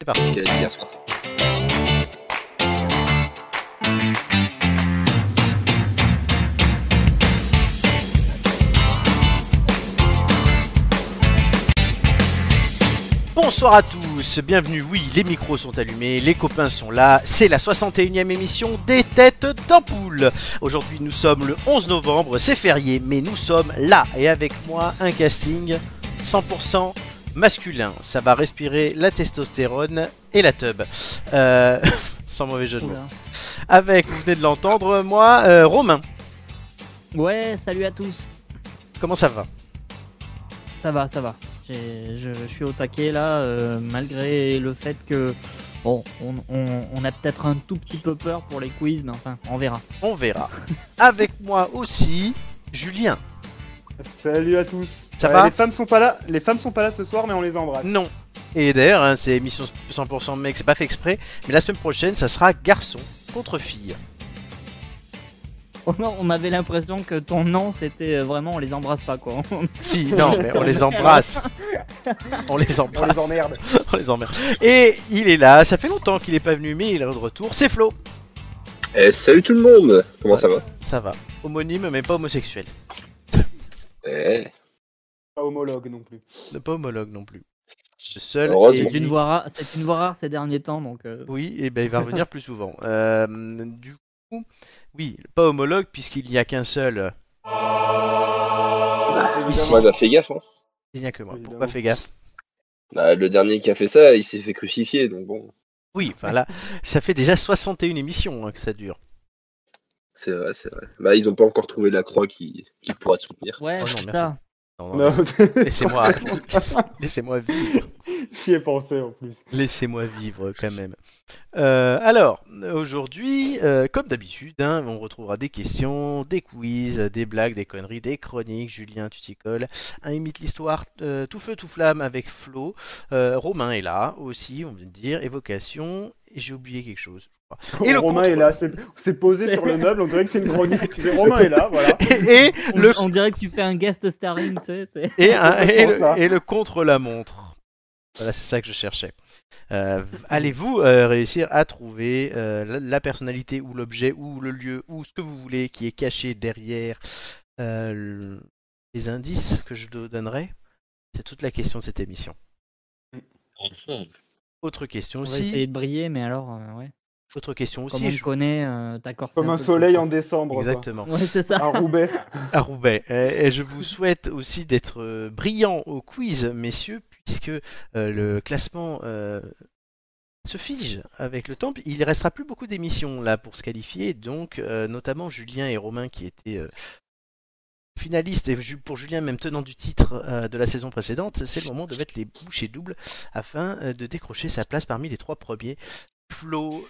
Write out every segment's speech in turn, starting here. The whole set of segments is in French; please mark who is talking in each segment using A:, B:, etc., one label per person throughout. A: C'est parti.
B: Quelle est garçon
A: Bonsoir à tous, bienvenue. Oui, les micros sont allumés, les copains sont là. C'est la 61e émission des Têtes d'Ampoule. Aujourd'hui, nous sommes le 11 novembre, c'est férié, mais nous sommes là. Et avec moi, un casting 100% masculin. Ça va respirer la testostérone et la teub. Euh, sans mauvais jeu de mots.
C: Oula.
A: Avec, vous venez de l'entendre, moi, euh, Romain.
C: Ouais, salut à tous.
A: Comment ça va
C: Ça va, ça va. J'ai- Je, je suis au taquet là, euh, malgré le fait que. Bon, on, on- on a peut-être un tout petit peu peur pour les quiz, mais enfin, on verra.
A: On verra. Avec moi aussi, Julien.
D: Salut à tous. Euh,
A: Ça va
D: Les femmes sont pas là. Les femmes sont pas là ce soir, mais on les embrasse.
A: Non. Et d'ailleurs, hein, c'est émission 100% mec, c'est pas fait exprès. Mais la semaine prochaine, ça sera garçon contre fille.
C: Oh non, on avait l'impression que ton nom c'était euh, vraiment on les embrasse pas quoi.
A: Si, non, mais on les embrasse. On les
D: On
A: embrasse.
D: les emmerde.
A: On les emmerde. Et il est là. Ça fait longtemps qu'il est pas venu, mais il est de retour. C'est Flo.
B: Eh, salut tout le monde Comment ça va
A: Ça va. Homonyme, mais pas homosexuel.
B: Eh,
D: Pas homologue non plus.
A: Pas homologue non plus. Le seul.
B: Heureusement.
A: et
C: C'est une
A: unique.
C: voix rare, c'est une voix rare ces derniers temps donc. euh,
A: Oui, et ben il va revenir plus souvent. Euh, du coup, oui, pas homologue puisqu'il n'y a qu'un seul.
D: Évidemment.
B: ouais, bah fais gaffe, hein.
A: Il n'y a que moi.
D: Évidemment.
A: Pourquoi fais gaffe
B: Bah, le dernier qui a fait ça, il s'est fait crucifier, donc bon,
A: Oui, enfin là, ça fait déjà 61 émissions hein, que ça dure.
B: c'est vrai, c'est vrai. Bah, ils ont pas encore trouvé la croix qui, qui pourra te soutenir.
C: Ouais,
A: Oh non,
C: c'est
A: merci.
C: ça.
A: Non, non,
D: Non,
A: Laissez-moi, laissez-moi vivre.
D: j'y ai pensé en plus.
A: Laissez-moi vivre quand même. Euh, alors, aujourd'hui, euh, comme d'habitude, hein, on retrouvera des questions, des quiz, des blagues, des conneries, des chroniques. Julien, tu t'y colles. Un imite l'histoire, euh, tout feu, tout flamme avec Flo. Euh, Romain est là aussi, on vient de dire. Évocation. Et j'ai oublié quelque chose. je crois. Et le
D: Romain
A: contre-
D: est là. C'est c'est posé sur le meuble. On dirait que c'est une chronique. Tu sais, Romain est là. Voilà.
A: Et
C: On,
A: le,
C: on dirait que tu fais un guest starring, tu sais. c'est-
A: et, un- et
D: Comment ça
A: le, et le contre-la-montre. Voilà, c'est ça que je cherchais. Euh, Allez-vous euh, réussir à trouver euh, la, la personnalité ou l'objet ou le lieu ou ce que vous voulez qui est caché derrière euh, le- les indices que je vous donnerai C'est toute la question de cette émission. Autre question
C: On va
A: aussi.
C: essayer de briller, mais alors euh, ouais.
A: Autre question
C: Comme
A: aussi.
C: on
A: je-
C: te connaît, euh, t'as corsé
D: Comme un
C: peu le
D: soleil en
C: truc.
D: décembre. quoi.
A: Exactement.
C: Ouais, c'est ça.
D: À Roubaix.
A: à Ah, Roubaix. Eh, Et, et je vous souhaite aussi d'être euh, brillants au quiz, messieurs, puisque euh, le classement euh, se fige avec le temps. Il restera plus beaucoup d'émissions là pour se qualifier, donc euh, notamment Julien et Romain qui étaient euh, finalistes et ju- pour Julien même tenant du titre euh, de la saison précédente, c'est le moment de mettre les bouchées doubles afin euh, de décrocher sa place parmi les trois premiers. Flo,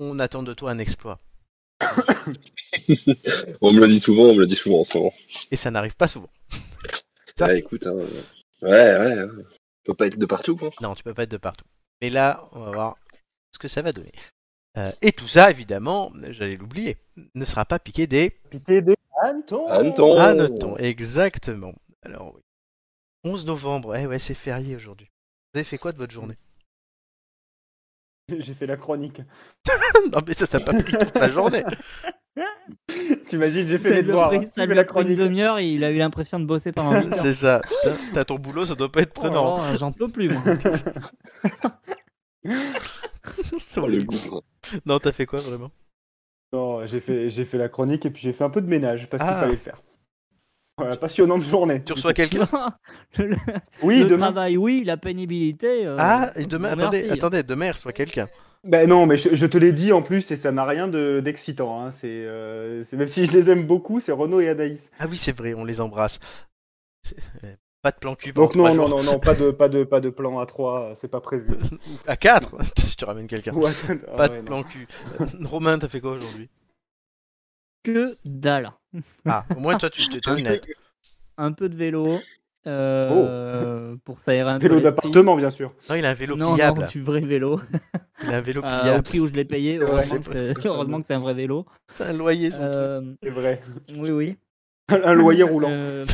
A: on attend de toi un exploit
B: On me le dit souvent, on me le dit souvent en ce moment.
A: et ça n'arrive pas souvent. Ça-
B: Ouais, écoute, hein, euh, ouais, ouais, ouais. Faut pas être de partout, quoi.
A: Non, tu peux pas être de partout. Mais là, on va voir ce que ça va donner. Euh, et tout ça, évidemment, j'allais l'oublier, ne sera pas piqué des
D: Pité des hannetons.
B: Hannetons. Oh.
A: hannetons. Exactement. Alors, oui. 11 novembre, eh ouais, c'est férié aujourd'hui. Vous avez fait quoi de votre journée
D: J'ai fait la chronique.
A: Non, mais ça, ça n'a pas pris toute la journée.
D: T'imagines, j'ai
C: Ça
D: fait les
C: lui a
D: devoirs.
C: pris-
D: hein.
C: ça
D: J'ai fait
C: lui a
D: la
C: pris une
D: chronique.
C: demi-heure et il a eu l'impression de bosser pendant 8 heures.
A: C'est ça. Putain, T'as ton boulot, ça doit pas être
C: Oh là
A: prenant.
C: là, J'en peux plus, moi.
A: C'est
B: Oh, le
A: horrible.
B: goût.
A: non, t'as fait quoi vraiment
D: Non, j'ai fait, j'ai fait la chronique et puis j'ai fait un peu de ménage parce qu'il
A: Ah.
D: fallait le faire. Voilà, passionnante journée.
A: Tu reçois quelqu'un
C: le le-
D: Oui,
C: le
D: demain.
C: travail, oui, la pénibilité. euh,
A: Ah, et demain,
C: bon,
A: attendez,
C: merci.
A: attendez, demain, il reçoit quelqu'un.
D: Ben non, mais je, je te l'ai dit en plus et ça n'a rien de- d'excitant. hein. C'est, euh, c'est- même si je les aime beaucoup, c'est Renaud et Adaïs.
A: Ah oui, c'est vrai, on les embrasse. C'est- euh, Pas de plan cul pendant
D: Donc non,
A: trois
D: non,
A: jours.
D: non, non, pas de, pas de, pas de plan à 3 c'est pas prévu.
A: À 4 Si tu ramènes quelqu'un.
D: Ouais, ah
A: Pas
D: ouais,
A: de
D: non.
A: plan cul. Euh, Romain, t'as fait quoi aujourd'hui
C: Que dalle.
A: Ah, au moins toi, tu t'es t'es honnête.
C: Un peu de vélo. euh, Pour s'aérer un peu.
D: Vélo
C: l'esprit.
D: d'appartement, bien sûr.
A: Non, il a un vélo
C: Non,
A: pliable.
C: non, du vrai vélo.
A: Il a un vélo
C: Euh, au
A: pliable.
C: prix où je l'ai payé, heureusement,
A: c'est
C: que c'est- heureusement que c'est un vrai vélo.
A: C'est un loyer, son truc.
C: Euh,
D: C'est vrai.
C: oui, oui.
D: Un loyer roulant.
C: Euh,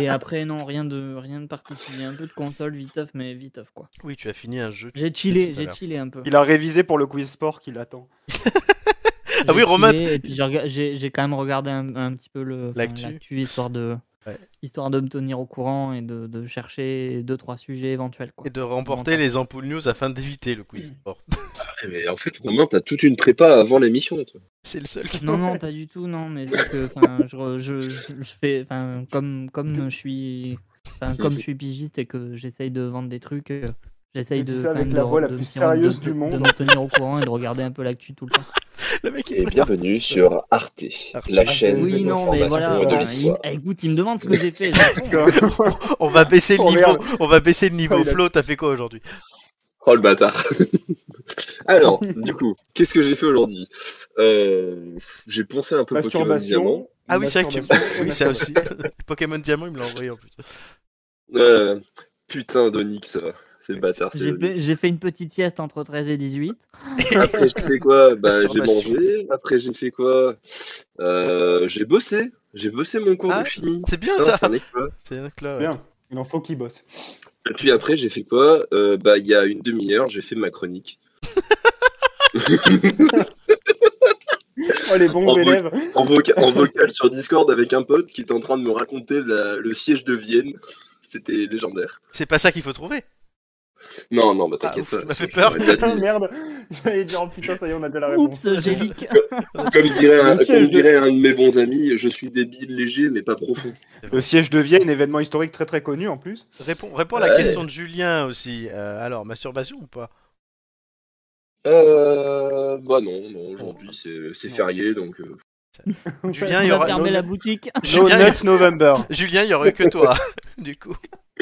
C: Et après, non, rien de, rien de particulier. Un peu de console, viteuf, mais viteuf quoi.
A: Oui, tu as fini un jeu.
C: J'ai
A: Tout
C: chillé,
A: à
C: j'ai
A: l'heure.
C: chillé un peu.
D: Il a révisé pour le quiz sport qui l'attend.
C: J'ai
A: Ah oui,
C: chillé,
A: Romain.
C: Et puis j'ai rega- j'ai j'ai quand même regardé un, un petit peu le enfin,
A: L'actu.
C: histoire de
A: Ouais.
C: histoire de me tenir au courant et de, de chercher deux trois sujets éventuels quoi.
A: Et de remporter les ampoules news afin d'éviter le quiz sport.
B: Mais en fait, Romain, t'as toute une prépa avant l'émission. toi.
A: C'est le seul. qui-
C: Non non pas du tout non mais c'est que enfin, je, re- je, je- je fais enfin comme comme je suis enfin, comme je suis pigiste et que j'essaye de vendre des trucs euh, j'essaye
D: Tu dis
C: de
D: ça
C: quand
D: avec
C: même
D: la
C: de-
D: voix la
C: de-
D: plus
C: de-
D: sérieuse
C: de-
D: du monde.
C: de me tenir au courant et de regarder un peu l'actu tout le temps.
A: Le mec il
B: Et
A: prépare
B: bienvenue
A: tout ça.
B: sur Arte,
A: Arte.
B: la
D: Ah,
B: chaîne
D: c'est-
C: Oui
B: de
C: non mais Bah, voilà
B: l'information et de
D: voilà,
B: l'histoire.
C: il- eh, écoute il me demande ce que j'ai fait. je réponds.
A: On va baisser le
D: Oh,
A: niveau.
D: merde.
A: On va baisser le niveau.
D: Oh, il a-
A: Flo, t'as fait quoi aujourd'hui
B: Oh le bâtard Alors, du coup, qu'est-ce que j'ai fait aujourd'hui Euh, J'ai poncé un peu Pokémon Diamant.
D: Masturbation.
A: Ah oui, c'est vrai que tu.
D: masturbation et
A: Oui, ça aussi.
D: masturbation.
A: Pokémon Diamant, il me l'a envoyé en plus.
B: Euh, putain d'Onyx, c'est le bâtard. c'est
C: J'ai fait-
B: Onyx.
C: j'ai fait une petite sieste entre 13 et 18.
B: Après, j'ai fait quoi bah, J'ai
A: Masturbation.
B: mangé. Après, j'ai fait quoi Euh, J'ai bossé. J'ai bossé mon cours
A: Ah,
B: de chimie.
A: C'est bien
B: Non,
A: ça.
B: c'est un exploit.
A: C'est un clan. ouais.
D: Bien, il en faut qu'il bosse.
B: Et puis après, j'ai fait quoi Euh, Bah, il y a une demi-heure, j'ai fait ma chronique.
D: Oh les
B: En
D: bons
B: vrai.
D: élèves
B: En, voca- en vocal sur Discord avec un pote qui était en train de me raconter la- le siège de Vienne. C'était légendaire.
A: C'est pas ça qu'il faut trouver.
B: Non, non, bah
A: Ah,
B: t'inquiète
A: ouf,
B: pas.
A: tu m'as fait
B: je
A: peur.
B: t'aurais pas
D: Ah,
B: dit.
D: Merde J'allais dire oh putain ça y est on a déjà la réponse.
C: Oups, j'ai leak.
B: Comme dirait, un,
D: Le siège
B: comme
D: de-
B: dirait un de mes bons amis, je suis débile léger mais pas profond.
D: Le siège de Vienne, événement historique très très connu en plus.
A: Réponds, réponds à la
B: Ouais.
A: question de Julien aussi. Euh, alors, masturbation ou pas
B: Euh, bah non, non, aujourd'hui c'est c'est
A: Non.
B: férié donc. euh,
A: Julien,
C: On
A: il y
C: va
A: aura.
C: fermer
D: non,
C: la
D: non.
C: boutique.
D: No
A: Julien, il y a-
D: Nut November.
A: Julien, il y aurait que toi. du coup,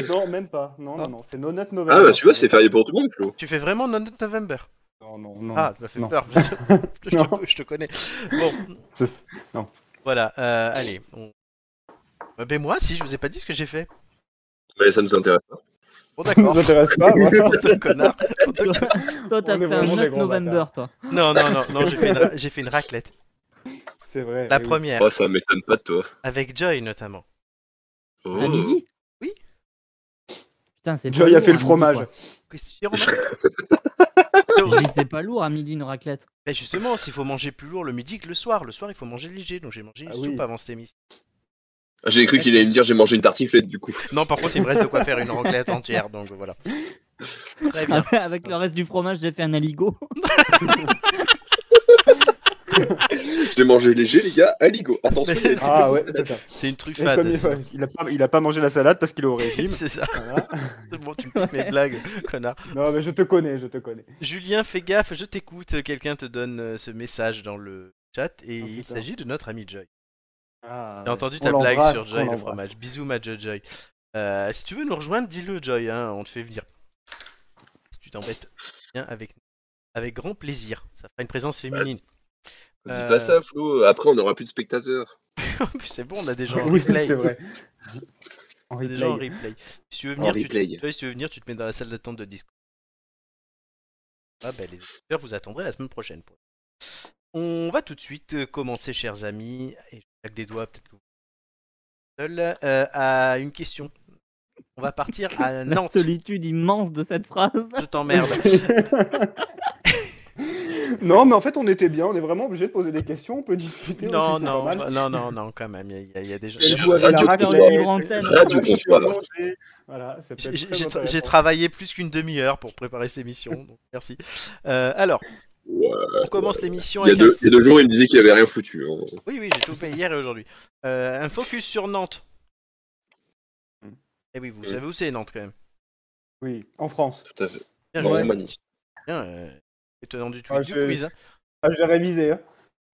D: Non, même pas. Non, non, non, c'est No Nut November.
B: Ah bah tu vois, c'est férié pour tout le monde, Flo.
A: tu fais vraiment 9 November.
D: Non, non, non.
A: Ah, tu m'as fait
D: non.
A: peur. Je te, je te-
D: Non.
A: je te connais. Bon,
D: C'est- Non.
A: voilà. euh, allez. on- Euh, Ben moi, si je vous ai pas dit ce que j'ai fait.
B: Mais ça nous intéresse pas.
A: Bon
D: Ça nous
A: d'accord.
D: intéresse pas. voilà.
A: Putain, connard.
C: Toi, toi, t'as
D: On est
C: fait un
D: vraiment des
C: 9
D: grands
C: November,
D: bâtards.
C: toi.
A: Non non non non, j'ai fait, une ra- j'ai fait une raclette.
D: C'est vrai.
A: La
D: Eh oui.
A: première
B: Oh, ça m'étonne pas de toi.
A: avec Joy notamment.
B: Oh.
C: À midi
A: Oui.
C: Putain, c'est
D: Joy
C: pas
D: a fait le
C: lourd à midi,
D: fromage.
A: Qu'est-ce que tu dis, Romain
C: quoi. Je dis, c'est pas lourd à midi une raclette.
A: Ben justement, s'il faut manger plus lourd le midi que le soir, le soir il faut manger léger. Donc j'ai mangé une
D: Ah oui.
A: soupe avant cette émission.
B: Ah, J'ai cru qu'il allait me dire j'ai mangé une tartiflette du coup.
A: Non, par contre, il me reste de quoi faire une raclette entière. Donc voilà. Très bien.
C: Après, avec le reste du fromage, j'ai fait un aligot.
B: J'ai mangé léger les gars, aligo. Attention.
A: Mais-
B: les-
D: Ah ouais, c'est ça.
A: C'est une
D: Et
A: truffade.
D: comme il, ouais, il a pas, il a pas mangé la salade parce qu'il est au régime.
A: C'est ça.
D: Voilà.
A: Bon, tu me piques mes blagues, connard.
D: Non, mais je te connais, je te connais.
A: Julien, fais gaffe, je t'écoute. Quelqu'un te donne euh, ce message dans le chat et
D: Oh,
A: il
D: putain.
A: s'agit de notre ami Joy.
D: Ah,
A: J'ai entendu
D: on
A: ta blague
D: l'embrasse,
A: sur
D: on
A: Joy le
D: l'embrasse.
A: fromage. Bisous, ma Joy Joy. Euh, si tu veux nous rejoindre, dis-le, Joy. hein, on te fait venir. Si tu t'embêtes, viens avec nous. Avec grand plaisir. Ça fera une présence féminine. Euh,
B: Dis pas ça Flo, après on aura plus de spectateurs.
A: C'est bon, on a des gens en
D: Oui,
A: replay.
D: c'est vrai. En
A: On a des gens en
D: replay.
A: replay. Si tu veux
B: En
A: venir, tu
B: replay.
A: te, Joy, si tu veux venir, tu te mets dans la salle d'attente de Discord. Ah ben, les auditeurs, vous attendrez la semaine prochaine. pour- On va tout de suite euh, commencer, chers amis, et je claque des doigts, peut-être que vous seul, euh, à une question. On va partir à
C: La
A: Nantes.
C: solitude immense de cette phrase.
A: Je t'emmerde.
D: non, mais en fait, on était bien. On est vraiment obligé de poser des questions. On peut discuter.
A: non,
D: aussi, c'est pas
A: non,
D: mal.
A: bah, non, non, non, quand même. Il y a- il y, a- il y a des gens.
B: Et
A: J'ai-
B: vous avez
D: la
B: Radio
D: raclette.
B: Comptoir.
C: libre antenne.
B: Radio
D: Je suis
B: Comptoir.
D: allongé. Voilà, ça peut être
A: J'ai
D: très
A: j'ai tra- j'ai
D: intéressant.
A: travaillé plus qu'une demi-heure pour préparer cette émission, donc merci. Euh, alors,
B: Ouais.
A: on commence l'émission
B: Il y, a
A: avec
B: deux,
A: un
B: il y a deux jours il me disait qu'il avait rien foutu. hein.
A: Oui, oui, j'ai tout fait hier et aujourd'hui. Euh, un focus sur Nantes.
D: Mm.
A: Eh oui, vous
B: Mm.
A: savez où c'est Nantes quand même.
D: Oui, en France.
B: Tout à fait.
A: Bien
B: En
A: joué.
B: Roumanie.
A: Bien, euh, étonnant du tweet
D: Ah,
A: du
D: je-
A: quiz. hein.
D: Ah, je l'ai révisé. hein.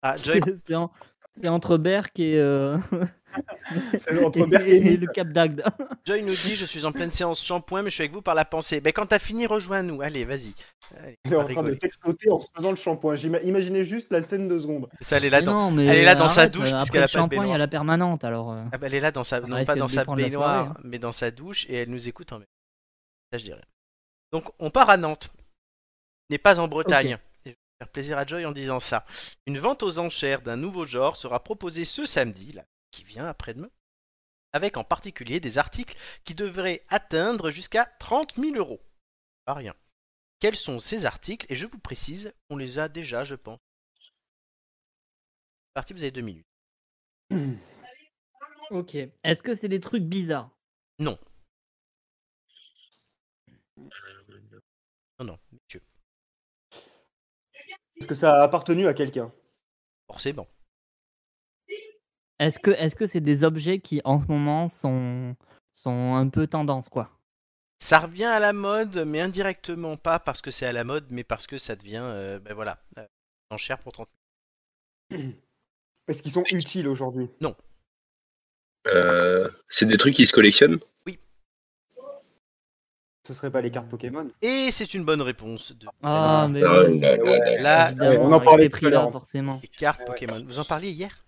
A: Ah, Joy,
C: C'est c'est en- c'est entre Berck et, euh,
D: C'est entre
C: et-
D: Berck et
C: et
D: Nice.
C: le Cap d'Agde.
A: Joy nous dit Je suis en pleine séance shampoing, mais je suis avec vous par la pensée. Ben, quand t'as fini, rejoins-nous. Allez, vas-y. Allez,
D: Il est
A: on va
D: en train de
A: rigoler.
D: textoter en se faisant le shampoing. J'ima- Imaginez juste la scène deux secondes.
A: Ça, elle est là
C: Mais
A: dans,
C: non, mais
A: elle est là dans sa
C: arrête,
A: douche,
C: euh,
A: puisqu'elle
C: après
A: a
C: le
A: pas de
C: shampoing, il y a la permanente alors. euh.
A: Ah, ben, elle est là dans sa, non
C: risque
A: pas dans
C: de
A: sa
C: prendre la
A: baignoire,
C: soirée, hein.
A: mais dans sa douche, et elle nous écoute en même temps. Ça, je dis rien. Donc, on part à Nantes. On n'est pas en Bretagne. Et je vais faire plaisir à Joy en disant ça. Une vente aux enchères d'un nouveau genre sera proposée ce samedi, là, qui vient après-demain, avec en particulier des articles qui devraient atteindre jusqu'à 30 000 euros. Pas rien. Quels sont ces articles Et je vous précise, on les a déjà, je pense. C'est parti, vous avez deux minutes.
C: Ok. Est-ce que c'est des trucs bizarres
A: Non. Non, non, monsieur.
D: Est-ce que ça a appartenu à quelqu'un
A: Forcément.
C: Est-ce que est-ce que c'est des objets qui en ce moment sont sont un peu tendance quoi
A: Ça revient à la mode, mais indirectement pas parce que c'est à la mode, mais parce que ça devient, euh, ben voilà, euh, en cher pour 30
D: Est-ce qu'ils sont utiles aujourd'hui
B: Euh, c'est des trucs qui se collectionnent
D: Ce serait pas les cartes Pokémon
A: Et c'est une bonne réponse de
C: Ah
D: Ah,
C: mais
B: Ah,
C: oui,
B: là, là, là.
A: la
D: ouais, on en
C: évidemment, avec
D: parlait
C: ces
D: tout à
C: prix-là
D: l'heure.
C: forcément.
A: les cartes Pokémon. Vous en parliez hier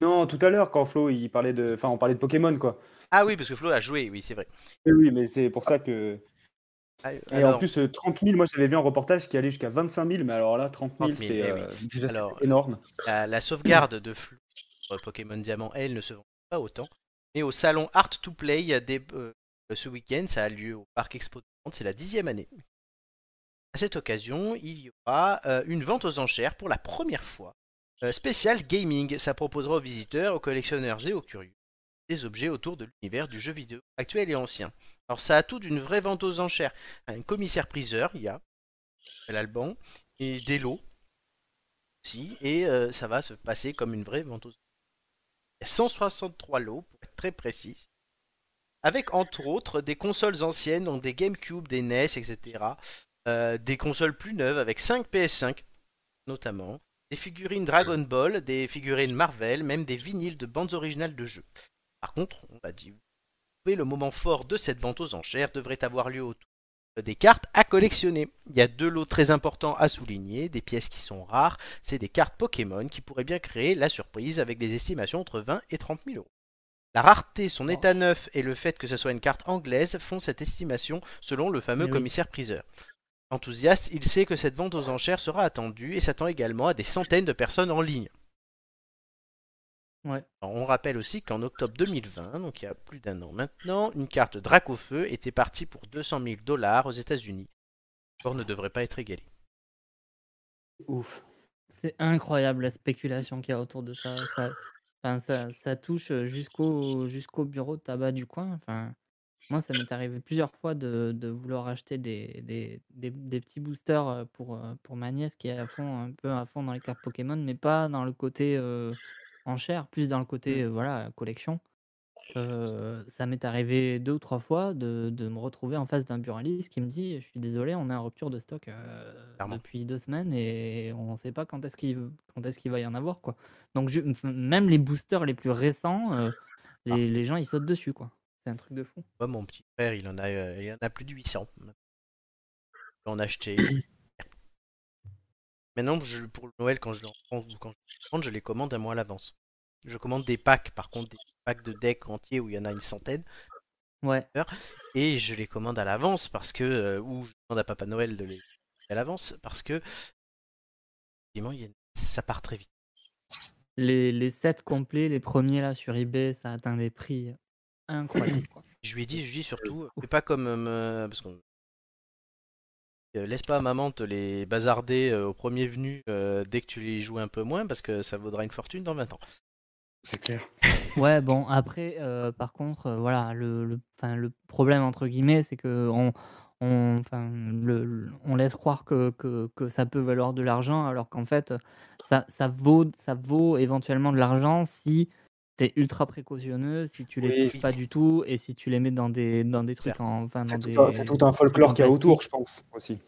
D: Non, tout à l'heure quand Flo il parlait de, enfin on parlait de Pokémon quoi.
A: Ah oui, parce que Flo a joué, oui, c'est vrai.
D: Oui, oui, mais c'est pour ça que.
A: Ah,
D: Et
A: alors,
D: en plus euh, 30 000, moi j'avais vu un reportage qui allait jusqu'à 25 000, mais alors là 30 000,
A: 30 000,
D: c'est
A: eh oui.
D: euh, déjà
A: Alors,
D: énorme.
A: la, la sauvegarde de Flo sur Pokémon Diamant, elle, ne se vend pas autant. Mais au salon Art to Play des- euh, ce week-end, ça a lieu au Parc Expo de Nantes, c'est la dixième année. À cette occasion, il y aura euh, une vente aux enchères pour la première fois. euh, spéciale gaming, ça proposera aux visiteurs, aux collectionneurs et aux curieux des objets autour de l'univers du jeu vidéo actuel et ancien. Alors ça a tout d'une vraie vente aux enchères. Un commissaire-priseur, il y a l'Alban, et des lots aussi, et euh, ça va se passer comme une vraie vente aux enchères. Il y a 163 lots, pour être très précis, avec entre autres des consoles anciennes, donc des GameCube, des E NES, etc. euh, des consoles plus neuves avec 5 PS5 notamment, des figurines Dragon Ball, des figurines Marvel, même des vinyles de bandes originales de jeux. Par contre, on l'a dit, vous pouvez, le moment fort de cette vente aux enchères devrait avoir lieu autour euh, des cartes à collectionner. Il y a deux lots très importants à souligner, des pièces qui sont rares, c'est des cartes Pokémon qui pourraient bien créer la surprise avec des estimations entre 20 et 30 000 euros. La rareté, son état neuf et le fait que ce soit une carte anglaise font cette estimation selon le fameux
C: Eh oui.
A: commissaire-priseur. Enthousiaste, il sait que cette vente aux enchères sera attendue et s'attend également à des centaines de personnes en ligne.
C: Ouais.
A: Alors, on rappelle aussi qu'en octobre 2020, donc il y a plus d'un an maintenant, une carte Dracofeu était partie pour 200 000 dollars aux États-Unis. L'effort ne devrait pas être égalé.
D: Ouf.
C: C'est incroyable la spéculation qu'il y a autour de ça. Ça, enfin, ça, ça touche jusqu'au jusqu'au bureau de tabac du coin. Enfin, moi, ça m'est arrivé plusieurs fois de, de vouloir acheter des, des, des- des petits boosters euh, pour, euh, pour ma nièce qui est à fond, un peu à fond dans les cartes Pokémon, mais pas dans le côté euh, enchère, plus dans le côté euh, voilà collection. Euh, ça m'est arrivé deux ou trois fois de, de me retrouver en face d'un buraliste qui me dit Je suis désolé, on est en rupture de stock euh,
A: Clairement.
C: depuis deux semaines et on ne sait pas quand est-ce qu'il quand est-ce qu'il va y en avoir. Quoi. Donc, je- enfin, même les boosters les plus récents, euh, les, les gens ils sautent dessus. quoi. C'est un truc de fou.
A: Moi, mon petit frère, il en a, euh, il en a plus de 800. Il en a acheté. Maintenant, je- pour le Noël, quand je le prends ou quand je les commande, je les commande un mois à l'avance. Je commande des packs, par contre, des packs de decks entiers où il y en a une centaine,
C: Ouais,
A: et je les commande à l'avance parce que. euh, ou je demande à Papa Noël de les à l'avance parce que. Effectivement, il y a- ça part très vite.
C: les, les sets complets, les premiers là sur eBay, ça atteint des prix incroyables. quoi.
A: Je lui ai dit, je lui dis surtout, fais pas comme. euh, me- parce qu'on- Euh, Laisse pas maman te les bazarder euh, au premier venu euh, dès que tu les joues un peu moins, parce que ça vaudra une fortune dans 20 ans.
D: C'est clair.
C: Ouais, bon, après, euh, par contre, euh, voilà, le, le, 'fin, le problème, entre guillemets, c'est que on, on, 'fin, le- le- on laisse croire que, que, que ça peut valoir de l'argent, alors qu'en fait, ça, ça, vaut, ça vaut éventuellement de l'argent si tu es ultra précautionneux, si tu les
D: Oui.
C: touches pas du tout et si tu les mets dans des, dans des trucs,
A: Certes.
C: en, 'fin, dans
D: C'est
C: des...
D: tout, un- c'est tout un folklore qu'il y a
C: fantastique.
D: autour, je pense aussi.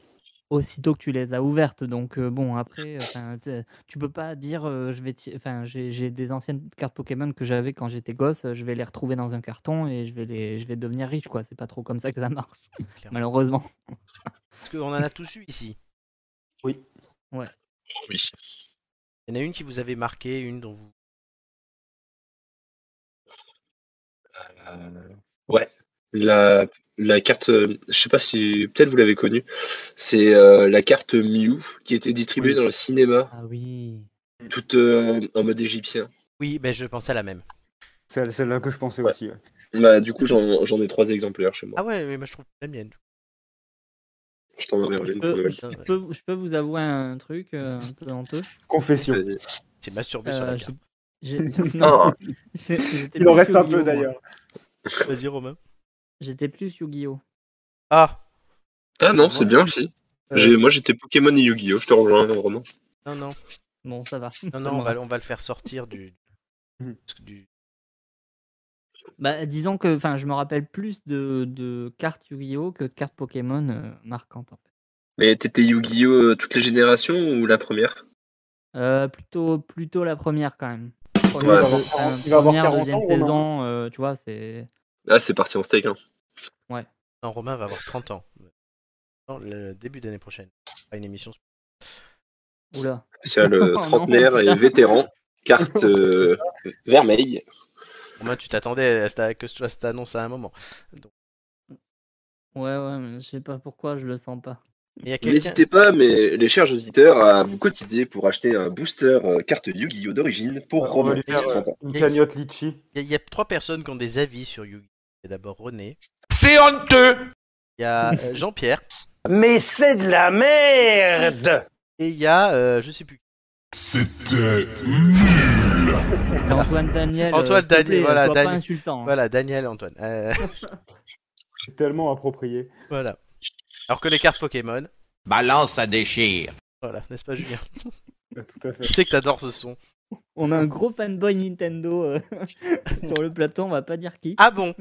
C: aussitôt que tu les as ouvertes. Donc euh, bon, après, euh, 'fin, t'es- tu peux pas dire, euh, je vais, ti- 'fin, j'ai j'ai des anciennes cartes Pokémon que j'avais quand j'étais gosse, euh, je vais les retrouver dans un carton et je vais les, je vais devenir riche, quoi. C'est pas trop comme ça que ça marche, malheureusement.
A: Parce qu'on en a tous eu ici.
B: Oui.
A: Il y en a une qui vous avait marqué, une dont vous.
B: Euh, ouais. La, la carte, euh, je sais pas si peut-être vous l'avez connue, c'est euh, la carte Mew qui était distribuée
A: Oui.
B: dans le cinéma,
C: Ah oui.
B: toute euh, en mode égyptien.
A: Oui, ben je pensais à la même.
D: C'est celle-là que je pensais
B: Ouais.
D: aussi. ouais.
B: Bah, du coup, j'en j'en ai trois exemplaires chez moi.
A: Ah ouais, mais moi je trouve la mienne.
B: Je t'enverrai
C: Je
B: une pour
C: peux,
B: Noël.
C: je peux- je peux vous avouer un truc euh, un peu honteux.
D: Confession.
B: Vas-y.
A: C'est masturbé sur
C: Euh,
A: la carte.
C: j'ai-
B: Ah,
C: non, j'ai- j'étais
D: Il en
C: plus
D: reste un
C: Yu-Gi-Oh,
D: peu
C: moi.
D: d'ailleurs.
A: Vas-y, Romain.
C: J'étais plus Yu-Gi-Oh!
A: Ah
B: Ah non, c'est bien aussi.
A: euh,
B: J'ai- Moi, j'étais Pokémon et Yu-Gi-Oh! Je te rejoins, euh, Romain.
A: Non, non,
C: Bon, ça va.
A: non,
C: ça
A: non
C: me
A: on, va,
C: rassure.
A: on va le faire sortir du.
D: Mhm.
A: du-
C: Bah, disons que enfin, je me rappelle plus de, de cartes Yu-Gi-Oh! que de cartes Pokémon euh, marquantes. En fait.
B: Mais t'étais Yu-Gi-Oh! euh, toutes les générations ou la première
C: Euh, plutôt, plutôt la première quand même.
D: Il va
B: Ouais.
C: Première,
D: avoir
C: enfin,
D: 40 il va avoir
C: première,
D: 40
C: deuxième
D: ans. Romain.
C: saison, euh, tu vois, c'est.
B: Ah, c'est parti en steak, hein.
A: Non, Romain va avoir 30 ans. Non, le début d'année prochaine. Pas une émission.
C: Oula.
B: Spécial
C: Oh
B: euh,
C: non,
B: trentenaire et
C: putain.
B: vétéran. Carte euh, vermeille.
A: Romain, tu t'attendais à ce- à que ce- à cette annonce à un moment.
C: Ouais, ouais, mais je sais pas pourquoi je le sens pas.
A: Il y a quelqu'un.
B: N'hésitez pas, mais les chers auditeurs, à vous cotiser pour acheter un booster euh, carte Yu-Gi-Oh! d'origine pour
D: On va
B: Romain.
D: lui faire euh, une cagnotte litchi.
A: Il y, a- il y a trois personnes qui ont des avis sur Yugi. Il y a d'abord René.
E: C'est honteux
A: Il y a euh, Jean-Pierre.
E: Mais c'est de la merde
A: Et il y a, euh, je sais plus.
F: C'était
C: Et Antoine Daniel. euh,
A: Antoine
C: s'il te
A: Daniel,
C: plaît,
A: voilà,
C: sois
A: Daniel.
C: pas insultant. hein.
A: Voilà, Daniel et Antoine. Euh,
D: C'est tellement approprié.
A: voilà. Alors que les cartes Pokémon.
F: Balance à déchire.
A: Voilà, n'est-ce pas, Julien
D: Tout à fait.
A: Je sais que t'adores ce son.
C: On a un gros fanboy Nintendo euh, sur le plateau, on va pas dire qui.
A: Ah bon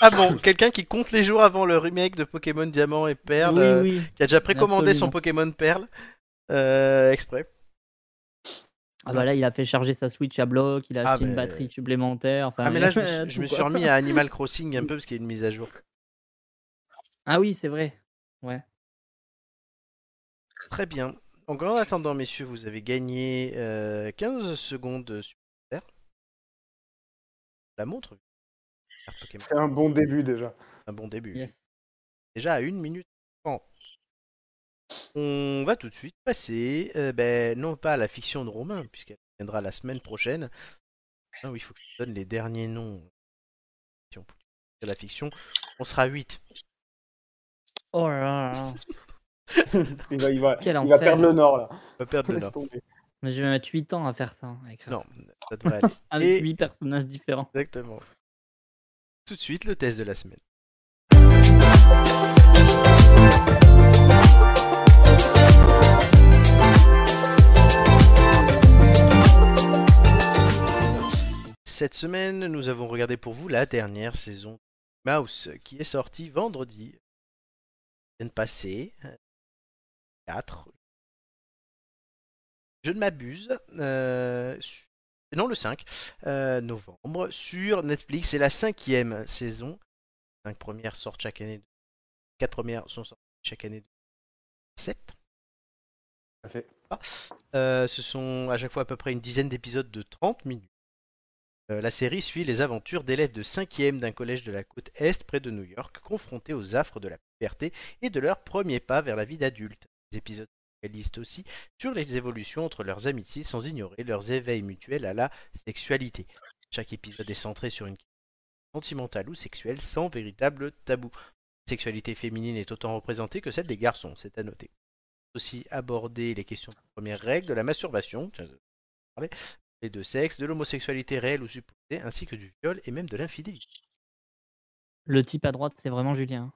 A: Ah bon Quelqu'un qui compte les jours avant le remake de Pokémon Diamant et Perle, euh,
C: oui, oui.
A: qui a déjà précommandé son
C: Absolument.
A: Pokémon Perle, euh, exprès.
C: Ah bah là, il a fait charger sa Switch à bloc, il a
A: Ah,
C: acheté
A: mais-
C: une batterie supplémentaire. enfin,
A: Ah mais là, je me suis,
C: tout,
A: je me
C: quoi.
A: suis remis à Animal Crossing un peu parce qu'il y a une mise à jour.
C: Ah oui, c'est vrai.
A: Très bien. Donc en attendant, messieurs, vous avez gagné euh, 15 secondes supplémentaires. La montre. Ah, Pokémon,
D: C'est un bon début déjà.
A: un bon début.
C: Yes.
A: Déjà à 1 minute 30. On va tout de suite passer, euh, ben, non pas à la fiction de Romain, puisqu'elle viendra la semaine prochaine. Ah oui, il faut que je te donne les derniers noms. Si on peut dire La fiction, on sera 8.
C: Oh là là là.
D: Il va, il va,
C: Quel
D: il va
C: enfer.
D: perdre le nord là.
A: On va perdre le
D: Laisse
A: nord.
D: tomber.
C: Mais je vais mettre 8 ans à faire ça. hein, à écrire
A: Non,
C: ça.
A: ça devrait aller.
C: Avec
A: Et-
C: 8 personnages différents.
A: Exactement. Tout de suite, le test de la semaine. Cette semaine, nous avons regardé pour vous la dernière saison de Mouse qui est sortie vendredi. La semaine passée. 4. Je ne m'abuse. euh, su- non, le 5 euh, novembre sur Netflix. C'est la cinquième saison. Cinq premières sortent chaque année. Quatre premières sont sorties chaque année. Sept.
D: Tout à fait.
A: Euh, ce sont à chaque fois à peu près une dizaine d'épisodes de 30 minutes. Euh, la série suit les aventures d'élèves de 5e d'un collège de la côte Est près de New York, confrontés aux affres de la puberté et de leurs premiers pas vers la vie d'adulte. Les épisodes réalisent aussi sur les évolutions entre leurs amitiés sans ignorer leurs éveils mutuels à la sexualité. Chaque épisode est centré sur une question sentimentale ou sexuelle sans véritable tabou. La sexualité féminine est autant représentée que celle des garçons, c'est à noter aussi aborder les questions de première règle, de la masturbation, tiens, je vais en parler, des deux sexes, de l'homosexualité réelle ou supposée, ainsi que du viol et même de l'infidélité.
C: Le type à droite, c'est vraiment Julien.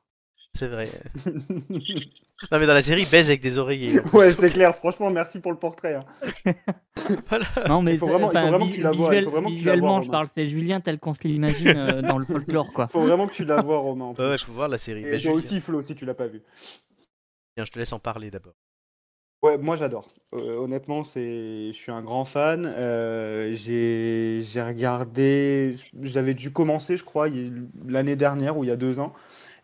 A: C'est vrai. Non mais dans la série, il baise avec des oreillers.
D: ouais, c'est clair. Franchement, merci pour le portrait. hein.
C: Non, mais
D: faut
C: ça-
D: vraiment- il faut
C: enfin,
D: vraiment
C: vis-
D: que tu la vois, il faut
C: visuel-
D: vraiment que tu la vois,
C: Visuellement, je
D: Romain.
C: parle, c'est Julien tel qu'on se l'imagine euh, dans le folklore, quoi.
D: Faut vraiment que tu la vois, Romain. en plus.
A: Ouais, ouais, faut voir la série.
D: Et
A: Bah,
D: toi
A: Julien,
D: aussi, Flo, si tu l'as pas vu.
A: tiens, je te laisse en parler d'abord.
D: Ouais, moi j'adore. Euh, honnêtement, c'est, je suis un grand fan. Euh, j'ai, j'ai regardé, j'avais dû commencer, je crois, il- l'année dernière ou il y a deux ans.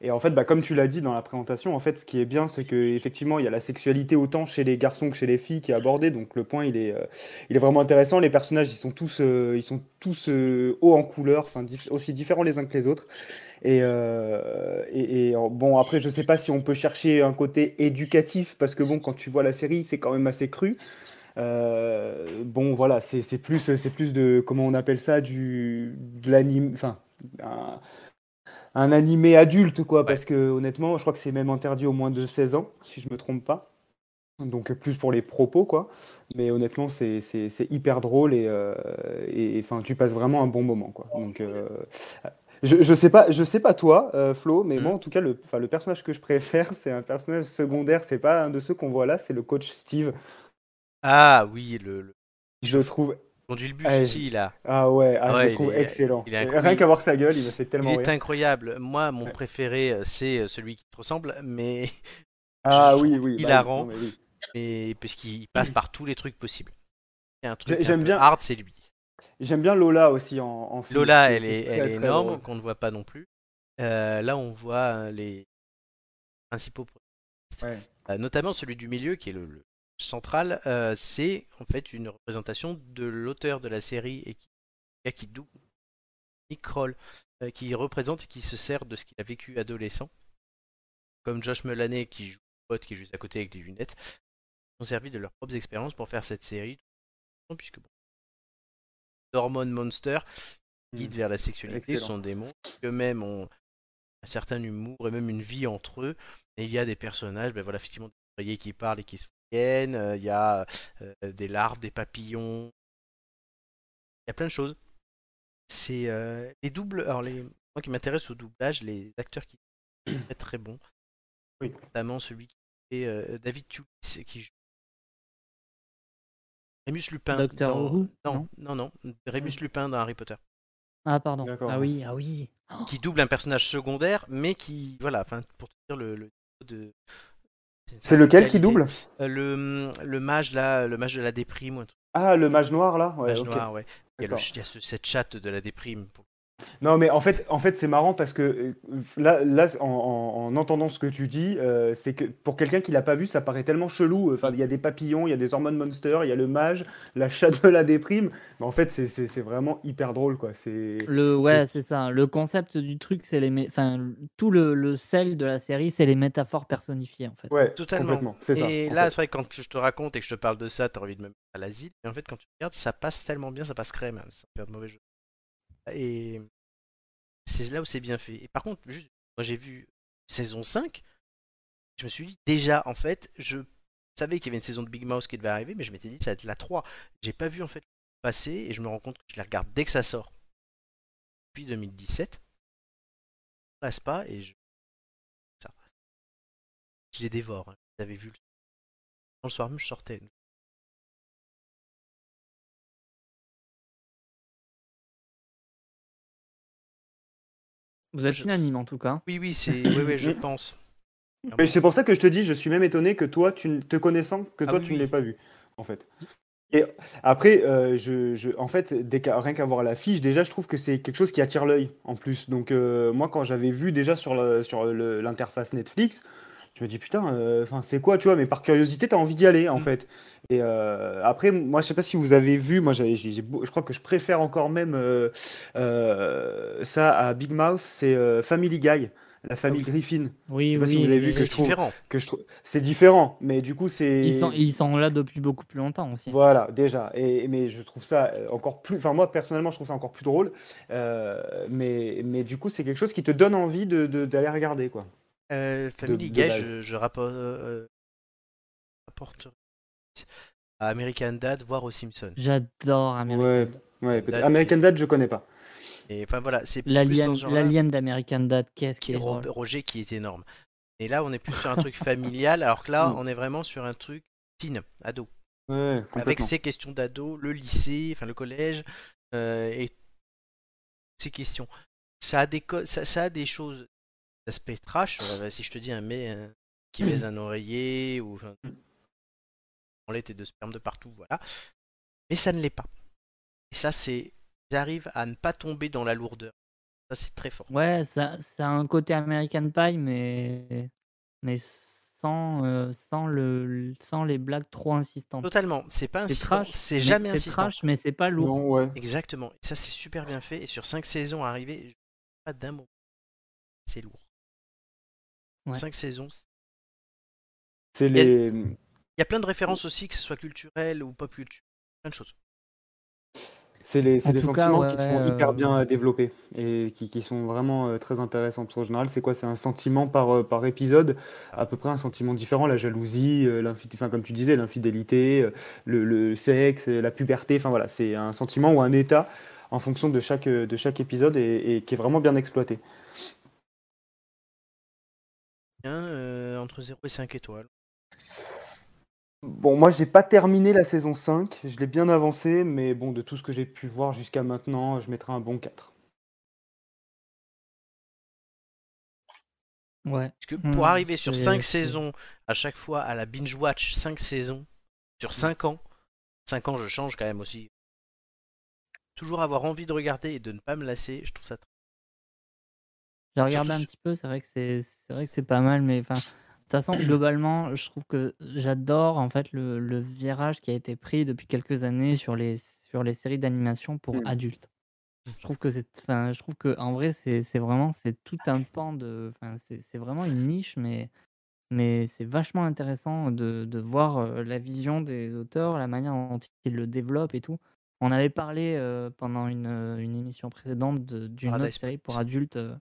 D: Et en fait, bah, comme tu l'as dit dans la présentation, en fait, ce qui est bien, c'est que effectivement, il y a la sexualité autant chez les garçons que chez les filles qui est abordée. Donc le point, il est, euh, il est vraiment intéressant. Les personnages, ils sont tous, euh, ils sont tous euh, hauts en couleur, enfin, diff- aussi différents les uns que les autres. Et, euh, et, et, euh, bon, après, je sais pas si on peut chercher un côté éducatif, parce que bon, quand tu vois la série, c'est quand même assez cru. Euh, bon, voilà, c'est c'est plus, c'est plus de, comment on appelle ça, du, de l'anime, enfin, un, un animé adulte, quoi, parce que honnêtement, je crois que c'est même interdit au moins de 16 ans, si je me trompe pas. Donc plus pour les propos, quoi. Mais honnêtement, c'est c'est- c'est hyper drôle et euh, et- et, enfin, tu passes vraiment un bon moment, quoi. Donc euh, je, je sais pas, je sais pas toi, euh, Flo,
A: Mm.
D: mais moi en tout cas, le, enfin, le personnage que je préfère, c'est un personnage secondaire. C'est pas un de ceux qu'on voit là, c'est le coach Steve.
A: Ah oui, le, le-
D: Je le trouve,
A: conduit le bus
D: Ah,
A: aussi là.
D: ah ouais, ah,
A: Ouais,
D: je
A: il
D: le trouve
A: est-
D: excellent.
A: il est incroyable.
D: Rien qu'à voir sa gueule, il me fait tellement
A: Il est
D: rire.
A: incroyable. Moi, mon
D: Ouais.
A: préféré, euh, c'est euh, celui qui te ressemble, mais,
D: Ah
A: je
D: oui, oui. bah oui,
A: hilarant.
D: non, mais oui.
A: mais puisqu'il passe par tous les trucs possibles. C'est un truc
D: J'ai- j'aime
A: un peu
D: bien-
A: hard, c'est lui.
D: J'aime bien Lola aussi en, en film,
A: Lola,
D: qui-
A: elle
D: qui
A: est, elle
D: très,
A: est
D: très drôle.
A: énorme, qu'on ne voit pas non plus. Euh, là, on voit hein, les principaux protagonistes. Euh, notamment celui du milieu, qui est le, le central. euh, c'est en fait une représentation de l'auteur de la série, et qui, qui dou- Nick Kroll, euh, qui représente et qui se sert de ce qu'il a vécu adolescent. Comme Josh Mulaney, qui joue le pote qui est juste à côté avec des lunettes, ont servi de leurs propres expériences pour faire cette série. Puisque, bon, Hormone Monster guide vers la sexualité
D: Excellent.
A: sont des monstres eux-mêmes ont un certain humour et même une vie entre eux. Et il y a des personnages, ben voilà, effectivement, des ouvriers qui parlent et qui se fouillent. euh, Il y a euh, des larves, des papillons. Il y a plein de choses. C'est euh, les doubles. Alors, les... moi qui m'intéresse au doublage, les acteurs qui sont très très bons.
D: Oui.
A: Notamment celui qui fait euh, David Tulis, qui joue. Rémus Lupin.
C: Docteur
A: dans-
C: Who
A: Non, non, non. Rémus Lupin dans Harry Potter
C: Ah, pardon.
D: D'accord.
C: Ah oui, ah oui.
A: qui double un personnage secondaire, mais qui, voilà, enfin, pour te dire le. le niveau de...
D: C'est lequel qui
A: qualité.
D: double
A: Euh, le, le mage là, le mage de la déprime, ou un truc,
D: Ah, le mage noir là. Ouais,
A: mage
D: ok.
A: noir, ouais. Il y a, le
D: D'accord.
A: ch- il y a ce- cette chatte de la déprime. pour-
D: Non, mais en fait, en fait c'est marrant parce que euh, là, là en, en- en entendant ce que tu dis, euh, c'est que pour quelqu'un qui l'a pas vu, ça paraît tellement chelou. Enfin, il y a des papillons, il y a des hormones monsters, il y a le mage, la chatte de la déprime. Mais en fait, c'est- c'est c'est vraiment hyper drôle, quoi. C'est
C: Le, ouais, c'est ça. Le concept du truc, c'est les. mé- Enfin, le- tout le, le sel de la série, c'est les métaphores personnifiées, en fait.
D: ouais,
A: Totalement.
D: complètement. C'est ça.
A: et
D: en
A: là,
D: fait.
A: c'est vrai que quand je te raconte et que je te parle de ça, t'as envie de me mettre à l'asile. Et en fait, quand tu regardes, ça passe tellement bien, ça passe crème, hein, sans faire de mauvais jeu. Et c'est là où c'est bien fait. Et par contre, juste, moi j'ai vu saison 5, je me suis dit déjà, en fait, je savais qu'il y avait une saison de Big Mouse qui devait arriver, mais je m'étais dit, ça va être la 3. J'ai pas vu en fait passer et je me rends compte que je la regarde dès que ça sort. Depuis 2017, je ne pas et je. Ça. Je les dévore. hein. Vous avez vu le... Dans le soir même, je sortais.
C: Vous êtes
A: Je-
C: unanime, en tout cas.
A: Oui, oui, c'est. Oui, oui, je pense. Ah
D: Mais c'est pour ça que je te dis, je suis même étonné que toi, tu ne- te connaissant, que
A: Ah
D: toi,
A: oui,
D: tu ne
A: oui.
D: l'aies pas vu, en fait. Et après, euh, je, je- en fait, dès qu'à- rien qu'à voir la fiche, déjà, je trouve que c'est quelque chose qui attire l'œil, en plus. Donc, euh, moi, quand j'avais vu déjà sur le- sur le- l'interface Netflix, je me dis, putain, euh, 'fin, c'est quoi, tu vois, mais par curiosité, tu as envie d'y aller, en
A: Mm.
D: fait. Et euh, après, moi, je sais pas si vous avez vu, moi, j'avais- j'ai- j'ai beau- je crois que je préfère encore même euh, euh, ça à Big Mouth, c'est euh, Family Guy, la famille
A: Ah
D: Griffin
C: Oui,
D: Je sais pas
C: oui.
D: si vous l'avez
C: les-
D: vu que
A: C'est
D: je trouve-
A: différent.
D: que je trouve c'est différent mais du coup c'est
C: Ils sont, ils sont là depuis beaucoup plus longtemps aussi.
D: voilà déjà et mais je trouve ça euh, encore plus enfin moi personnellement je trouve ça encore plus drôle Euh, mais mais du coup c'est quelque chose qui te donne envie de de- d'aller regarder quoi
A: Euh, Family
D: de
A: Guy,
D: base.
A: je, je rappo- euh, rapporterai à American Dad, voire aux Simpsons.
C: J'adore American.
D: ouais ouais peut-être American Dad je connais pas
A: Et enfin voilà, c'est plus
C: L'alien
A: dans ce genre-là.
C: l'alien d'American Dad, qu'est-ce
A: qui
C: qu'il
A: est
C: est
A: Ro-
C: drôle.
A: Roger qui est énorme. Et là, on est plus sur un truc familial, alors que là,
D: Mm.
A: on est vraiment sur un truc teen, ado.
D: ouais
A: Avec
D: complètement.
A: ces questions d'ado, le lycée, enfin le collège, euh, et ces questions. Ça a des, co- ça, ça a des choses d'aspect trash. euh, si je te dis un mec un- qui
C: Mm.
A: baise un oreiller, ou enfin, on l'est, t'es de sperme de partout, voilà. Mais ça ne l'est pas. Et ça, c'est. Ils arrivent à ne pas tomber dans la lourdeur. Ça, c'est très fort.
C: Ouais, ça, ça a un côté American Pie, mais, mais sans, euh, sans, le, sans les blagues trop insistantes.
A: Totalement. C'est pas
C: Mm. C'est
A: insistant.
C: trash.
A: C'est
C: mais-
A: jamais
C: C'est
A: insistant.
C: trash, mais c'est pas lourd.
D: non ouais
A: Exactement. Et ça, c'est super bien fait. Et sur cinq saisons arrivées, je- pas d'un mot. C'est lourd.
C: Ouais.
A: Cinq saisons. c'est-
D: c'est
A: y a-
D: les
A: Il y a plein de références aussi, que ce soit culturelles ou pop culture, plein de choses.
D: C'est les, c'est
C: En
D: des
C: tout cas,
D: sentiments
C: ouais,
D: qui sont hyper
C: euh,
D: bien euh, développés et qui, qui sont vraiment euh, très intéressants. Parce qu'en général, c'est quoi C'est un sentiment par, euh, par épisode, à peu près un sentiment différent. La jalousie, euh, l'infi- enfin, comme tu disais, l'infidélité, euh, le, le sexe, euh, la puberté. Enfin voilà, c'est un sentiment ou un état en fonction de chaque, euh, de chaque épisode et, et qui est vraiment bien exploité.
A: Hein, euh, entre 0 et 5 étoiles.
D: Bon, moi, j'ai pas terminé la saison 5. Je l'ai bien avancé, mais bon, de tout ce que j'ai pu voir jusqu'à maintenant, je mettrai un bon 4.
C: Ouais.
A: Parce que
C: Hmm,
A: pour arriver sur
C: c'est-
A: 5
C: c'est-
A: saisons, à chaque fois, à la binge-watch, 5 saisons,
C: Mmh.
A: sur 5 ans, 5 ans je change quand même aussi. Toujours avoir envie de regarder et de ne pas me lasser, je trouve ça très...
C: J'ai regardé un
A: sur-
C: petit peu, c'est vrai que c'est c'est vrai que c'est pas mal, mais enfin, de toute façon, globalement, je trouve que j'adore en fait le, le virage qui a été pris depuis quelques années sur les sur les séries d'animation pour
D: Mm.
C: adultes. Je trouve que c'est, enfin, je trouve que en vrai, c'est c'est vraiment c'est tout un pan de, enfin, c'est c'est vraiment une niche, mais mais c'est vachement intéressant de, de voir euh, la vision des auteurs, la manière dont ils le développent et tout. On avait parlé euh, pendant une, euh, une émission précédente de- d'une autre
A: Paradise
C: série pour
A: Police.
C: adultes, euh,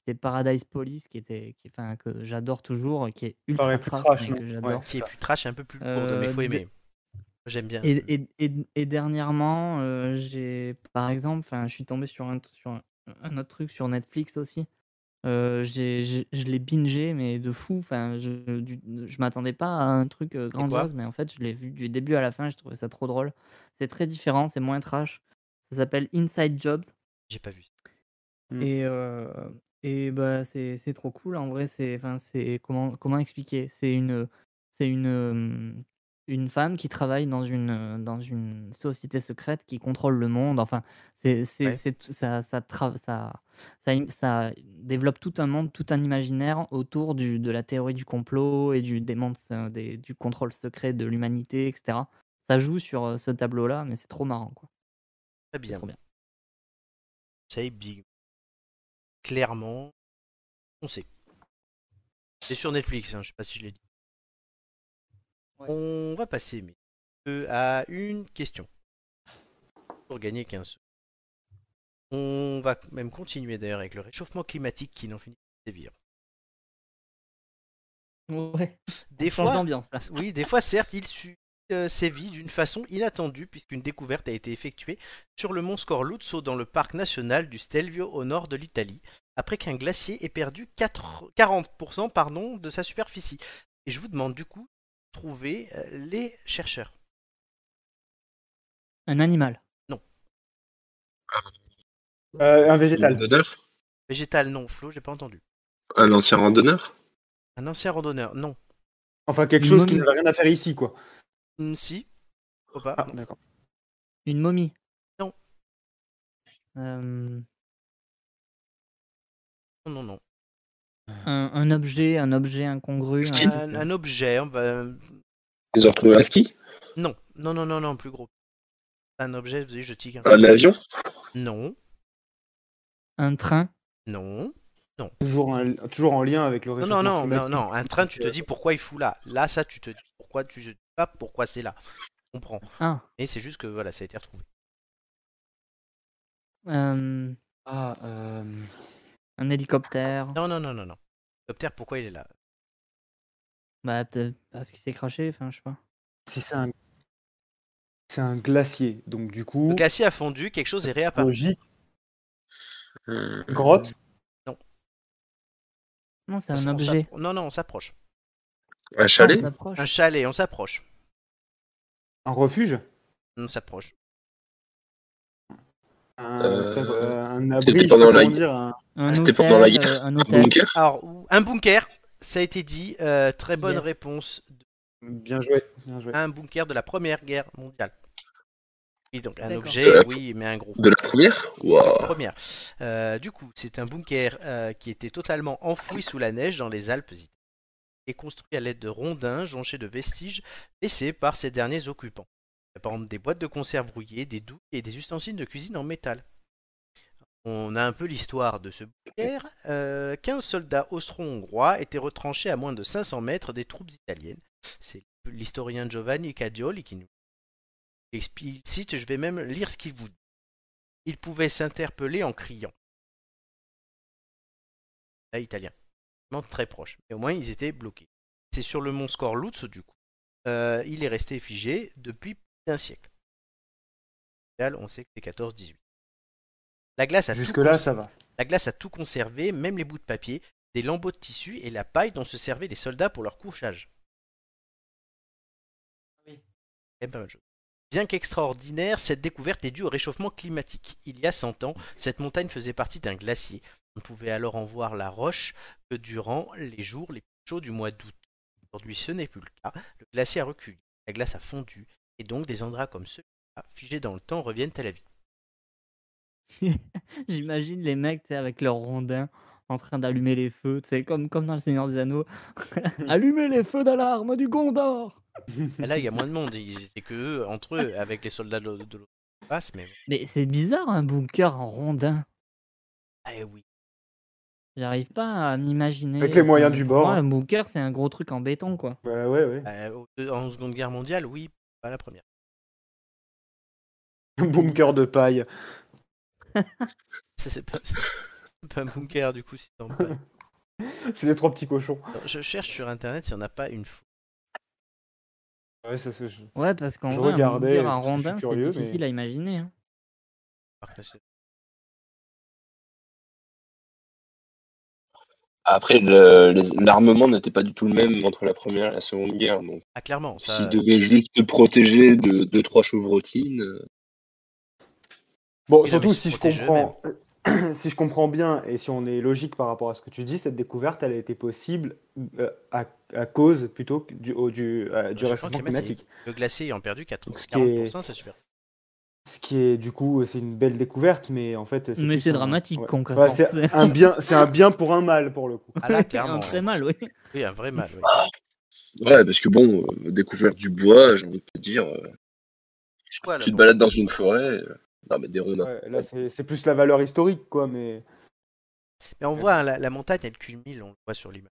C: c'était Paradise Police, qui était, qui, enfin, que j'adore toujours, et qui est ultra
D: Pareil, plus
C: trash,
D: trash,
C: mais
D: non
C: que
D: Ah Ouais.
C: j'adore.
A: Qui est plus trash et un peu plus lourde, mais
C: Euh,
A: faut aimer.
C: des-
A: J'aime bien.
C: Et, et- et- et dernièrement, euh, j'ai par exemple, 'fin, je suis tombé sur un, sur un- un autre truc sur Netflix aussi. Euh, j'ai- j'ai- je l'ai bingé, mais de fou. Enfin, je, du- je m'attendais pas à un truc euh, grandiose, mais en fait, je l'ai vu du début à la fin. Je trouvais ça trop drôle. C'est très différent, c'est moins trash. Ça s'appelle Inside Jobs.
A: J'ai pas vu. Mmh.
D: Mm.
C: Et, euh, et bah, c'est c'est trop cool. En vrai, c'est enfin, c'est- comment, comment expliquer C'est une, c'est une, euh, une femme qui travaille dans une, euh, dans une société secrète qui contrôle le monde. Enfin, c'est c'est
A: Ouais.
C: c'est tout- ça, ça, tra- ça, ça, im- ça développe tout un monde, tout un imaginaire autour du, de la théorie du complot et du, des mondes, euh, des- du contrôle secret de l'humanité, etc. Ça joue sur euh, ce tableau-là, mais c'est trop marrant. Quoi.
A: Très
C: C'est
A: bien.
C: trop bien.
A: C'est big. Clairement, on sait. C'est sur Netflix, hein, je sais pas si je l'ai dit.
C: Ouais.
A: On va passer mais, euh, à une question. Pour gagner 15 secondes. On va même continuer d'ailleurs avec le réchauffement climatique qui n'en finit pas de sévir.
C: Ouais.
A: Des
C: Change
A: fois,
C: d'ambiance là.
A: oui, des fois, certes, il su- euh, sévit d'une façon inattendue puisqu'une découverte a été effectuée sur le mont Scorluzzo dans le parc national du Stelvio au nord de l'Italie après qu'un glacier ait perdu 4 40% pardon, de sa superficie. Et je vous demande du coup de trouver euh, les chercheurs.
C: Un animal.
D: Euh, un végétal.
B: Randonneur
A: Végétal, non. Flo, j'ai pas entendu.
B: Un ancien randonneur
A: Un ancien randonneur, non.
D: Enfin, quelque
C: Une
D: chose qui
C: momie.
D: n'avait rien à faire ici, quoi.
A: Hum, si. Oh, bah,
D: Ah,
A: non.
D: d'accord.
C: Une momie
A: Non.
C: Euh,
A: non, non, non.
C: un, un objet, un objet incongru.
B: Ski.
C: un-
A: Un, un objet, on va-
B: Ils ont retrouvé un ski
A: non. Non, non, non, non, plus gros. Un objet, vous savez, je tigre.
B: Un avion
A: Non,
C: Un train.
A: non.
D: Toujours, un- toujours en lien avec le
A: Non, non,
D: réchauffement
A: non, non,
D: climatique.
A: non. Un train, tu te
D: euh,
A: dis pourquoi il fout là. Là, ça, tu te dis pourquoi tu te dis pas pourquoi c'est là. Je comprends.
C: Ah,
A: Et c'est juste que voilà, ça a été retrouvé.
C: euh,
D: Ah, euh,
C: un hélicoptère.
A: Non, non, non, non, non. L'hélicoptère, pourquoi il est là
C: Bah, peut-être parce qu'il s'est craché, enfin, je sais pas.
D: si c'est un... C'est un glacier, donc du coup,
A: Le glacier a fondu, quelque chose est réapparu.
D: logique,
B: Euh,
D: une grotte,
C: Non, c'est
A: On
C: un
A: s'appro-
C: objet.
A: Non, non, on s'approche.
B: Un
C: Ah, on
B: chalet
C: s'approche.
A: Un chalet, on s'approche. euh,
D: un refuge,
A: On s'approche.
D: un,
B: Euh,
D: c'est-à-dire, euh, un
B: c'était
D: abri, je sais
B: pendant
D: pas
B: la
D: comment dire, un-
C: Un
B: C'était pendant la
C: hôtel,
B: guerre.
C: euh,
B: Un
C: Un hôtel.
B: bunker
A: Alors, ou- un bunker, ça a été dit. euh, très bonne
C: Yes.
A: réponse. de-
D: Bien joué, bien joué.
A: Un bunker de la Première Guerre mondiale. Oui, donc un
C: D'accord.
A: objet, oui, mais un gros.
B: De la première
A: La
B: Waouh
A: première. Euh, du coup, c'est un bunker euh, qui était totalement enfoui sous la neige dans les Alpes italiennes et construit à l'aide de rondins jonchés de vestiges laissés par ses derniers occupants. Il y a Par exemple, des boîtes de conserve rouillées, des douilles et des ustensiles de cuisine en métal. On a un peu l'histoire de ce bunker. Euh, 15 soldats austro-hongrois étaient retranchés à moins de 500 mètres des troupes italiennes. C'est l'historien Giovanni Cadioli qui nous explicite, je vais même lire ce qu'il vous dit. Il pouvait s'interpeller en criant. Là, italien. Vraiment Très proche. Mais au moins, ils étaient bloqués. C'est sur le mont Scorluz, du coup. Euh, il est resté figé depuis plus d'un siècle. Là, On sait que c'est 14-18. La glace a tout
D: Jusque-là,
A: cons-
D: ça va.
A: la glace a tout conservé, même les bouts de papier, des lambeaux de tissu et la paille dont se servaient les soldats pour leur couchage.
C: Oui.
A: Eh ben, je- Bien qu'extraordinaire, cette découverte est due au réchauffement climatique. Il y a 100 ans, cette montagne faisait partie d'un glacier. On ne pouvait alors en voir la roche que durant les jours les plus chauds du mois d'août. Aujourd'hui, ce n'est plus le cas. Le glacier a reculé, la glace a fondu, et donc des endroits comme ceux-là, figés dans le temps, reviennent à la vie.
C: J'imagine les mecs, tu sais, avec leurs rondins en train d'allumer les feux, tu sais, comme, comme dans Le Seigneur des Anneaux. Allumez les feux d'alarme du Gondor
A: Mais là, il y a moins de monde. Ils étaient que eux, entre eux, avec les soldats de l'autre- de l'autre face. Mais
C: Mais c'est bizarre un bunker en rondin. Eh
A: ah, oui,
C: J'arrive pas à m'imaginer.
D: Avec les moyens
C: enfin,
D: du
C: pour moi,
D: bord.
C: Un bunker, c'est un gros truc en béton, quoi.
D: Ouais, ouais, ouais.
A: euh, au- euh, en Seconde Guerre mondiale, oui, pas la première.
D: Un bunker de paille.
A: C'est c'est pas, c'est pas un bunker, du coup. c'est en bas.
D: C'est les trois petits cochons.
A: Alors, je cherche sur Internet s'il n'y en a pas une fois.
D: Ouais, c'est ce que je-
C: Ouais, parce qu'en
D: Je
C: vrai, un
D: regardais,
C: bunker en
D: parce que je suis
C: rondin, c'est
D: curieux, mais-
C: difficile à imaginer. hein.
B: Après, le- les- l'armement n'était pas du tout le même entre la première et la seconde guerre. Donc,
A: Ah, clairement. Ça,
D: euh,
B: s'ils devaient juste se protéger de deux, trois chevrotines. euh,
D: Bon,
A: Oui, non,
D: surtout
A: mais ils se
D: si je
A: protègent
D: comprends. Si je comprends bien et si on est logique par rapport à ce que tu dis, cette découverte, elle a été possible euh, à, à cause plutôt que du, au- du, euh, du
A: réchauffement
D: réchauffement
A: Bah, climatique.
D: climatique.
A: Le glacier ayant perdu 40%,
D: Ce qui est-
A: 40%, c'est super.
D: Ce qui est du coup, c'est une belle découverte, mais en fait,
C: Mais
D: plus
C: c'est
D: un-
C: dramatique,
D: ouais.
C: concrètement.
D: Ouais, c'est un bien, c'est un bien pour un mal pour le coup.
A: Ah là,
C: un
A: clairement.
C: très mal, oui.
A: Oui, un vrai mal. oui.
B: Ouais, parce que bon, euh, découvrir du bois, j'ai envie de te dire, euh,
A: Quoi, là,
B: tu te
A: bon
B: balades dans une forêt. euh, Non, mais des rondins.
D: Ouais, là, c'est c'est plus la valeur historique, quoi. Mais
A: Mais on voit, hein, la, la montagne, elle culmine, on le voit sur l'image.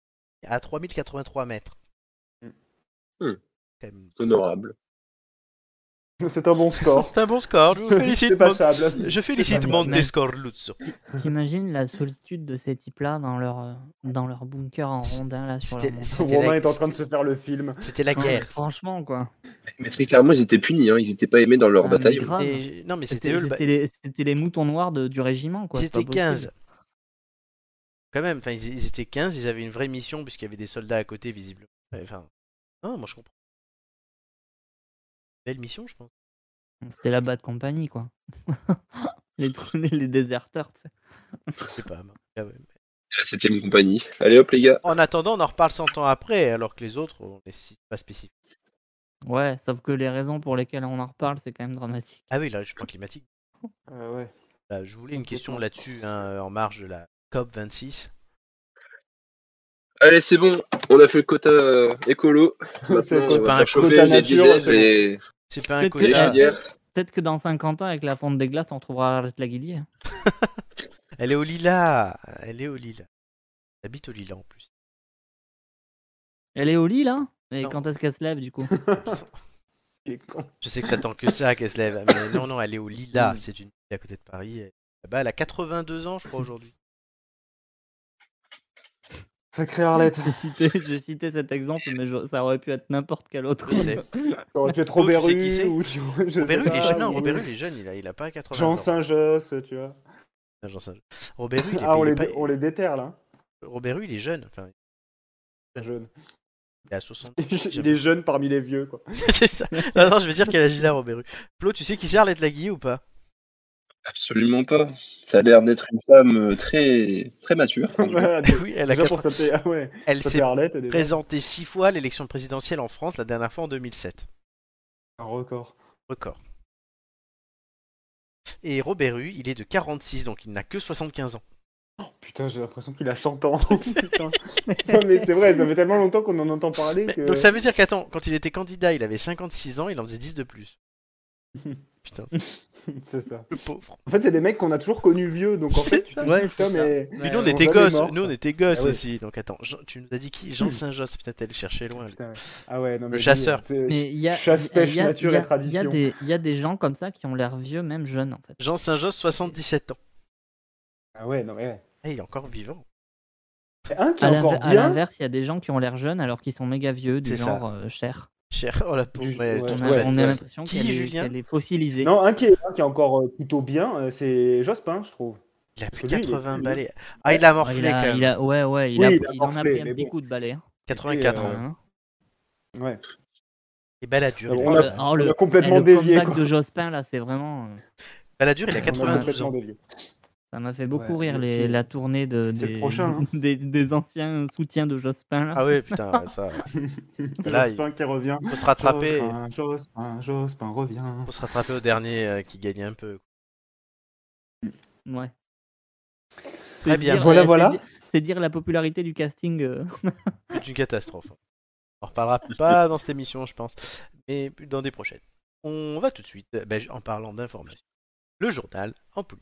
A: À 3083 mètres.
D: Hmm.
B: Hmm.
A: Quand même-
B: C'est honorable.
D: c'est un bon score.
A: C'est un bon score, je vous félicite.
D: c'est passable.
A: Mon- Je félicite
D: pas
A: Monte
C: mal.
A: Scorluzzo.
C: T'imagines la solitude de ces types-là dans leur, euh, dans leur bunker en rondin, là, sur leur
A: C'était-
C: montagne.
A: c'était
D: Romain
A: la-
D: est en train de se faire le film.
A: C'était la
C: Non, mais
A: guerre.
C: Franchement, quoi.
B: Mais très clairement, ils étaient punis, hein, ils n'étaient pas aimés dans leur
C: Ah, mais
B: bataille.
C: grave.
A: Et- Non, mais c'était
C: C'était
A: eux le ba-
C: c'était les, c'était les moutons noirs de- du régiment, quoi. c'est
A: C'était
C: pas
A: 15.
C: possible.
A: Quand même, enfin, ils, ils étaient 15, ils avaient une vraie mission puisqu'il y avait des soldats à côté, visiblement. Enfin, non, moi je comprends. Belle mission, je pense.
C: C'était la bas de compagnie, quoi. les, trou- les- les déserteurs, tu sais.
A: Je sais pas. moi. Ah ouais.
B: La 7ème compagnie. Allez hop, les gars.
A: En attendant, on en reparle 100 ans après, alors que les autres, on les cite pas spécifiques.
C: Ouais, sauf que les raisons pour lesquelles on en reparle, c'est quand même dramatique.
A: Ah oui, là, je crois climatique.
D: Euh, ouais.
A: Là, je voulais une question là-dessus, hein, en marge de la COP 26.
B: Allez, c'est bon, on a fait le quota euh, écolo.
D: C'est
B: Maintenant,
D: le
B: on
A: quota-
B: va faire chauffer
A: quota
B: les
D: nature,
B: diesels
D: c'est Ah.
B: et
A: C'est pas un
C: Peut-être que-
B: et les
A: quota.
C: Quota-
B: chaudières.
C: Peut-être que dans 50 ans, avec la fonte des glaces, on retrouvera Arlette Laguillier.
A: Elle est au Lila Elle est au Lila. Elle habite au Lila en plus.
C: Elle est au lit, là Et
A: Non.
C: quand est-ce qu'elle se lève, du coup
D: Il est con.
A: Je sais que t'attends que ça qu'elle se lève. Mais non, non, elle est au
D: Mm.
A: Lila. C'est une ville à côté de Paris. Elle- Là-bas, elle a 82 ans, je crois, aujourd'hui.
D: Sacré Arlette.
C: J'ai cité, j'ai cité cet exemple, mais je- ça aurait pu être n'importe quel autre.
A: Je sais.
D: Ça aurait pu être
A: Oh, tu sais
D: Robert
A: qui c'est
D: Hue ou tu vois, je
A: Robert
D: sais
A: Hue, il est
D: pas,
A: jeune. Non,
D: ou
A: Robert Hue, il est jeune. Il a, il a pas 80
D: Jean
A: ans.
D: Saint-Josse, tu vois.
A: Ah, Jean Saint- Robert Hue, il est,
D: Ah, on
A: il est
D: les,
A: pas-
D: on les déterre là.
A: Robert Hue, il est jeune. Enfin,
D: Jeune.
A: il a 60
D: Il est jeune parmi les vieux, quoi.
A: C'est ça. Non, non, je veux dire qu'elle agit là, Robert Hue. Flo, tu sais qui c'est Arlette Laguille ou pas
B: Absolument pas. Ça a l'air d'être une femme euh, très, très mature.
D: Voilà,
A: Oui, elle a
D: Déjà
A: 80
D: pour s'appeler ah ouais,
A: Elle
D: s'appeler
A: s'est
D: Arlette, déjà,
A: présentée six fois à l'élection présidentielle en France, la dernière fois en 2007.
D: un record.
A: Record. Et Robert Hue, il est de 46, donc il n'a que 75 ans.
D: Putain, j'ai l'impression qu'il a 100 ans. Putain. Non, mais c'est vrai, ça fait tellement longtemps qu'on en entend parler
A: Mais-
D: que.
A: Donc ça veut dire qu'attends, quand il était candidat, il avait 56 ans, il en faisait 10 de plus. Putain,
D: c'est ça.
A: le pauvre.
D: En fait, c'est des mecs qu'on a toujours connus vieux, donc en fait, tu te dis,
C: Ouais,
D: putain,
C: c'est
D: mais.
A: Mais
C: Ouais,
A: nous, on
D: ils sont
A: était
D: jamais
A: gosses.
D: morts,
A: Nous, on
D: quoi.
A: était gosses
D: Ah oui.
A: aussi. Donc attends, Jean- tu nous as dit qui Jean Saint-Josse. Putain, t'es allé chercher loin.
D: Putain, ouais. Ah ouais, non, mais lui,
A: chasseur.
D: t'es-
C: Mais il y a,
D: Chasse,
C: il y a-
D: pêche,
C: il y a-
D: nature
C: il y a-
D: et tradition.
C: Il y, a des- il y a des gens comme ça qui ont l'air vieux, même jeunes en fait.
A: Jean Saint-Josse, 77 ans.
D: Ah ouais, non, mais ouais.
A: Ah, il est encore vivant.
D: C'est un qui
C: À
D: est encore
C: l'inver- à
D: bien.
C: l'inverse, il y a des gens qui ont l'air jeunes alors qu'ils sont méga vieux, du
A: C'est ça.
C: genre euh, cher.
A: Cher. Oh la pauvre.
D: Du-
A: mais elle
D: ouais.
A: tombe
C: On a,
A: malade.
C: on a
D: ouais.
C: l'impression
A: Qui,
C: qu'elle est,
A: Julien
C: qu'elle est fossilisée.
D: Non, un qui est, un qui est encore euh, plutôt bien, euh, c'est Jospin, je trouve.
A: Il a plus
D: Parce que lui, il est
A: 80
D: plus-
A: balais. Ah, il a
C: Ah,
A: morflé
C: il, a,
A: quand même.
C: il a- ouais, ouais, il,
D: Oui,
C: a,
D: il a
C: il en a
D: morflé,
C: pris un
D: mais
C: petit
D: bon.
C: coup de balai. hein.
A: 84 ans.
D: euh,
C: Hein.
D: Ouais.
A: Et Balladur.
D: on
A: il a-
D: On l'a-
C: Oh,
D: On
C: le,
D: a complètement
C: eh, le
D: dévié.
C: comeback
D: quoi.
C: de Jospin là, c'est vraiment. euh,
A: Balladur, il a
D: On a
A: 92
D: complètement
A: ans.
D: dévié.
C: Ça m'a fait beaucoup
D: Ouais,
C: rire
D: mais
C: les,
D: c'est-
C: la tournée de,
D: c'est le
C: des,
D: prochain, hein.
C: des, des anciens soutiens de Jospin là.
A: Ah ouais, putain, ouais, ça. Là, il
D: Jospin qui revient.
A: faut se rattraper.
D: Jospin, Jospin, Jospin, reviens.
A: Faut se rattraper au dernier euh, qui gagne un peu.
C: Ouais.
A: Très
C: C'est
A: bien.
C: dire-
D: Eh
C: euh,
D: Voilà,
C: c'est
D: voilà.
C: dire- C'est dire la popularité du casting. euh.
A: C'est une catastrophe. On en reparlera pas dans cette émission, je pense, mais dans des prochaines. On va tout de suite, euh, ben, en parlant d'information, le journal en poule.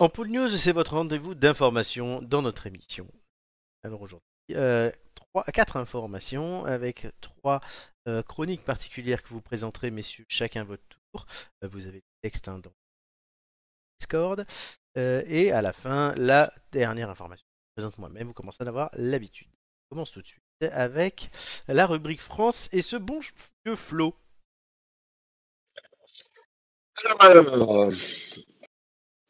A: En Pool News, c'est votre rendez-vous d'information dans notre émission. Alors aujourd'hui, euh, trois- quatre informations avec trois euh, chroniques particulières que vous présenterez, messieurs, chacun votre tour. Euh, vous avez le texte hein, dans le Discord. Euh, et à la fin, la dernière information. Je vous présente moi-même, vous commencez à en avoir l'habitude. On commence tout de suite avec la rubrique France et ce bon vieux Flo.
B: Alors,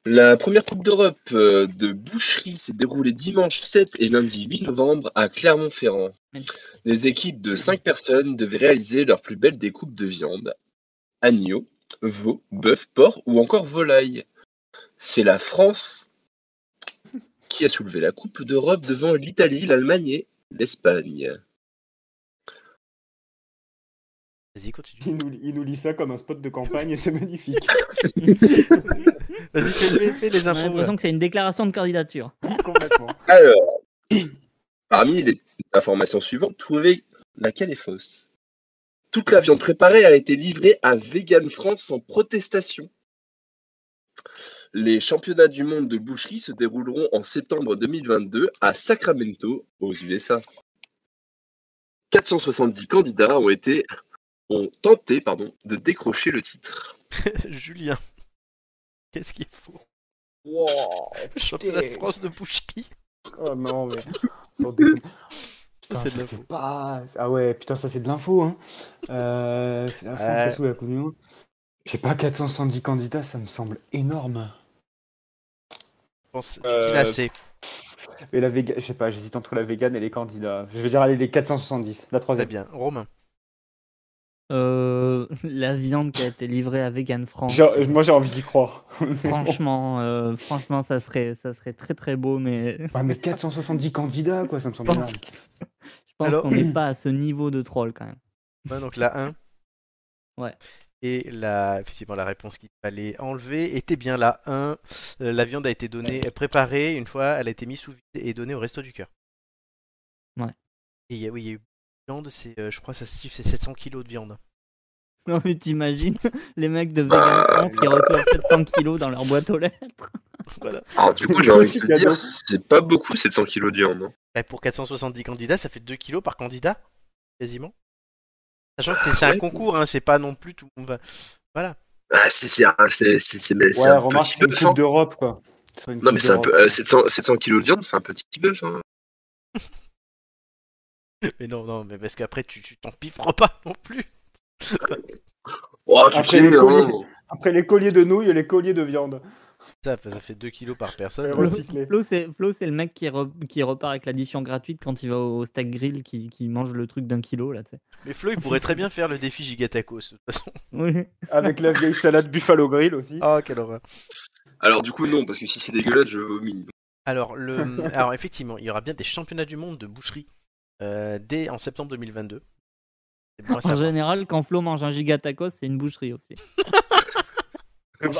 B: la première Coupe d'Europe euh, de boucherie s'est déroulée dimanche 7 et lundi 8 novembre à Clermont-Ferrand. Les équipes de 5 personnes devaient réaliser leur plus belle découpe de viande. Agneau, veau, bœuf, porc ou encore volaille. C'est la France qui a soulevé la Coupe d'Europe devant l'Italie, l'Allemagne et l'Espagne.
A: Vas-y, continue.
D: Il nous, il nous lit ça comme un spot de campagne et c'est magnifique.
A: Vas-y, fais, fais les
C: J'ai
A: infos.
C: l'impression que c'est une déclaration de candidature.
D: Complètement.
B: Alors, parmi les informations suivantes, trouvez laquelle est fausse. Toute la viande préparée a été livrée à Vegan France en protestation. Les championnats du monde de boucherie se dérouleront en septembre 2022 à Sacramento, aux USA. 470 candidats ont été ont tenté pardon, de décrocher le titre.
A: euh, Julien, qu'est-ce qu'il faut
D: Wow.
A: Le championnat de
D: Putain.
A: France de boucherie
D: Oh non, mais. Sans déconner. Putain,
A: C'est de
D: je
A: l'info.
D: sais pas. Ah ouais, putain, ça c'est de l'info. Hein. Euh, c'est la France
A: Ouais.
D: sous la Coupe du Monde. Je sais pas, 470 candidats, ça me semble énorme.
A: Je pense- Tu
D: Euh,
A: dis là, c'est.
D: Et la vegan, je sais pas, j'hésite entre la vegan et les candidats. Je vais dire, allez, les 470,
A: Très
D: la
B: Eh
D: troisième.
A: bien. Romain.
C: Euh, la viande qui a été livrée à Vegan France.
D: J'ai- Moi j'ai envie d'y croire.
C: Franchement, euh, franchement, ça serait, ça serait très très beau, mais
D: Ouais, mais 470 candidats, quoi, ça me semble
C: Pense-
D: énorme.
C: je pense
A: Alors-
C: qu'on n'est pas à ce niveau de troll quand même.
A: Ouais, donc la 1.
C: Ouais.
A: Et la, effectivement, la réponse qu'il fallait enlever était bien la 1. Euh, La viande a été donnée, préparée, une fois, elle a été mise sous vide et donnée au resto du cœur.
C: Ouais.
A: Et il y a, oui, il y a eu beaucoup de viande, c'est, euh, je crois, ça se chiffre, c'est 700 kilos de viande.
C: Non mais t'imagines les mecs de Vegan France qui reçoivent 700 kilos dans leur boîte aux lettres.
A: Voilà.
B: Alors du coup, j'ai envie de te dire, c'est pas beaucoup 700 kilos de viande. hein.
A: Et pour 470 candidats, ça fait 2 kilos par candidat, quasiment. Sachant que c'est, c'est un
B: Ouais.
A: concours, hein, c'est pas non plus tout le monde va.
B: Ah, c'est c'est un, c'est- c'est- c'est- c'est
D: Ouais,
B: un
D: remarque,
B: petit
D: c'est une
B: bœuf. hein.
D: coupe d'Europe, quoi. C'est une
B: Non,
D: coupe
B: mais c'est un
D: d'Europe.
B: peu. euh, 700, 700 kilos de viande, c'est un petit bœuf. hein.
A: Mais non, non, mais parce qu'après, tu, tu t'en piffres pas non plus.
B: Oh, tu
D: Après,
B: sais,
D: les
B: hein.
D: colliers. Après les colliers de nouilles et les colliers de viande.
A: Ça, ça fait 2 kilos par personne.
D: Et
A: donc-
D: recyclés.
C: Flo, c'est Flo, c'est le mec qui, re- qui repart avec l'addition gratuite quand il va au, au steak grill, qui, qui mange le truc d'un kilo là, tu sais.
A: Mais Flo, il pourrait très bien faire le défi Gigatacos, de toute façon.
C: Oui.
D: Avec la vieille salade Buffalo Grill aussi.
A: Oh, quelle horreur.
B: Alors, du coup, non, parce que si c'est dégueulasse, je vomis.
A: Alors, le... Alors, effectivement, il y aura bien des championnats du monde de boucherie euh, dès en septembre 2022. C'est
D: Ah,
A: bon à
C: En
A: savoir.
C: général, quand Flo mange un giga tacos, c'est une boucherie aussi.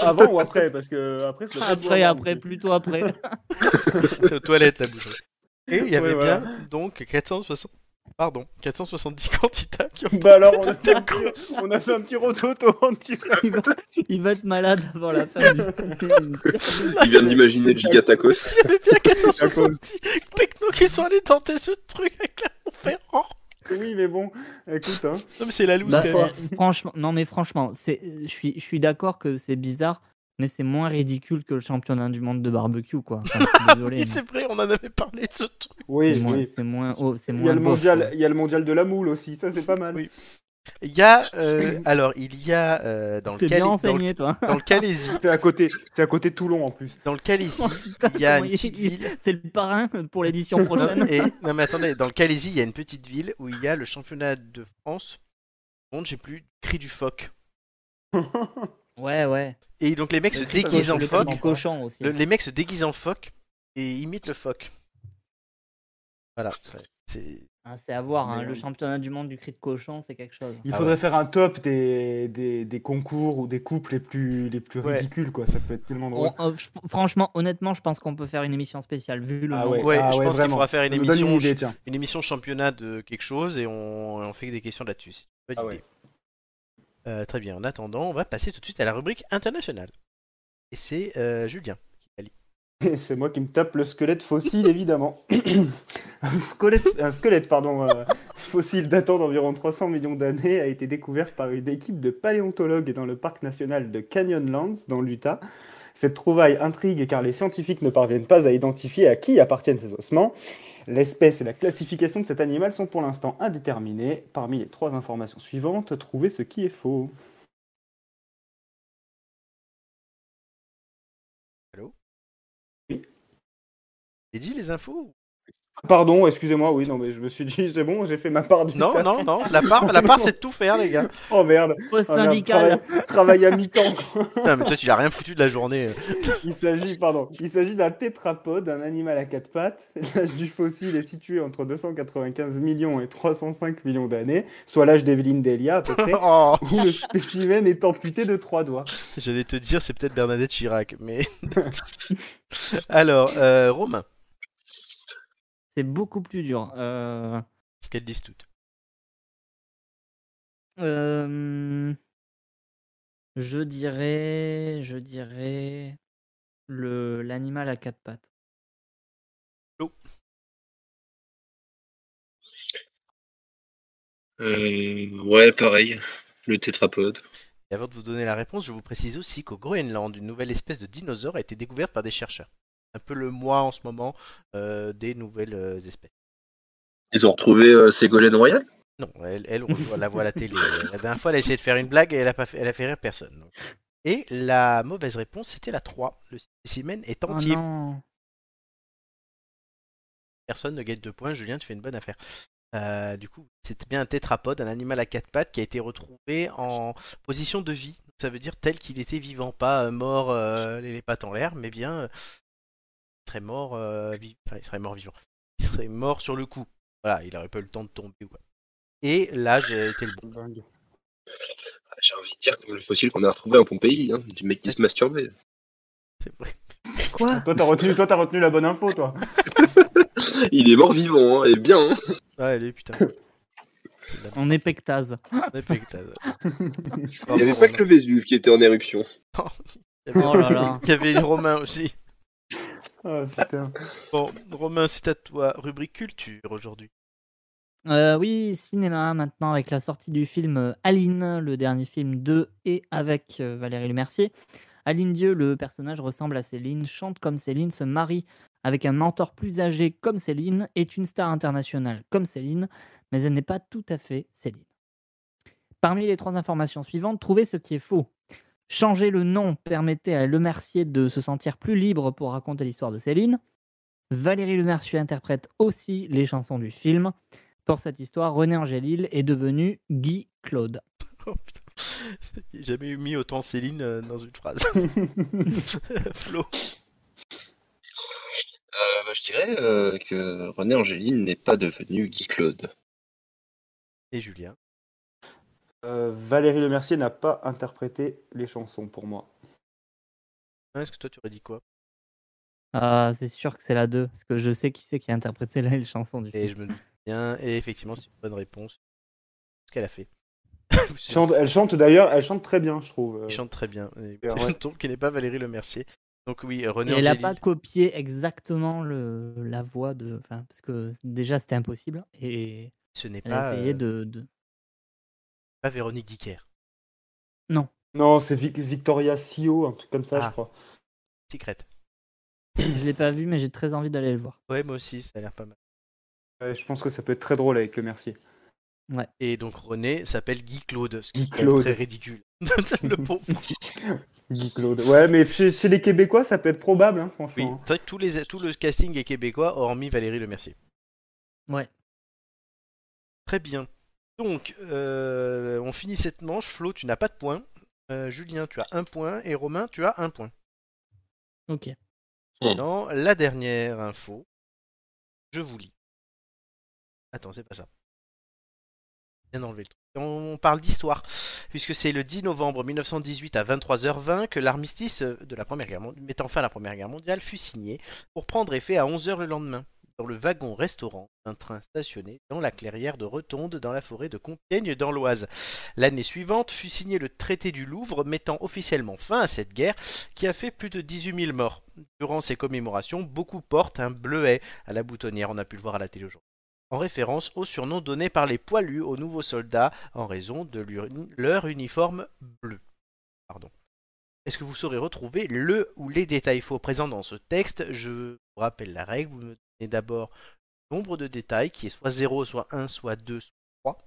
D: Avant ou après Parce que après, c'est pas
C: Après,
D: Ah, bon. bah,
C: après, plutôt après.
A: C'est aux toilettes la boucherie. Et il y avait
D: Ouais, voilà.
A: bien donc 460 pardon, 470 candidats qui ont
D: Bah alors, on a,
A: tenté
D: fait
A: le
D: un
A: coup.
D: petit- on a fait un petit rototo en direct.
C: Il va, il va être malade avant la fin du film.
B: Il vient d'imaginer Giga Tacos.
A: Il y avait bien 470 pecnos qui sont allés tenter ce truc avec la Ferrand.
D: Oui, mais bon, écoute, hein.
A: Non mais c'est la loose
C: Bah,
A: quand même.
C: euh, franchement, non mais franchement, c'est, je suis, je suis d'accord que c'est bizarre, mais c'est moins ridicule que le championnat du monde de barbecue, quoi. Enfin, je suis désolé,
A: Oui, c'est vrai, on en avait parlé de ce truc.
D: Oui,
C: c'est moins,
D: oui.
C: c'est moins, oh, c'est
D: Il y,
C: moins
D: a le
C: bof,
D: mondial,
C: quoi.
D: il y a le mondial de la moule aussi, ça c'est pas mal.
A: Oui. Il y a euh, alors il y a euh, dans, le
C: T'es bien
A: Cali- dans, le,
C: enseigné, toi.
A: dans le Calaisie,
D: C'est à côté, c'est à côté de Toulon en plus.
A: dans le Calaisie,
C: Oh, putain,
A: il y a
C: comment
A: une
C: il-
A: petite
C: il-
A: ville
C: C'est le parrain pour l'édition
A: Non,
C: prochaine.
A: et, non mais attendez, dans le Calaisie, il y a une petite ville où il y a le championnat de France. Bon, j'ai plus cri du phoque.
C: Ouais, ouais.
A: Et donc les mecs se
D: Le cri du
A: déguisent en
D: phoque,
C: Le
A: phoque.
D: phoque.
C: du cochon aussi.
A: Le- les mecs se déguisent en phoque et imitent le phoque. Voilà. C'est
C: Ah, c'est à voir, hein,
D: Mais,
C: le
D: euh,
C: championnat du monde du cri de cochon, c'est quelque chose.
D: Il
A: Ah
D: faudrait faire un top des, des, des concours ou des couples les plus, les plus
A: Ouais.
D: ridicules, quoi. Ça peut être tellement drôle.
C: On- euh, je- franchement, honnêtement, je pense qu'on peut faire une émission spéciale vu le
D: Ah
C: nombre.
D: ouais,
A: ouais, je pense qu'il
D: vraiment.
A: faudra faire une
D: Ça me donne
A: émission,
D: une idée, tiens.
A: une émission championnat de quelque chose et on, on fait des questions là-dessus. C'est une bonne
D: Ah ouais.
A: idée. Euh, très bien. En attendant, on va passer tout de suite à la rubrique internationale. Et c'est euh, Julien.
D: Et C'est moi qui me tape le squelette fossile, évidemment. un, squelette, un squelette, pardon, euh, fossile datant d'environ 300 millions d'années a été découvert par une équipe de paléontologues dans le parc national de Canyonlands, dans l'Utah. Cette trouvaille intrigue car les scientifiques ne parviennent pas à identifier à qui appartiennent ces ossements. L'espèce et la classification de cet animal sont pour l'instant indéterminées. Parmi les trois informations suivantes, trouvez ce qui est faux.
A: J'ai dit les infos
D: Pardon, excusez-moi, oui, non, mais je me suis dit, c'est bon, j'ai fait ma part du
A: Non,
D: taf.
A: non, non. La part, la part, c'est de tout faire, les gars.
D: Oh merde,
C: Poste
D: Oh merde,
C: syndical.
D: travail- travail à mi-temps.
A: Putain, mais toi, tu n'as rien foutu de la journée.
D: Il s'agit, pardon, il s'agit d'un tétrapode, un animal à quatre pattes. L'âge du fossile est situé entre 295 millions et 305 millions d'années, soit l'âge d'Evelyne Delia à peu près,
A: Oh,
D: où le spécimen est amputé de trois doigts.
A: J'allais te dire, c'est peut-être Bernadette Chirac, mais. Alors, euh, Romain,
C: C'est beaucoup plus dur. Euh,
A: ce qu'elles disent toutes.
C: euh, Je dirais, je dirais le l'animal à quatre pattes.
B: Euh, ouais, pareil. Le tétrapode.
A: Et avant de vous donner la réponse, je vous précise aussi qu'au Groenland, une nouvelle espèce de dinosaure a été découverte par des chercheurs. Un peu le moi en ce moment euh, des nouvelles euh, espèces.
B: Ils ont retrouvé euh, Ségolène Royal
A: Non, elle, elle, on voit- la voit à la télé. La dernière fois, elle a essayé de faire une blague et elle a, pas fait, elle a fait rire personne. donc. Et la mauvaise réponse, c'était la 3. Le spécimen est
C: Oh
A: entier.
C: non.
A: personne ne gagne de points. Julien, tu fais une bonne affaire. Euh, du coup, c'était bien un tétrapode, un animal à quatre pattes qui a été retrouvé en position de vie. Ça veut dire tel qu'il était vivant, pas euh, mort, euh, les les pattes en l'air, mais bien euh, il serait mort, euh, vi- enfin, il serait mort vivant. Il serait mort sur le coup. Voilà, il aurait pas eu le temps de tomber ou quoi. Et l'âge était le bon.
B: Ah, J'ai envie de dire comme le fossile qu'on a retrouvé en Pompéi, hein, du mec qui se masturbait.
A: C'est vrai.
C: Quoi
D: Toi, t'as retenu, toi, t'as retenu la bonne info, toi.
B: Il est mort vivant, hein, et bien. hein.
A: Ah, allez, putain. C'est de la
C: On est pectase.
A: bonne épectase.
B: Il n'y avait pas que le Vésuve qui était en éruption.
A: Il y avait-
C: Oh là là.
A: il y avait les
B: Oh
A: Romains aussi.
D: Ah, putain.
A: Bon, Romain, c'est à toi. Rubrique culture aujourd'hui.
C: Euh, oui, cinéma maintenant avec la sortie du film euh, Aline, le dernier film de et avec euh, Valérie Lemercier. Aline Dieu, le personnage ressemble à Céline, chante comme Céline, se marie avec un mentor plus âgé comme Céline, est une star internationale comme Céline, mais elle n'est pas tout à fait Céline. Parmi les trois informations suivantes, trouvez ce qui est faux. Changer le nom permettait à Lemercier de se sentir plus libre pour raconter l'histoire de Céline. Valérie Lemercier interprète aussi les chansons du film. Pour cette histoire, René Angélil est devenu Guy Claude.
A: Oh, putain. J'ai jamais mis autant Céline euh, dans une phrase. Flo.
B: Euh, bah, je dirais euh, que René Angéline n'est pas devenu Guy Claude.
A: Et Julien.
D: euh, Valérie Lemercier n'a pas interprété les chansons pour moi.
A: Hein, Est-ce que toi tu aurais dit quoi
C: Ah, c'est sûr que c'est la 2, parce que je sais qui c'est qui a interprété la, les chansons du
A: Et
C: film.
A: je me dis bien, et effectivement, c'est une bonne réponse. Ce qu'elle a fait.
D: Elle chante- elle chante d'ailleurs, elle chante très bien, je trouve. euh.
A: Il chante très bien. Et
D: Ouais.
A: C'est une tombe qui n'est pas Valérie Le Mercier. Donc oui, euh, René
C: Et elle n'a
A: Angélil.
C: pas copié exactement le, la voix de. Enfin, parce que déjà c'était impossible. Et
A: ce n'est
C: elle a
A: pas,
C: essayé
A: euh,
C: de, de-
A: pas Véronique Dicker.
D: Non, c'est Vic- Victoria Sio, un truc comme ça,
A: Ah.
D: je crois.
A: Secret.
C: Je l'ai pas vu, mais j'ai très envie d'aller le voir.
A: Ouais, moi aussi, ça a l'air pas mal.
D: Ouais, je pense que ça peut être très drôle avec le Mercier.
A: Et donc René s'appelle Guy Claude, ce qui
D: Guy
A: est
D: Claude.
A: très ridicule. le pauvre.
D: Guy Claude. Ouais, mais chez, chez les Québécois, ça peut être probable, hein,
A: Oui,
D: franchement.
A: c'est vrai que tous les, tout le casting est québécois, hormis Valérie Le Mercier.
C: Ouais.
A: Très bien. Donc, euh, on finit cette manche. Flo, tu n'as pas de points. Euh, Julien, tu as un point. Et Romain, tu as un point.
C: Ok.
A: Dans la dernière info, je vous lis. Attends, c'est pas ça. Bien enlevé le truc. On parle d'histoire, puisque c'est le 10 novembre 1918 à 23h20 que l'armistice de la Première Guerre mondiale, mettant fin à la Première Guerre mondiale, fut signé pour prendre effet à 11h le lendemain, dans le wagon-restaurant d'un train stationné dans la clairière de Retonde, dans la forêt de Compiègne, dans l'Oise. L'année suivante fut signé le traité du Louvre, mettant officiellement fin à cette guerre qui a fait plus de 18 000 morts. Durant ces commémorations, beaucoup portent un bleuet à la boutonnière, on a pu le voir à la télé aujourd'hui, en référence au surnom donné par les poilus aux nouveaux soldats en raison de leur- leur uniforme bleu. Pardon. Est-ce que vous saurez retrouver le ou les détails faux présents dans ce texte Je vous rappelle la règle, vous me donnez d'abord le nombre de détails qui est soit 0, soit 1, soit 2, soit 3.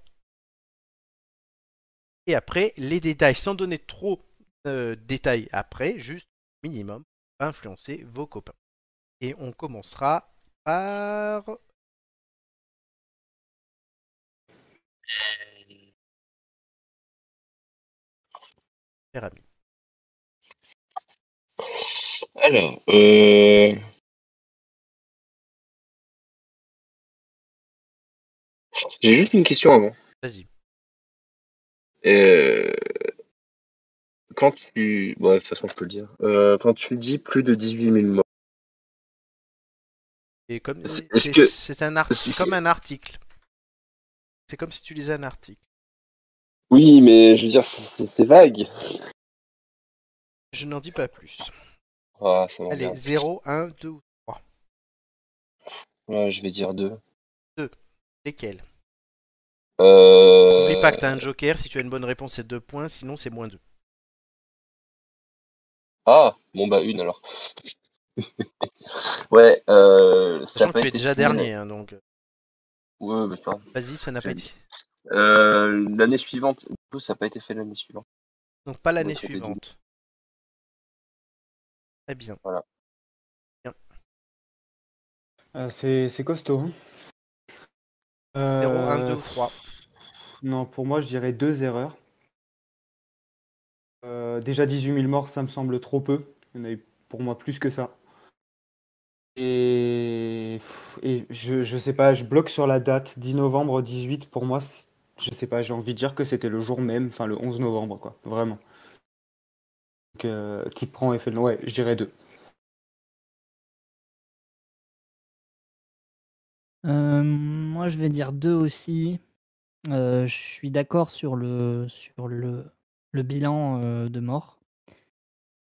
A: Et après, les détails, sans donner trop euh, de détails après, juste minimum influencer vos copains. Et on commencera par. Cher ami.
B: Alors, euh... j'ai juste une question avant.
A: Vas-y.
B: Euh, Quand tu... Ouais, de toute façon, je peux le dire. Euh, quand tu dis plus de 18 000 morts,
A: Et comme
B: Est-ce
A: c'est
B: que-
A: c'est un article,
B: si-
A: comme un article. C'est comme si tu lisais un article.
B: Oui, mais je veux dire, c'est c'est vague.
A: Je n'en dis pas plus.
B: Ah, ça
A: Allez,
B: m'emmerde.
A: 0, 1, 2 ou
B: Ouais, je vais dire deux.
A: lesquels
B: Euh...
A: N'oublie pas que tu as un joker. Si tu as une bonne réponse, c'est 2 points. Sinon, c'est moins 2.
B: Ah, bon bah une alors. ouais, euh... ça a
A: Sachant que
B: pas
A: tu es
B: été
A: déjà
B: signé, mais-
A: dernier. hein, donc,
B: Ouais, bah, mais enfin,
A: vas-y, ça n'a pas
B: euh, J'ai-
A: été.
B: Euh, l'année suivante, du coup, ça n'a pas été fait l'année suivante.
A: Donc pas l'année
B: Ouais, sur les deux.
A: suivante. Très bien.
D: Euh, c'est c'est costaud. hein.
A: 0,
D: Euh,
A: 1, 2 ou 3.
D: Non, pour moi, je dirais deux erreurs. Euh, déjà 18 000 morts, ça me semble trop peu. Il y en a eu pour moi plus que ça. Et, pff, et je, je sais pas, je bloque sur la date 10 novembre 18. Pour moi, c'est- je sais pas, j'ai envie de dire que c'était le jour même, enfin le 11 novembre, quoi, vraiment. Donc, euh, qui prend effet de. Ouais, je dirais deux.
C: Euh, moi, je vais dire deux aussi. Euh, je suis d'accord sur le, sur le, le bilan euh, de mort.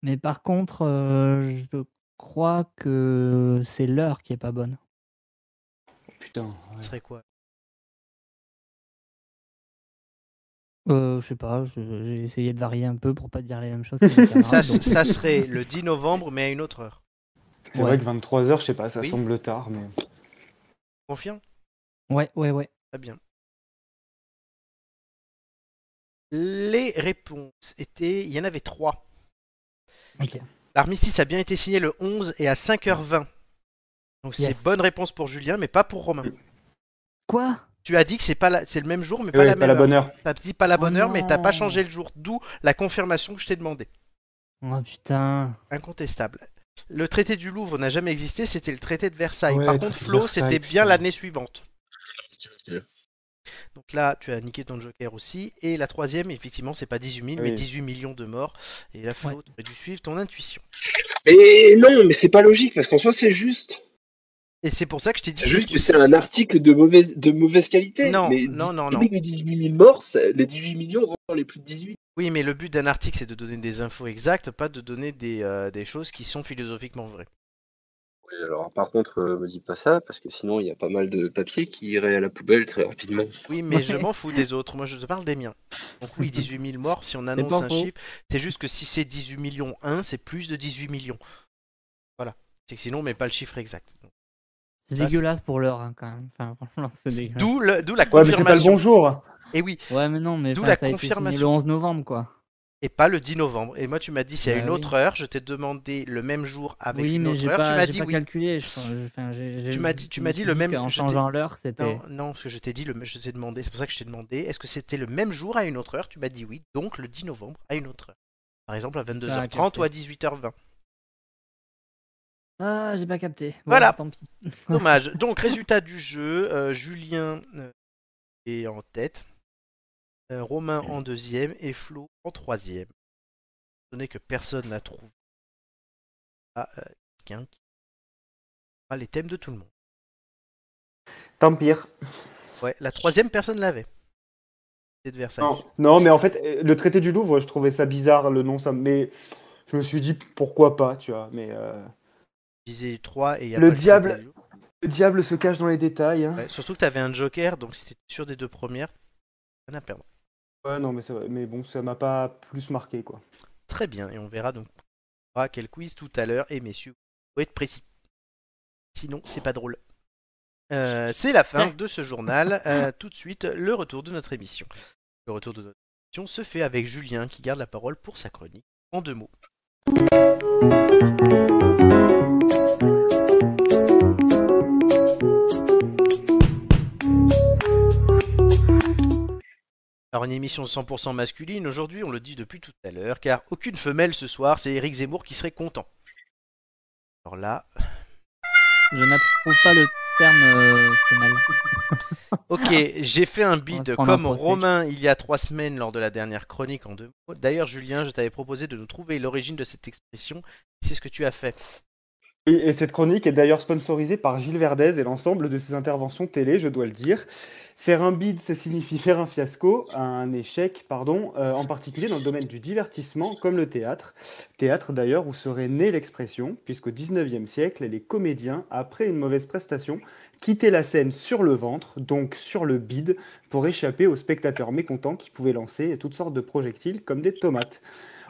C: Mais par contre, euh, je crois que c'est l'heure qui est pas bonne.
D: Putain. ouais.
A: Ce serait quoi
C: Euh, je sais pas, je- j'ai essayé de varier un peu pour pas dire les mêmes choses. que mes camarades,
A: ça,
C: Ah, donc-
A: ça serait le 10 novembre, mais à une autre heure.
D: C'est
C: Ouais.
D: vrai que 23 heures, je sais pas, ça
A: Oui.
D: semble tard, mais.
A: Confiant
C: Ouais, ouais, ouais.
A: Très bien. Les réponses étaient. Il y en avait trois.
C: Ok.
A: L'armistice a bien été signé le 11 et à 5h20. Donc c'est
C: Yes.
A: bonne réponse pour Julien, mais pas pour Romain.
C: Quoi
A: Tu as dit que c'est pas la- c'est le même jour, mais pas
D: Ouais,
A: la
D: pas
A: même
D: la
A: heure.
D: bonne heure.
A: T'as dit pas la bonne
C: Oh
A: heure, mais t'as pas
C: non.
A: changé le jour. D'où la confirmation que je t'ai demandé.
C: Oh putain.
A: Incontestable. Le traité du Louvre n'a jamais existé, c'était le traité de Versailles.
D: Ouais,
A: Par
D: le
A: contre,
D: traité de
A: Flo,
D: Versailles,
A: c'était bien
D: putain.
A: l'année suivante. Donc là, tu as niqué ton Joker aussi. Et la troisième, effectivement, c'est pas 18 000, mais
D: Oui.
A: 18 millions de morts. Et là, Flo,
C: Ouais.
A: tu as dû suivre ton intuition.
B: Mais non, mais c'est pas logique, parce qu'en soi, c'est juste.
A: Et c'est pour ça que je t'ai dit.
B: C'est juste que c'est un article de mauvaise, de mauvaise qualité.
A: Non,
B: mais
A: non, non,
B: dis-
A: non.
B: Les 18 000 morts, ça- les 18 millions rendent les plus de 18.
A: Oui, mais le but d'un article, c'est de donner des infos exactes, pas de donner des, euh, des choses qui sont philosophiquement vraies.
B: Ouais, Alors, par contre, euh, me dis pas ça, parce que sinon, il y a pas mal de papiers qui iraient à la poubelle très rapidement.
A: Oui, mais je
C: Ouais.
A: m'en fous des autres. Moi, je te parle des miens. Donc, oui, 18 000 morts, si on annonce
C: pas
A: un
C: faux.
A: chiffre, c'est juste que si c'est 18 millions 1, c'est plus de 18 millions. Voilà. C'est que sinon, on met pas le chiffre exact. Donc,
C: C'est
A: Ça, c'est-
C: dégueulasse pour l'heure, hein, quand même. Enfin, franchement, c'est dégueulasse.
A: D'où le- d'où la
D: Ouais, mais c'est pas le
A: confirmation.
D: bonjour.
A: Et oui,
C: Ouais, mais non, mais
A: D'où
C: enfin,
A: la
C: ça a été signé le
A: confirmation.
C: 11 novembre, quoi.
A: et pas le 10 novembre. Et moi, tu m'as dit c'est à
C: Bah
A: une
C: oui.
A: autre heure. Je t'ai demandé le même jour avec
C: oui,
A: une
C: mais
A: autre
C: j'ai
A: heure.
C: pas,
A: tu m'as
C: j'ai
A: dit
C: pas
A: oui.
C: calculé. je- enfin, j'ai- j'ai-
A: Tu m'as dit- tu
C: je me
A: m'as dit
C: suis
A: le même-
C: En
A: je t'ai-
C: changeant l'heure, c'était.
A: Non, non, parce que je t'ai dit, le, je t'ai demandé, c'est pour ça que je t'ai demandé, est-ce que c'était le même jour à une autre heure Tu m'as dit oui, donc le 10 novembre à une autre heure. Par exemple à 22h30 ou à 18h20.
C: Ah, j'ai pas capté. Bon,
A: Voilà.
C: Tant pis.
A: Dommage. Donc, résultat du jeu, euh, Julien euh, est en tête, euh, Romain en deuxième et Flo en troisième. Étant donné que personne n'a trouvé Ah, euh, quelqu'un qui a les thèmes de tout le monde.
D: Tant pire.
A: Ouais, la troisième personne l'avait. C'est de Versailles.
D: Non, non, mais en fait, euh, le traité du Louvre, je trouvais ça bizarre, le nom, ça. Mais je me suis dit pourquoi pas, tu vois. Mais euh,
A: Visé 3 et il y a
D: Le
A: pas
D: diable.
A: critère du jour.
D: le diable se cache dans les détails. Hein.
A: Ouais, surtout que t'avais un joker, donc si t'étais sûr des deux premières, rien à perdre.
D: Ouais, non, mais c'est vrai. Mais bon, ça m'a pas plus marqué, quoi.
A: Très bien, et on verra donc on verra quel quiz tout à l'heure. Et messieurs, faut être précis. Sinon, c'est pas drôle. Euh, c'est la fin de ce journal. Euh, tout de suite, le retour de notre émission. Le retour de notre émission se fait avec Julien qui garde la parole pour sa chronique en deux mots. Alors une émission 100% masculine, aujourd'hui on le dit depuis tout à l'heure, car aucune femelle ce soir, c'est Eric Zemmour qui serait content. Alors là,
C: Je n'approuve pas le terme euh, femelle.
A: ok, j'ai fait un bid
C: prendre un
A: comme
C: procès.
A: Romain il y a trois semaines lors de la dernière chronique en deux mots. D'ailleurs Julien, je t'avais proposé de nous trouver l'origine de cette expression, c'est ce que tu as fait.
D: Oui, et cette chronique est d'ailleurs sponsorisée par Gilles Verdez et l'ensemble de ses interventions télé, je dois le dire. Faire un bid, ça signifie faire un fiasco, un échec, pardon, euh, en particulier dans le domaine du divertissement comme le théâtre. Théâtre d'ailleurs où serait née l'expression, puisqu'au 19e siècle, les comédiens, après une mauvaise prestation, quittaient la scène sur le ventre, donc sur le bide, pour échapper aux spectateurs mécontents qui pouvaient lancer toutes sortes de projectiles comme des tomates.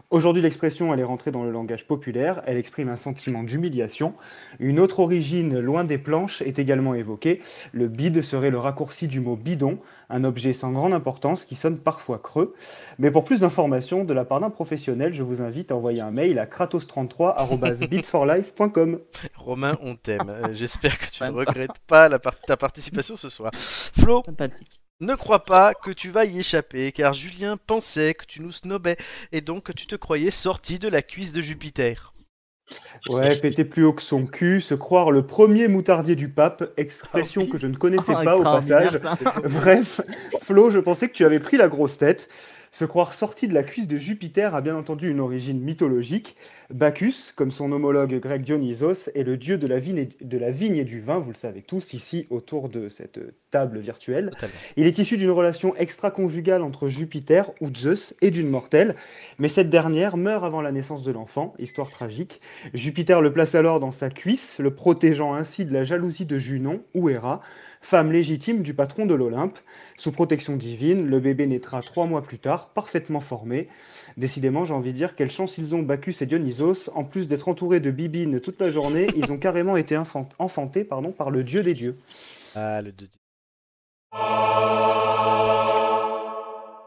D: Aujourd'hui, l'expression, elle est rentrée dans le langage populaire, elle exprime un sentiment d'humiliation. Une autre origine, loin des planches, est également évoquée. Le bide serait le raccourci du mot bidon, un objet sans grande importance qui sonne parfois creux. Mais pour plus d'informations, de la part d'un professionnel, je vous invite à envoyer un mail à kratos33.bidforlife.com.
A: Romain, on t'aime. Euh, J'espère que tu ne
C: Même pas.
A: regrettes pas la par- ta participation ce soir. Flo,
C: Sympathique.
A: Ne crois pas que tu vas y échapper, car Julien pensait que tu nous snobais, et donc que tu te croyais sorti de la cuisse de Jupiter.
D: Ouais, péter plus haut que son cul, se croire le premier moutardier du pape, expression que je ne connaissais
C: Oh,
D: pas au
C: extraordinaire,
D: passage.
C: ça.
D: Bref, Flo, je pensais que tu avais pris la grosse tête. Se croire sorti de la cuisse de Jupiter a bien entendu une origine mythologique. Bacchus, comme son homologue grec Dionysos, est le dieu de la, vigne et, de la vigne et du vin, vous le savez tous ici autour de cette table virtuelle.
A: Totalement.
D: Il est issu d'une relation extra-conjugale entre Jupiter ou Zeus et d'une mortelle, mais cette dernière meurt avant la naissance de l'enfant, histoire tragique. Jupiter le place alors dans sa cuisse, le protégeant ainsi de la jalousie de Junon ou Héra, femme légitime du patron de l'Olympe. Sous protection divine, le bébé naîtra trois mois plus tard, parfaitement formé. Décidément, j'ai envie de dire, quelle chance ils ont, Bacchus et Dionysos. En plus d'être entourés de bibines toute la journée, ils ont carrément été infan- enfantés pardon, par le dieu des dieux.
A: Ah, le deux-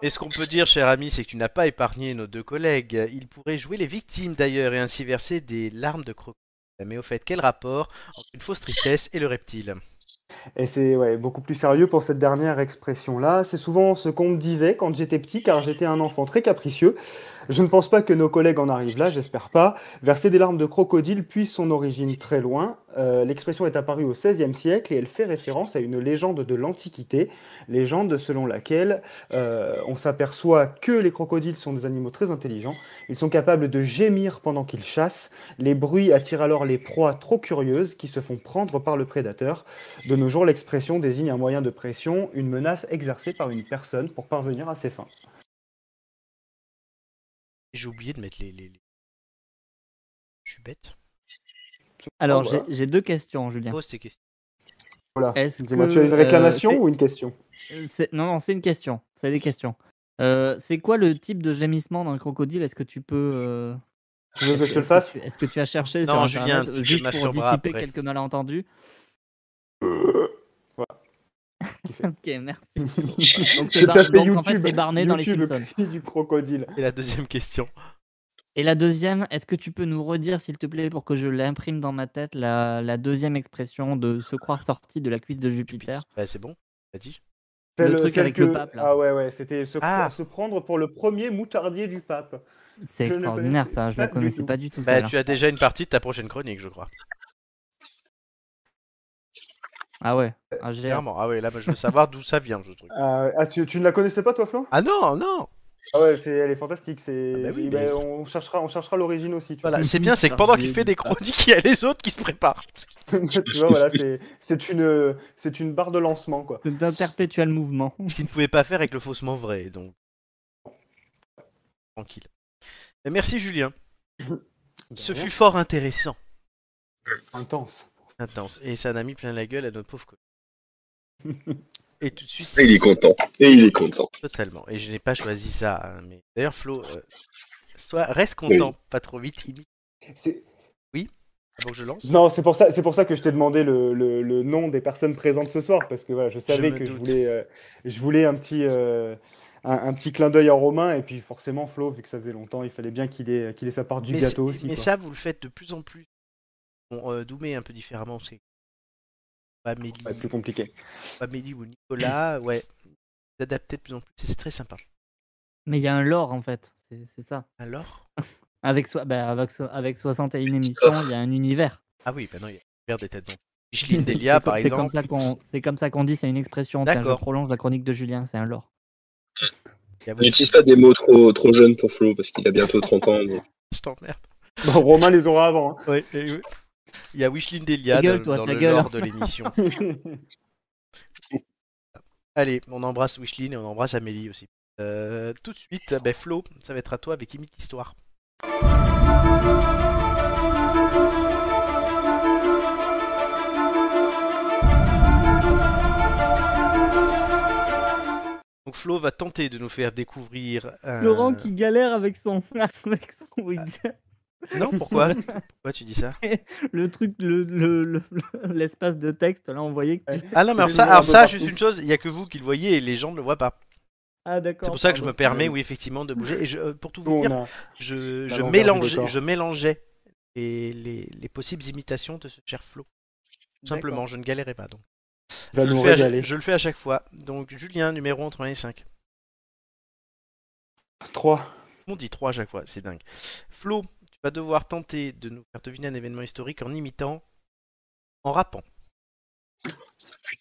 A: Et ce qu'on peut dire, cher ami, c'est que tu n'as pas épargné nos deux collègues. Ils pourraient jouer les victimes d'ailleurs, et ainsi verser des larmes de crocodile. Mais au fait, quel rapport entre une fausse tristesse et le reptile
D: Et c'est ouais, beaucoup plus sérieux pour cette dernière expression-là. C'est souvent ce qu'on me disait quand j'étais petit, car j'étais un enfant très capricieux. Je ne pense pas que nos collègues en arrivent là, j'espère pas. Verser des larmes de crocodile puise son origine très loin. Euh, L'expression est apparue au XVIe siècle et elle fait référence à une légende de l'Antiquité, légende selon laquelle euh, on s'aperçoit que les crocodiles sont des animaux très intelligents. Ils sont capables de gémir pendant qu'ils chassent. Les bruits attirent alors les proies trop curieuses qui se font prendre par le prédateur. De nos jours, l'expression désigne un moyen de pression, une menace exercée par une personne pour parvenir à ses fins.
A: J'ai oublié de mettre les. les- les- Je suis bête.
C: Alors,
D: voilà.
C: j'ai- j'ai deux questions, Julien.
A: Pose tes questions.
D: Voilà.
C: Est-ce
D: Dis-moi,
C: que,
D: tu as une
C: euh,
D: réclamation
C: c'est-
D: ou une question
C: Euh, c'est- Non, non, c'est une question. C'est des questions. Euh, c'est quoi le type de gémissement d'un crocodile Est-ce que tu peux. euh,
D: Tu veux
C: est-ce
D: que je te le
C: est-ce que
D: fasse
C: tu- Est-ce que tu as cherché
A: Non,
C: sur
A: Julien,
C: Internet,
A: tu
C: juste pour dissiper
A: masturberas après.
C: quelques malentendus
D: Euh, Kiffé.
C: Ok, merci. Donc,
D: Je
C: c'est bar-
D: tape
C: donc, en fait, c'est Barney dans les
D: YouTube,
C: Simpsons.
D: cri du crocodile.
A: Et la deuxième question.
C: Et la deuxième, est-ce que tu peux nous redire, s'il te plaît, pour que je l'imprime dans ma tête, la, la deuxième expression de se croire sorti de la cuisse de Jupiter
A: Bah, c'est bon, t'as dit.
C: Le
D: Celle-
C: truc
D: celle
C: avec
D: que-
C: le pape, là.
D: Ah ouais, ouais, c'était se,
A: Ah.
D: se prendre pour le premier moutardier du pape.
C: C'est
D: Je ne
C: extraordinaire
D: connaissais
C: ça, je
D: pas
C: ne
D: du
C: connaissais
D: tout.
C: pas du tout
A: Bah,
C: ça.
A: tu as déjà une partie de ta prochaine chronique, je crois.
C: Ah ouais, ah, j'ai-
A: Clairement. Ah ouais, là, bah, je veux savoir d'où ça vient, ce truc.
D: Euh, ah, tu, tu ne la connaissais pas, toi, Flo
A: Ah non, non
D: Ah ouais, c'est- elle est fantastique. c'est-
A: Ah bah oui,
D: eh
A: mais-
D: ben, On cherchera, on cherchera l'origine aussi. Tu vois.
A: Voilà, c'est bien, c'est que pendant qu'il fait des chroniques, il y a les autres qui se préparent.
D: tu vois, voilà, c'est- c'est une, c'est une barre de lancement, quoi.
C: c'est un perpétuel mouvement.
A: Ce qu'ils ne pouvaient pas faire avec le faussement vrai, donc. Tranquille. Mais merci, Julien. Ce fut fort intéressant.
D: intense.
A: Intense. Et ça en a mis plein la gueule à notre pauvre collègue. Et tout de suite,
B: Et il est content. Et il est content.
A: totalement. Et je n'ai pas choisi ça. hein, mais d'ailleurs, Flo, euh, sois- reste content, pas trop vite, imite
D: C'est-
A: avant que je lance.
D: Non, c'est pour ça, c'est pour ça que je t'ai demandé le, le- le nom des personnes présentes ce soir, parce que voilà, je savais
A: me
D: que je
A: doute.
D: voulais, euh, je voulais un petit, euh, un, un petit clin d'œil en romain, et puis forcément Flo, vu que ça faisait longtemps, il fallait bien qu'il ait, qu'il ait sa part du
A: mais c'est-
D: gâteau aussi.
A: mais
D: quoi.
A: ça, vous le faites de plus en plus. Bon, euh, Doumé un peu différemment, c'est Amélie,
D: Ouais, plus compliqué.
A: Amélie ou Nicolas, ouais. Vous adaptez de plus en plus, c'est très sympa.
C: Mais il y a un lore en fait, c'est c'est ça.
A: Alors
C: Avec, soi- bah, avec, so- avec 61 émissions, il y a un univers.
A: Ah oui, bah non, il y a l'univers des têtes. non. Micheline Delia,
C: C'est co-
A: par
C: c'est comme
A: exemple.
C: ça qu'on- C'est comme ça qu'on dit, c'est une expression. Tiens, je
A: D'accord.
C: prolonge la chronique de Julien, c'est un lore.
A: il y a vos-
B: N'utilise pas des mots trop, trop jeunes pour Flo, parce qu'il a bientôt 30 ans. donc.
A: Je t'emmerde.
D: Bon, Romain les aura avant. hein.
A: Ouais, et ouais. Il y a Wishlin Delia
C: Ta gueule,
A: dans,
C: toi,
A: dans
C: ta
A: le
C: gueule.
A: lore de l'émission. Allez, on embrasse Wishlin et on embrasse Amélie aussi. Euh, tout de suite, ben Flo, ça va être à toi avec Imite Histoire. Donc Flo va tenter de nous faire découvrir un...
C: Euh, Laurent qui galère avec son, avec son widget.
A: Non, pourquoi Pourquoi tu dis ça
C: le truc, le- le- le- le- l'espace de texte, là on voyait que...
A: Ah non, mais alors
D: les
A: ça,
D: lumières
A: alors
D: de
A: ça
D: partout.
A: juste une chose, il n'y a que vous qui le voyez et les gens ne le voient pas.
C: Ah d'accord.
A: C'est pour ça que je me
C: pardon.
A: permets, oui, effectivement, de bouger. Et je, euh, pour tout vous
D: Bon,
A: dire,
D: Euh, on a-
A: je,
D: la
A: je
D: longueur du
A: mélangeais,
D: décor.
A: je mélangeais les, les, les possibles imitations de ce cher Flo. Tout simplement, je ne galérais pas. Donc.
D: va
A: Je, le
D: nous
A: fais à-
D: régaler.
A: je le fais à chaque fois. Donc, Julien, numéro entre 1 et 5.
D: Trois.
A: On dit 3 à chaque fois, c'est dingue. Flo, tu vas devoir tenter de nous faire deviner un événement historique en imitant, en rappant.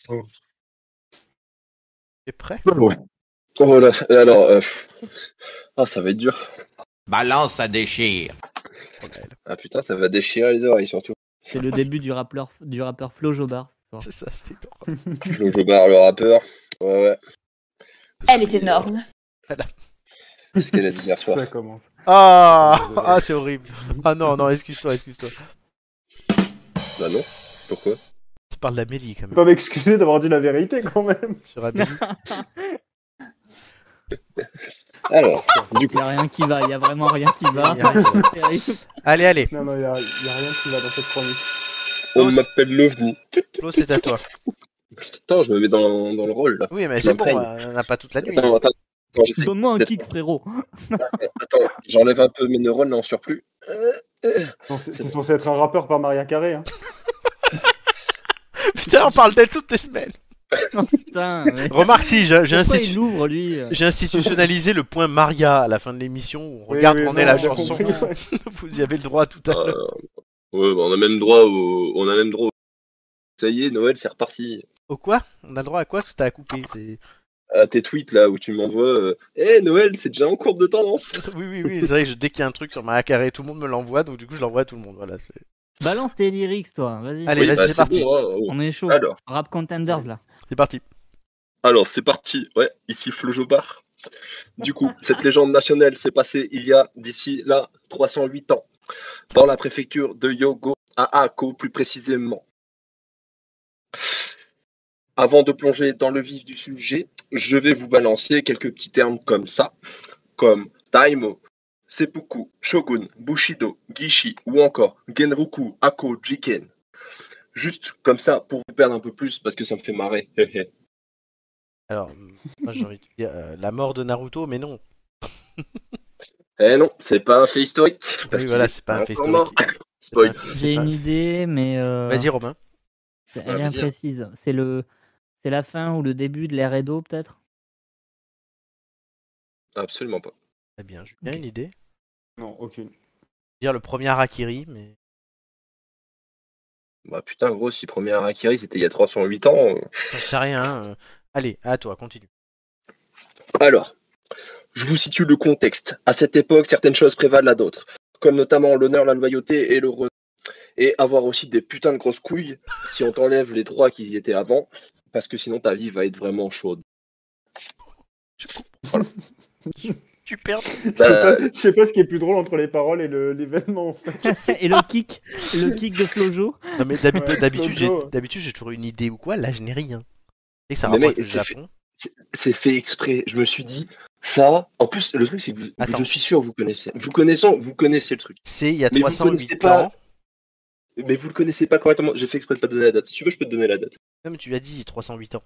D: Oh.
A: T'es prêt
B: Oh là, alors, euh, ah, ça va être dur.
F: Balance, ça déchire.
B: Ah putain, ça va déchirer les oreilles surtout.
C: C'est le début du rappeur, du rappeur Flo Jobard ce soir.
A: C'est ça, c'est drôle.
B: Flo Jobard, le rappeur. Ouais, ouais.
G: Elle est énorme.
B: Qu'est-ce qu'elle a dit hier soir
D: Ça commence.
A: Ah, ah, c'est horrible. Ah non, non, excuse-toi, excuse-toi.
B: Bah non. Pourquoi
A: Tu parles d'Amélie quand
D: Je
A: même.
D: peux pas m'excuser d'avoir dit la vérité quand même.
A: Sur Amélie.
B: Alors, du
C: Il
B: coup,
C: n'y a rien qui va, il n'y a vraiment rien qui va.
A: Y a rien qui allez, allez,
D: Non, non, il y, a y a rien qui va dans cette chronique.
B: on m'appelle l'OVNI.
A: Flo, c'est à toi.
B: Putain, je me mets dans, dans le rôle là.
A: Oui, mais
B: Je
A: c'est bon, hein,
B: m'imprègne.
A: on n'a pas toute la nuit.
B: Attends, attends, attends, j'essaie.
C: Donne-moi un kick frérot.
B: Attends, j'enlève un peu mes neurones là en surplus. Euh, euh.
D: Non,
B: C'est
D: C'est c'est
B: bon.
D: censé être un rappeur par Maria Carré. hein.
A: Putain, on parle d'elle toutes les semaines.
C: Oh, Putain, mais
A: Remarque si, j'ai j'ai
C: pourquoi
A: institu-
C: il ouvre lui euh
A: j'ai institutionnalisé le point Maria à la fin de l'émission où on
D: Oui,
A: regarde
D: oui,
A: on
D: non,
A: est la
D: on a
A: chanson.
D: compris, ouais.
A: Vous y avez le droit tout à l'heure.
B: Euh, ouais, bah, on a même droit au. On a même droit au... Ça y est, Noël, c'est reparti.
A: Au quoi On a le droit à quoi Parce que t'as coupé. c'est-
B: À tes tweets là où tu m'envoies. euh, Eh Noël, c'est déjà en courbe de tendance.
A: Oui, oui, oui. C'est vrai que je- dès qu'il y a un truc sur ma carré, tout le monde me l'envoie, donc du coup je l'envoie à tout le monde. Voilà. c'est-
C: Balance tes lyrics, toi. Vas-y.
A: Allez, vas-y, c'est parti.
B: bon, hein, oh.
C: On est chaud.
B: Alors,
C: Rap Contenders là.
A: C'est parti.
B: alors c'est parti. Ouais, ici Flojo Bar. Du coup, cette légende nationale s'est passée il y a d'ici là 308 ans dans la préfecture de Yogo à Ako plus précisément. Avant de plonger dans le vif du sujet, je vais vous balancer quelques petits termes comme ça, comme Taimo, Seppuku, Shogun, Bushido, Gishi ou encore Genroku, Ako, Jiken. Juste comme ça pour vous perdre un peu plus parce que ça me fait marrer.
A: Alors, moi j'ai envie de dire euh, la mort de Naruto, mais non.
B: Eh non, c'est pas un fait historique. parce
A: Oui,
B: qu'il
A: voilà,
B: est
A: c'est pas un fait
B: encore mort.
A: historique. C'est
B: Spoil.
A: pas un- c'est
C: J'ai
A: pas un-
C: une idée, mais euh,
A: Vas-y, Romain.
B: Ah,
C: elle est
B: vas-y.
C: imprécise. C'est le, c'est la fin ou le début de l'ère Edo peut-être.
B: Ah, Absolument pas.
A: Très bien, j'ai bien
C: Ok.
A: une idée. Je
D: Non, aucune.
A: veux dire le premier Harakiri, mais.
B: Bah putain, gros, si premier Harakiri c'était il y a 308 ans. euh.
A: J'en sais rien. euh. Allez, à toi, continue.
B: Alors, je vous situe le contexte. À cette époque, certaines choses prévalent à d'autres, comme notamment l'honneur, la loyauté et le renom. Et avoir aussi des putains de grosses couilles si on t'enlève les trois qui y étaient avant, parce que sinon ta vie va être vraiment chaude.
A: Super.
D: Je sais pas-
B: Bah,
D: je sais pas ce qui est plus drôle entre les paroles et le- l'événement. en fait.
C: Et le kick, le kick de Flojo.
A: Non, mais d'habitude,
D: Ouais,
A: d'habitude, j'ai,
D: Jojo, ouais.
A: d'habitude, j'ai toujours une idée ou quoi. Là, je n'ai rien. Et ça
B: Mais
A: rapporte
B: mec,
A: le
B: c'est fait-
A: Japon.
B: c'est fait exprès. Je me suis dit, ça. En plus, le truc, c'est que vous-
A: Attends.
B: je suis sûr, vous connaissez. Vous connaissez, vous connaissez le truc.
A: C'est il y a
B: Mais vous
A: 308
B: connaissez pas-
A: ans.
B: Mais vous le connaissez pas correctement. J'ai fait exprès de pas donner la date. Si tu veux, je peux te donner la date.
A: Non, mais tu as dit 308 ans.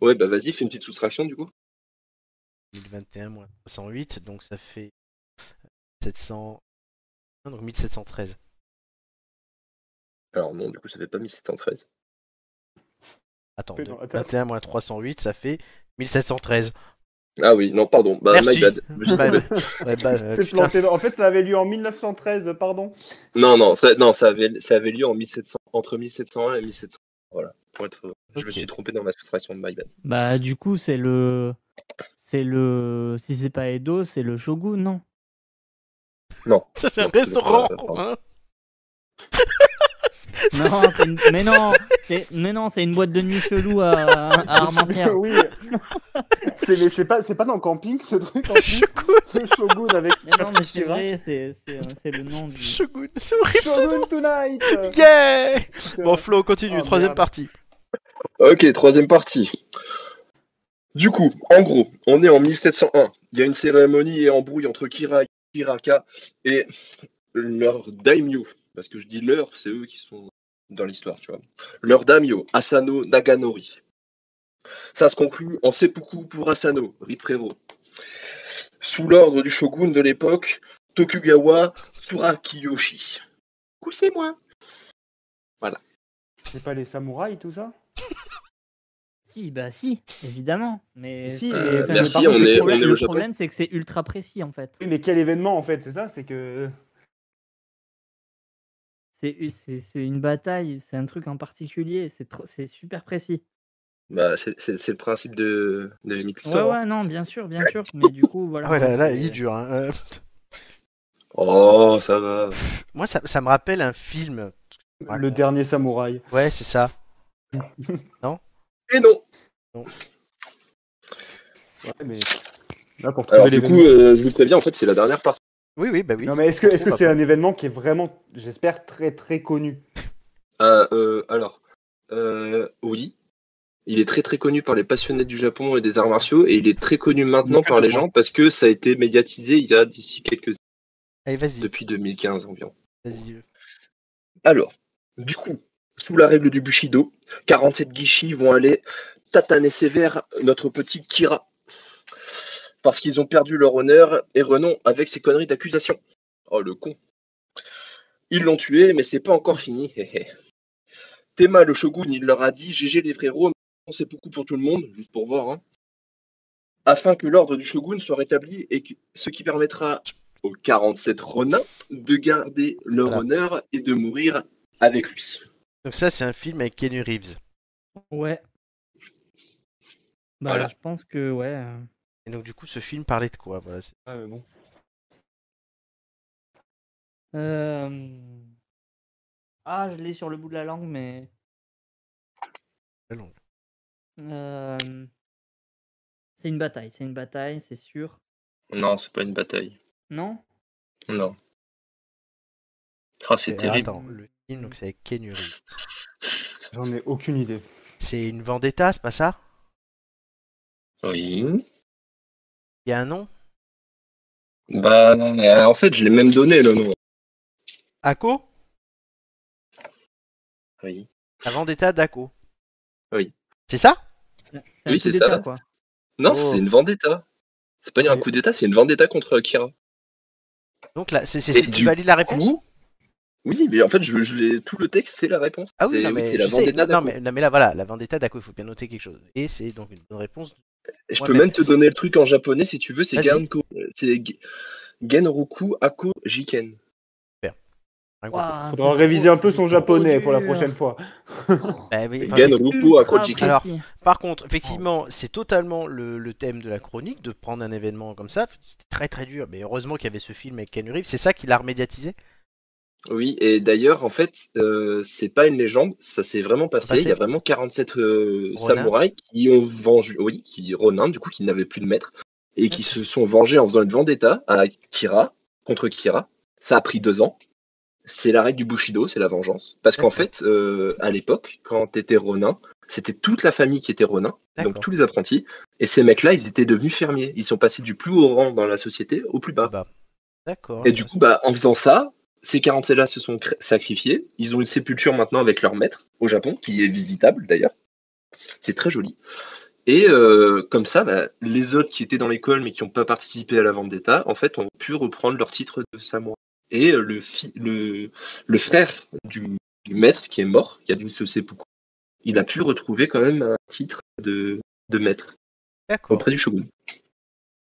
B: Ouais, bah vas-y, fais une petite soustraction du coup.
A: 1021 moins 308, donc ça fait 700. non, Donc 1713.
B: Alors non, du coup, ça fait pas 1713.
A: Attends,
D: Fais dans la table.
A: 21 moins 308, ça fait 1713.
B: Ah oui, non, pardon. Bah,
A: Merci.
B: my bad. Je me suis trompé.
A: Ouais, bah, euh,
D: C'est
A: putain.
D: planté dans- En fait, ça avait lieu en 1913, pardon.
B: Non, non, ça, non ça, avait, ça avait lieu en 1700, entre 1701 et 1700. Voilà. Pour être, Je me
A: Ok.
B: suis trompé dans ma frustration de my bad.
C: Bah du coup c'est le, c'est le, si c'est pas Edo, c'est le Shogun, non
A: Ça, c'est un
B: Non, c'est
A: restaurant.
B: pas-
A: hein.
C: Non,
A: Ça, c'est-
C: c'est une- mais non, c'est- mais non, c'est une boîte de nuit chelou à, à Armentières.
D: oui. C'est mais c'est pas, c'est pas dans le camping ce truc en plus.
A: Shogun,
D: Le Shogun avec
C: Mais non, mais c'est vrai, c'est c'est- euh, c'est le nom du.
A: Shogun, c'est horrible ce nom.
D: Shogun Tonight
A: Yeah Bon, Flo, continue,
D: Oh,
A: troisième
D: merde.
A: partie.
B: Ok, troisième partie. Du coup, en gros, on est en 1701. Il y a une cérémonie et embrouille entre Kira, Kiraka et leur daimyo. Parce que je dis leur, c'est eux qui sont dans l'histoire, tu vois. Leur daimyo, Asano Naganori. Ça se conclut en seppuku pour Asano, Riprero. Sous l'ordre du shogun de l'époque, Tokugawa Tsurakiyoshi. Coussez-moi
D: C'est pas les samouraïs tout ça
C: Si, bah si, évidemment. Mais
D: Si,
C: c'est-
D: mais-
C: enfin,
D: Euh, merci,
C: par contre,
D: on
C: le
D: est- on
C: problème-
D: est au
C: le
B: Japon.
C: problème, c'est que c'est ultra précis en fait.
D: Oui, mais quel événement en fait C'est ça, c'est que.
C: C'est c'est- c'est une bataille, c'est un truc en particulier, c'est trop- c'est super précis.
B: bah, C'est c'est- c'est le principe de, de la mythe
C: Ouais, ouais, non, bien sûr, bien sûr. Mais du coup, voilà.
A: Ah ouais, là, là,
C: c'est-
A: il est dur. hein. Euh,
B: Oh, ça va.
A: moi, ça, ça me rappelle un film. Ouais.
D: Le dernier samouraï.
A: Ouais, c'est ça.
B: Et non.
D: Ouais, mais. Là, pour trouver
B: Alors du coup,
D: l'événement.
B: euh, je vous préviens, en fait, c'est la dernière partie.
A: Oui, oui, bah oui.
D: Non, mais est-ce que est-ce que
A: Trop
D: c'est un événement qui est vraiment, j'espère, très très connu
B: Ah, euh, alors, euh, Oli, il est très très connu par les passionnés du Japon et des arts martiaux, et il est très connu maintenant par les gens parce que ça a été médiatisé il y a d'ici quelques
A: Allez, vas-y,
B: depuis 2015 environ.
A: vas-y.
B: Alors, du coup, sous la règle du Bushido, 47 Gishi vont aller tataner sévère notre petit Kira. Parce qu'ils ont perdu leur honneur et renom avec ces conneries d'accusation. Oh le con. Ils l'ont tué, mais c'est pas encore fini. hé, hé. Tema, le shogun, il leur a dit GG les frérots, c'est beaucoup pour tout le monde, juste pour voir, hein, afin que l'ordre du shogun soit rétabli et que, ce qui permettra aux 47 Ronin de garder leur
A: Voilà.
B: honneur et de mourir avec lui.
A: Donc ça, c'est un film avec Kenny Reeves.
C: Ouais. Bah,
B: Voilà.
C: je pense que, ouais. euh,
A: Et donc du coup, ce film parlait de quoi voilà, c'est-
D: Ouais, mais bon.
C: Euh... Ah, je l'ai sur le bout de la langue, mais.
A: La langue.
C: Euh, C'est une bataille, c'est une bataille, c'est sûr.
B: Non, c'est pas une bataille.
C: Non
B: Non. Ah, c'est
A: Euh,
B: terrible.
A: Attends, le film, donc c'est avec Kenny Reeves.
D: J'en ai aucune idée.
A: C'est une vendetta, c'est pas ça
B: Oui.
A: Il y a un nom
B: Bah, euh, en fait, je l'ai même donné le nom.
A: Ako
B: Oui.
A: La vendetta d'Ako.
B: Oui.
A: C'est ça
C: un
B: Oui,
C: coup
B: c'est
C: d'État,
B: ça.
C: quoi.
B: Non,
A: Oh.
B: c'est une vendetta. C'est pas un coup d'état, c'est une vendetta contre Akira.
A: Donc là, c'est, c'est-
B: Et
A: c'est- tu
B: du
A: valides la réponse
B: coup, Oui, mais en fait, je, je l'ai- tout le texte, c'est la réponse.
A: Ah oui,
B: C'est-
A: non, mais,
B: c'est la
A: je sais,
B: vendetta.
A: non,
B: d'Akko.
A: mais, non, mais là, voilà, la vendetta d'Ako, il faut bien noter quelque chose. Et c'est donc une bonne réponse.
B: Je
A: ouais,
B: peux
A: mais-
B: même te donner le truc en japonais si tu veux. C'est
A: Vas-y.
B: Ganko, c'est G- Genroku Ako Jiken.
A: Hein, quoi.
C: Ouah,
D: Faudra
C: c'est
D: réviser
C: trop-
D: un peu son
C: c'est
D: japonais
C: trop
D: pour la
C: dur.
D: prochaine fois.
A: Bah, oui, enfin,
B: Genroku
C: Ultra
B: Ako Jiken.
A: Alors,
C: précis.
A: Par contre, effectivement, c'est totalement le, le thème de la chronique de prendre un événement comme ça. C'était très très dur, mais heureusement qu'il y avait ce film avec Ken Reeves. C'est ça qui l'a remédiatisé.
B: Oui, et d'ailleurs, en fait, euh, c'est pas une légende, ça s'est vraiment passé.
A: Passé.
B: Il y a vraiment 47 euh,
A: Ronin.
B: samouraïs qui ont vengé, oui, qui Ronin, du coup, qui n'avaient plus de maître, et qui se sont vengés en faisant une vendetta à Kira, contre Kira. Ça a pris deux ans. C'est la règle du Bushido, c'est la vengeance. Parce qu'en
A: D'accord.
B: fait, euh, à l'époque, quand t'étais Ronin, c'était toute la famille qui était Ronin, donc
A: D'accord.
B: tous les apprentis, et ces mecs-là, ils étaient devenus fermiers. Ils sont passés du plus haut rang dans la société au plus bas.
A: Bah, D'accord.
B: Et du coup, bah, en faisant ça, ces 47 là se sont cr- sacrifiés. Ils ont une sépulture maintenant avec leur maître au Japon, qui est visitable d'ailleurs. C'est très joli. Et euh, comme ça, bah, les autres qui étaient dans l'école mais qui n'ont pas participé à la vente d'État, en fait, ont pu reprendre leur titre de samouraï. Et euh, le, fi- le, le frère du, du maître qui est mort, qui a dû se seppuku, il a pu retrouver quand même un titre de, de maître
A: D'accord.
B: auprès du shogun.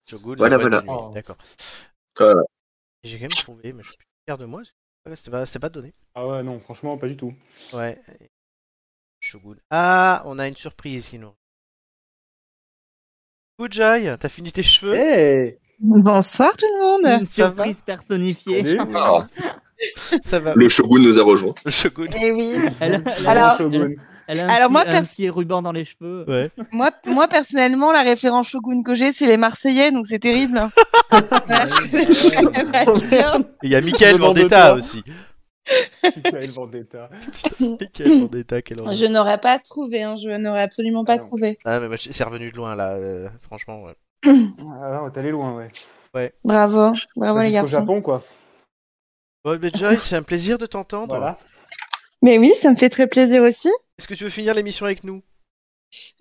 A: Shogun, la
B: Voilà,
A: voix de
B: voilà.
A: la nuit.
D: Oh.
A: D'accord.
B: Voilà.
A: J'ai quand même trouvé, mais je suis plus fier de moi. parce que C'était pas, c'était pas donné.
D: Ah ouais, non, franchement, pas du tout.
A: Ouais. Shogun. Ah, on a une surprise qui nous. Good Joy, t'as fini tes
H: Euh,
A: cheveux
D: Hey
H: Bonsoir tout le monde.
C: Une
A: ça va
C: surprise personnifiée.
D: Salut.
B: Ah,
A: Ça va.
B: le shogun nous a rejoints.
A: Shogun.
H: Eh oui.
C: Elle, elle a-
H: Alors-
D: Shogun.
C: elle a un,
H: alors
C: petit,
H: moi,
C: un
H: pers-
C: petit ruban dans les cheveux.
A: Ouais.
H: Moi, moi personnellement, la référence Shogun que j'ai, c'est les Marseillais, donc c'est terrible. Voilà, je te- je vais quand même le dire.
A: Et il y a Michael
D: Demande-toi.
A: Vendetta aussi.
D: Michael Vendetta.
A: Michael Vendetta, quel horreur.
H: Je n'aurais pas trouvé, hein, je n'aurais absolument pas
D: Ah non.
H: trouvé.
A: Ah, mais moi, je- c'est revenu de loin là, euh, franchement. ouais.
D: Ah, t'es allé loin, ouais.
H: Bravo, bravo Ah,
A: Bah,
H: les
D: Jusqu'au
H: garçons.
D: Japon, quoi.
A: Bon, mais Joy, c'est un plaisir de t'entendre.
D: Voilà.
H: Mais oui, ça me fait très plaisir aussi.
A: Est-ce que tu veux finir l'émission avec nous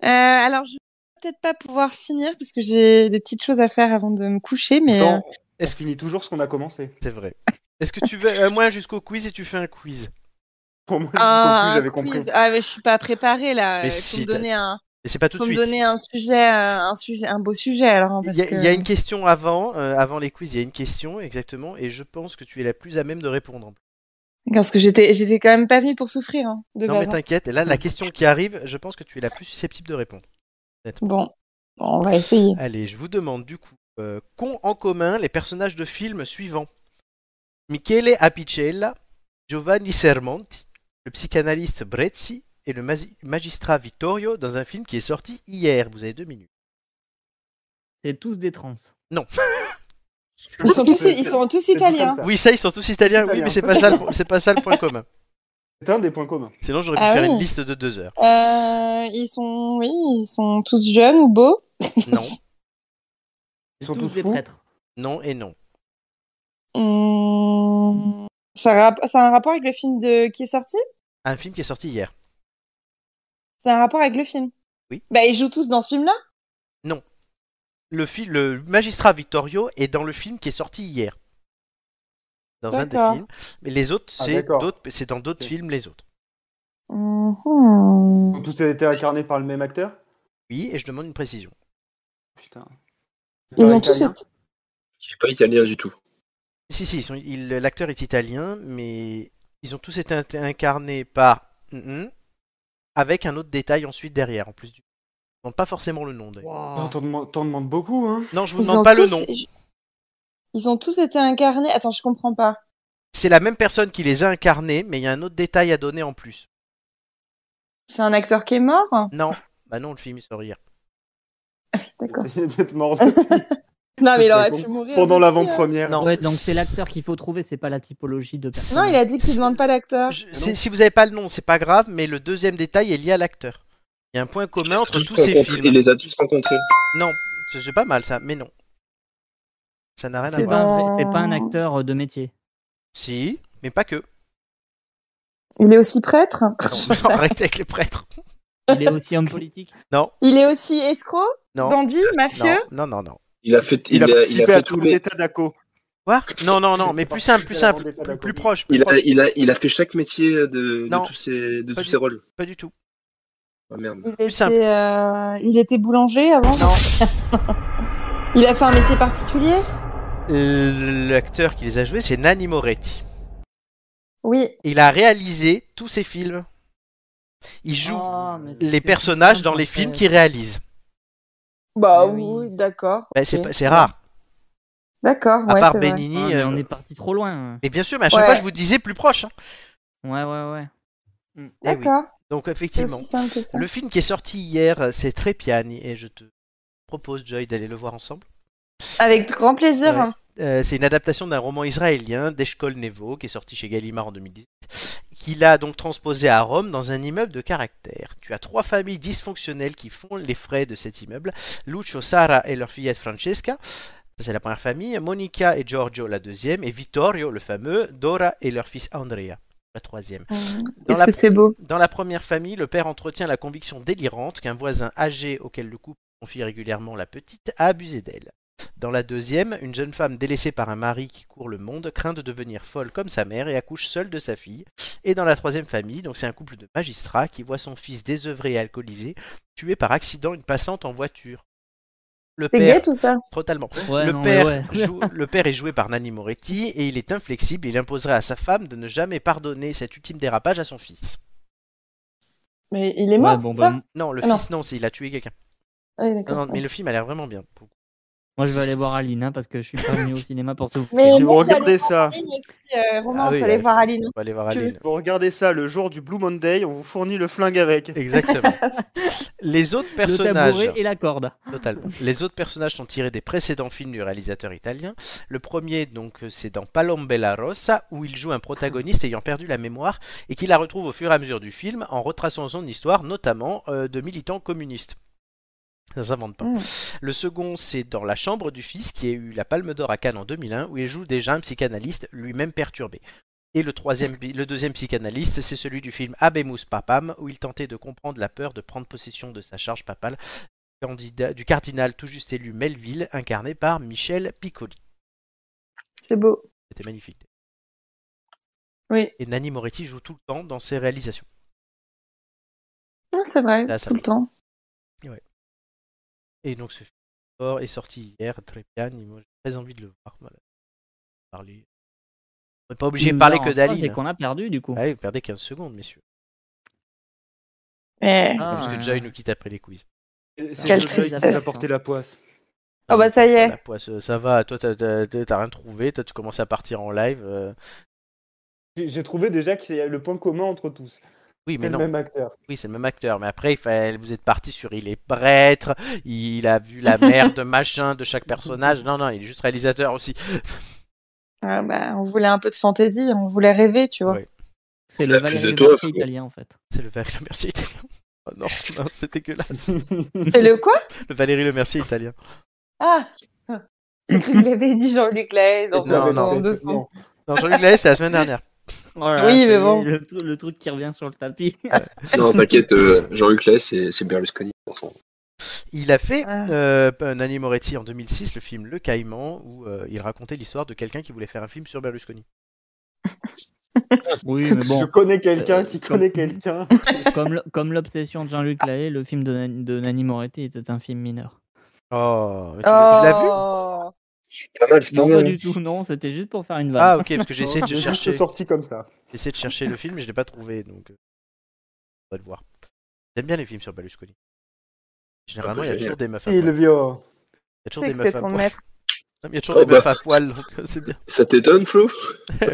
H: Euh, alors, je vais peut-être pas pouvoir finir parce que j'ai des petites choses à faire avant de me coucher, mais euh,
D: Pourtant, on
A: est-ce-
D: finit toujours ce qu'on a commencé.
A: C'est vrai. Est-ce que tu veux euh, moi jusqu'au quiz et tu fais un quiz
D: Pour moi,
H: euh, un
D: j'avais
H: quiz.
D: compris.
H: Ah, mais je suis pas préparée là.
A: Mais
H: Il faut
A: si,
H: me
A: t'as-
H: donner un,
A: Et c'est pas tout de
H: faut me
A: suite.
H: donner un sujet, euh, un sujet, un beau sujet alors. hein,
A: Il
H: parce
A: y, a-
H: que-
A: il y a une question avant, euh, avant les quiz, il y a une question exactement, et je pense que tu es la plus à même de répondre.
H: Parce que j'étais, j'étais quand même pas venue pour souffrir hein, de
A: Non mais
H: base. hein.
A: t'inquiète, là la question qui arrive, je pense que tu es la plus susceptible de répondre.
H: Bon. Bon, on va essayer.
A: Allez, je vous demande du coup, euh, qu'ont en commun les personnages de films suivants Michele Apicella, Giovanni Sermonti, le psychanalyste Brezzi et le masi- magistrat Vittorio dans un film qui est sorti hier. Vous avez deux minutes.
C: C'est tous des trans.
H: Ils sont tous, ils sont tous
D: C'est tout comme
H: italiens. hein.
D: ça.
A: Oui, ça, ils sont tous italiens, oui,
D: Italiens.
A: mais c'est pas ça, le pro- c'est pas ça le point commun.
D: C'est un des points communs.
A: Sinon, j'aurais pu
H: Ah
A: faire
H: oui.
A: une liste de deux heures.
H: Euh, ils sont, oui, ils sont tous jeunes ou beaux.
A: Non,
D: Ils
C: C'est
D: sont tous
C: des
D: fous.
C: prêtres.
A: non et non.
H: Hum, Ça, rap- ça a un rapport avec le film de qui est sorti
A: Un film qui est sorti hier.
H: C'est un rapport avec le film.
A: Oui.
H: Bah ils jouent tous dans ce film-là.
A: Le, fi- le magistrat Vittorio est dans le film qui est sorti hier. Dans un des
H: D'accord.
A: films. Mais les autres,
D: Ah,
A: c'est
D: d'accord.
A: d'autres- c'est dans d'autres
D: Ok.
A: films, les autres. Hmm.
I: Mhm.
D: Tout a été incarné par le même acteur
A: Oui, et je demande une précision.
D: Putain. C'est
H: Ils
D: pas
H: ont tous
D: italien
H: été.
B: C'est pas italien du tout.
A: Si, si, ils sont- il- l'acteur est italien, mais ils ont tous été in- incarnés par. Mhm. avec un autre détail ensuite derrière, en plus du. Je demande pas forcément le nom. d'ailleurs.
D: Non, T'en demandes, t'en demandes beaucoup, hein
A: Non, je vous
H: Ils
A: demande
H: ont
A: pas le
H: tous-
A: nom.
H: je- Ils ont tous été incarnés. Attends, je comprends pas.
A: C'est la même personne qui les a incarnés, mais il y a un autre détail à donner en plus.
H: C'est un acteur qui est mort
A: Non, bah non, le film il sort hier.
H: D'accord.
D: Il est peut-être mort
H: Non, mais il
D: Ça
H: aurait
D: dépend.
H: pu mourir.
D: pendant
H: depuis, hein.
D: l'avant-première.
A: Non.
C: Ouais, donc c'est l'acteur qu'il faut trouver, c'est pas la typologie de personne.
H: Non, il a dit qu'il demande pas d'acteur.
A: Je- c'est- si vous n'avez pas le nom, c'est pas grave, mais le deuxième détail est lié à l'acteur. Il y a un point commun entre tous ces
B: Rencontré- Il
A: films.
B: les a tous rencontrés.
A: Non, c'est c'est pas mal ça, mais non. Ça n'a rien à
H: C'est
C: C'est
A: voir.
C: pas, un vrai-
H: dans-
C: c'est pas un acteur euh, de métier.
A: Si, mais pas que.
H: Il est aussi prêtre.
B: Ah,
H: Je sais.
A: Arrêtez avec les prêtres.
C: Il est aussi homme politique.
H: Il est aussi escroc,
A: Non.
H: bandit, mafieux.
A: Non, non, non, non.
B: Il a fait, il,
D: Il a
B: a, il a
D: participé
B: fait
D: à
B: tous
D: tout
B: les.
D: l'état d'Aco.
A: Quoi Non, non, non, mais plus simple, plus simple,
D: Demandez pas
A: plus,
D: la
A: plus
D: copie.
A: proche, plus
B: Il a,
A: proche.
B: il, a, il a fait chaque métier de, de
A: Non.
B: tous ses, de
A: Pas
B: tous
A: du-
B: ses rôles.
A: Pas du tout.
B: Ah merde.
H: Il
A: simple.
H: était, euh, il était boulanger avant.
A: Non.
H: Il a fait un métier particulier.
A: Euh, L'acteur qui les a joués, c'est Nanni Moretti.
H: Oui.
A: Il a réalisé tous ses films. Il joue
H: Ah,
C: Oh, mais c'était
A: les
C: tout
A: personnages
C: simple,
A: dans
C: en
A: les
C: fait.
A: films qu'il réalise.
H: Bah
C: Mais oui.
H: oui, d'accord.
A: Ben, Eh c'est
H: ok.
A: pas- c'est rare,
H: D'accord.
A: à
H: ouais,
A: part
H: c'est vrai.
C: Ah,
A: Benigni.
C: mais
A: euh,
C: on est parti trop loin.
A: Mais bien sûr, mais à chaque
H: Ouais.
A: fois, je vous disais plus proche. hein.
C: Ouais, ouais, ouais.
A: Eh oui.
H: D'accord.
A: Donc,
H: C'est
A: effectivement.
H: aussi simple que ça.
A: Le film qui est sorti hier, euh, c'est Trépiani, et je te propose, Joy, d'aller le voir ensemble.
H: Avec grand plaisir.
A: Ouais. Euh, c'est une adaptation d'un roman israélien d'Eshkol Nevo, qui est sorti chez Gallimard en 2010, qu'il a donc transposé à Rome dans un immeuble de caractère. Tu as trois familles dysfonctionnelles qui font les frais de cet immeuble. Lucio, Sara et leur fillette Francesca, ça c'est la première famille, Monica et Giorgio la deuxième, et Vittorio le fameux, Dora et leur fils Andrea, la troisième. Dans
H: Est-ce
A: la-
H: Mmh. que c'est beau
A: Dans la première famille, le père entretient la conviction délirante qu'un voisin âgé auquel le couple confie régulièrement la petite a abusé d'elle. Dans la deuxième, une jeune femme délaissée par un mari qui court le monde craint de devenir folle comme sa mère et accouche seule de sa fille. Et dans la troisième famille, donc c'est un couple de magistrats qui voit son fils désœuvré et alcoolisé tué par accident une passante en voiture. Le
H: C'est gay
A: père,
H: tout ça
A: totalement.
C: Ouais,
A: le,
C: non, mais
A: père
C: ouais.
A: joue- le père est joué par Nanni Moretti et il est inflexible. Il imposerait à sa femme de ne jamais pardonner cet ultime dérapage à son fils.
H: Mais il est mort,
C: Ouais, bon,
H: c'est
C: bah,
H: ça
A: Non, le
H: Ah non. Oh,
A: fils, non, c'est il a tué quelqu'un.
H: Oui,
A: Non,
H: d'accord.
A: non, mais le film a l'air vraiment bien.
C: moi, je vais aller voir Aline hein, parce que je suis pas venu au cinéma pour ça.
H: Mais
D: Si
H: non,
D: vous
H: on
D: regardez
H: va aller
D: ça,
H: voir Aline aussi, euh, Romain,
A: Ah
H: on
A: oui,
H: peut aller
A: là,
H: voir
A: je-
H: Aline.
A: On va aller voir
H: Tu veux-
A: Aline.
D: vous regardez ça le jour du Blue Monday, on vous fournit le flingue avec.
A: Exactement. Les autres
C: Le
A: personnages,
C: tabouret et la corde.
A: totalement. Les autres personnages sont tirés des précédents films du réalisateur italien. Le premier, donc, euh, c'est dans Palombella Rossa, où il joue un protagoniste ayant perdu la mémoire et qui la retrouve au fur et à mesure du film en retraçant son histoire, notamment euh, de militants communistes. Ça s'invente pas.
H: Mm.
A: Le second, c'est dans La chambre du fils, qui a eu la Palme d'Or à Cannes en 2001, où il joue déjà un psychanalyste lui-même perturbé. Et le, troisième, le deuxième psychanalyste, c'est celui du film Abemus Papam, où il tentait de comprendre la peur de prendre possession de sa charge papale candidat- du cardinal tout juste élu Melville, incarné par Michel Piccoli.
H: C'est beau.
A: C'était magnifique.
H: Oui.
A: Et Nanni Moretti joue tout le temps dans ses réalisations.
H: Non, Ah, c'est vrai,
A: Là, ça
H: tout
A: me-
H: le temps.
A: Et donc ce film fort est sorti hier, très bien, et moi j'ai très envie de le voir. Voilà. Parler. On n'est pas obligé de parler
C: Non,
A: que
C: en fait,
A: d'Aline.
C: C'est qu'on a perdu du coup.
A: Ah oui, vous perdez 15 secondes, messieurs.
H: Eh.
C: Ah,
A: Parce que
C: ouais.
A: Joy nous quitte après les quiz.
D: C'est
H: Quelle
D: le deuil qui nous a
H: tristesse.
D: porté la poisse.
H: Oh, bah, ça y est.
A: La poisse, ça va, toi t'as- t'as t'as rien trouvé, toi tu commences à partir en live. euh.
D: J'ai j'ai trouvé déjà qu'il y a le point commun entre tous.
A: Oui,
D: C'est
A: mais
D: le
A: non,
D: même acteur.
A: oui, c'est le même acteur. Mais après, il fallait- vous êtes parti sur il est prêtre, il a vu la merde, machin de chaque personnage. Non, non, il est juste réalisateur aussi.
H: Ah, bah, on voulait un peu de fantaisie, on voulait rêver, tu vois.
A: Ouais.
C: C'est
B: La
C: le
B: plus de
C: Valérie
B: toi,
C: Mercier
B: frérot.
C: italien en fait.
A: C'est le Valérie Le Mercier italien. Oh non, non c'est dégueulasse.
H: C'est le quoi
A: Le Valérie Le Mercier italien.
H: Ah J'ai cru que l'avait dit Jean-Luc Lahaye
A: Non,
H: dans,
A: non,
H: dans- dans deux secondes.
D: non.
A: Non, Jean-Luc Lahaye, c'est la semaine dernière.
H: Oui, mais
C: ça y est,
H: bon.
C: Le, tru- le truc qui revient sur le tapis.
B: Non, t'inquiète, euh, Jean-Luc Lay, c'est c'est Berlusconi. de toute façon.
A: Il a fait
H: Ah.
A: euh, Nanni Moretti en 2006 le film Le Caïman où euh, il racontait l'histoire de quelqu'un qui voulait faire un film sur Berlusconi.
C: Oui, mais
D: Je
C: bon.
D: connais quelqu'un qui
C: Euh,
D: connaît
C: comme-
D: quelqu'un.
C: Comme, l- comme l'obsession de Jean-Luc Lahaye, le film de, Nan- de Nanny Moretti était un film mineur.
A: Oh, mais tu, l'as- tu l'as vu
H: Oh.
B: C'est pas mal, c'est pas
C: Non, pas
B: mal.
C: du tout, non, c'était juste pour faire une vanne.
A: Ah, ok, parce que j'ai essayé de
D: J'ai juste
A: chercher.
D: sorti comme ça.
A: J'ai essayé de chercher le film et je l'ai pas trouvé, donc euh, on va le voir. J'aime bien les films sur Berlusconi. Généralement, il y a
B: Génial.
A: toujours des meufs à poil. Il y a
D: Silvio.
A: toujours
H: C'est
A: des
H: que c'est
A: meufs à
H: ton
A: poil.
H: maître.
A: Non, mais Il y a toujours
B: Oh,
A: des meufs
B: bah.
A: à poil, donc euh, c'est bien.
B: Ça t'étonne, Flo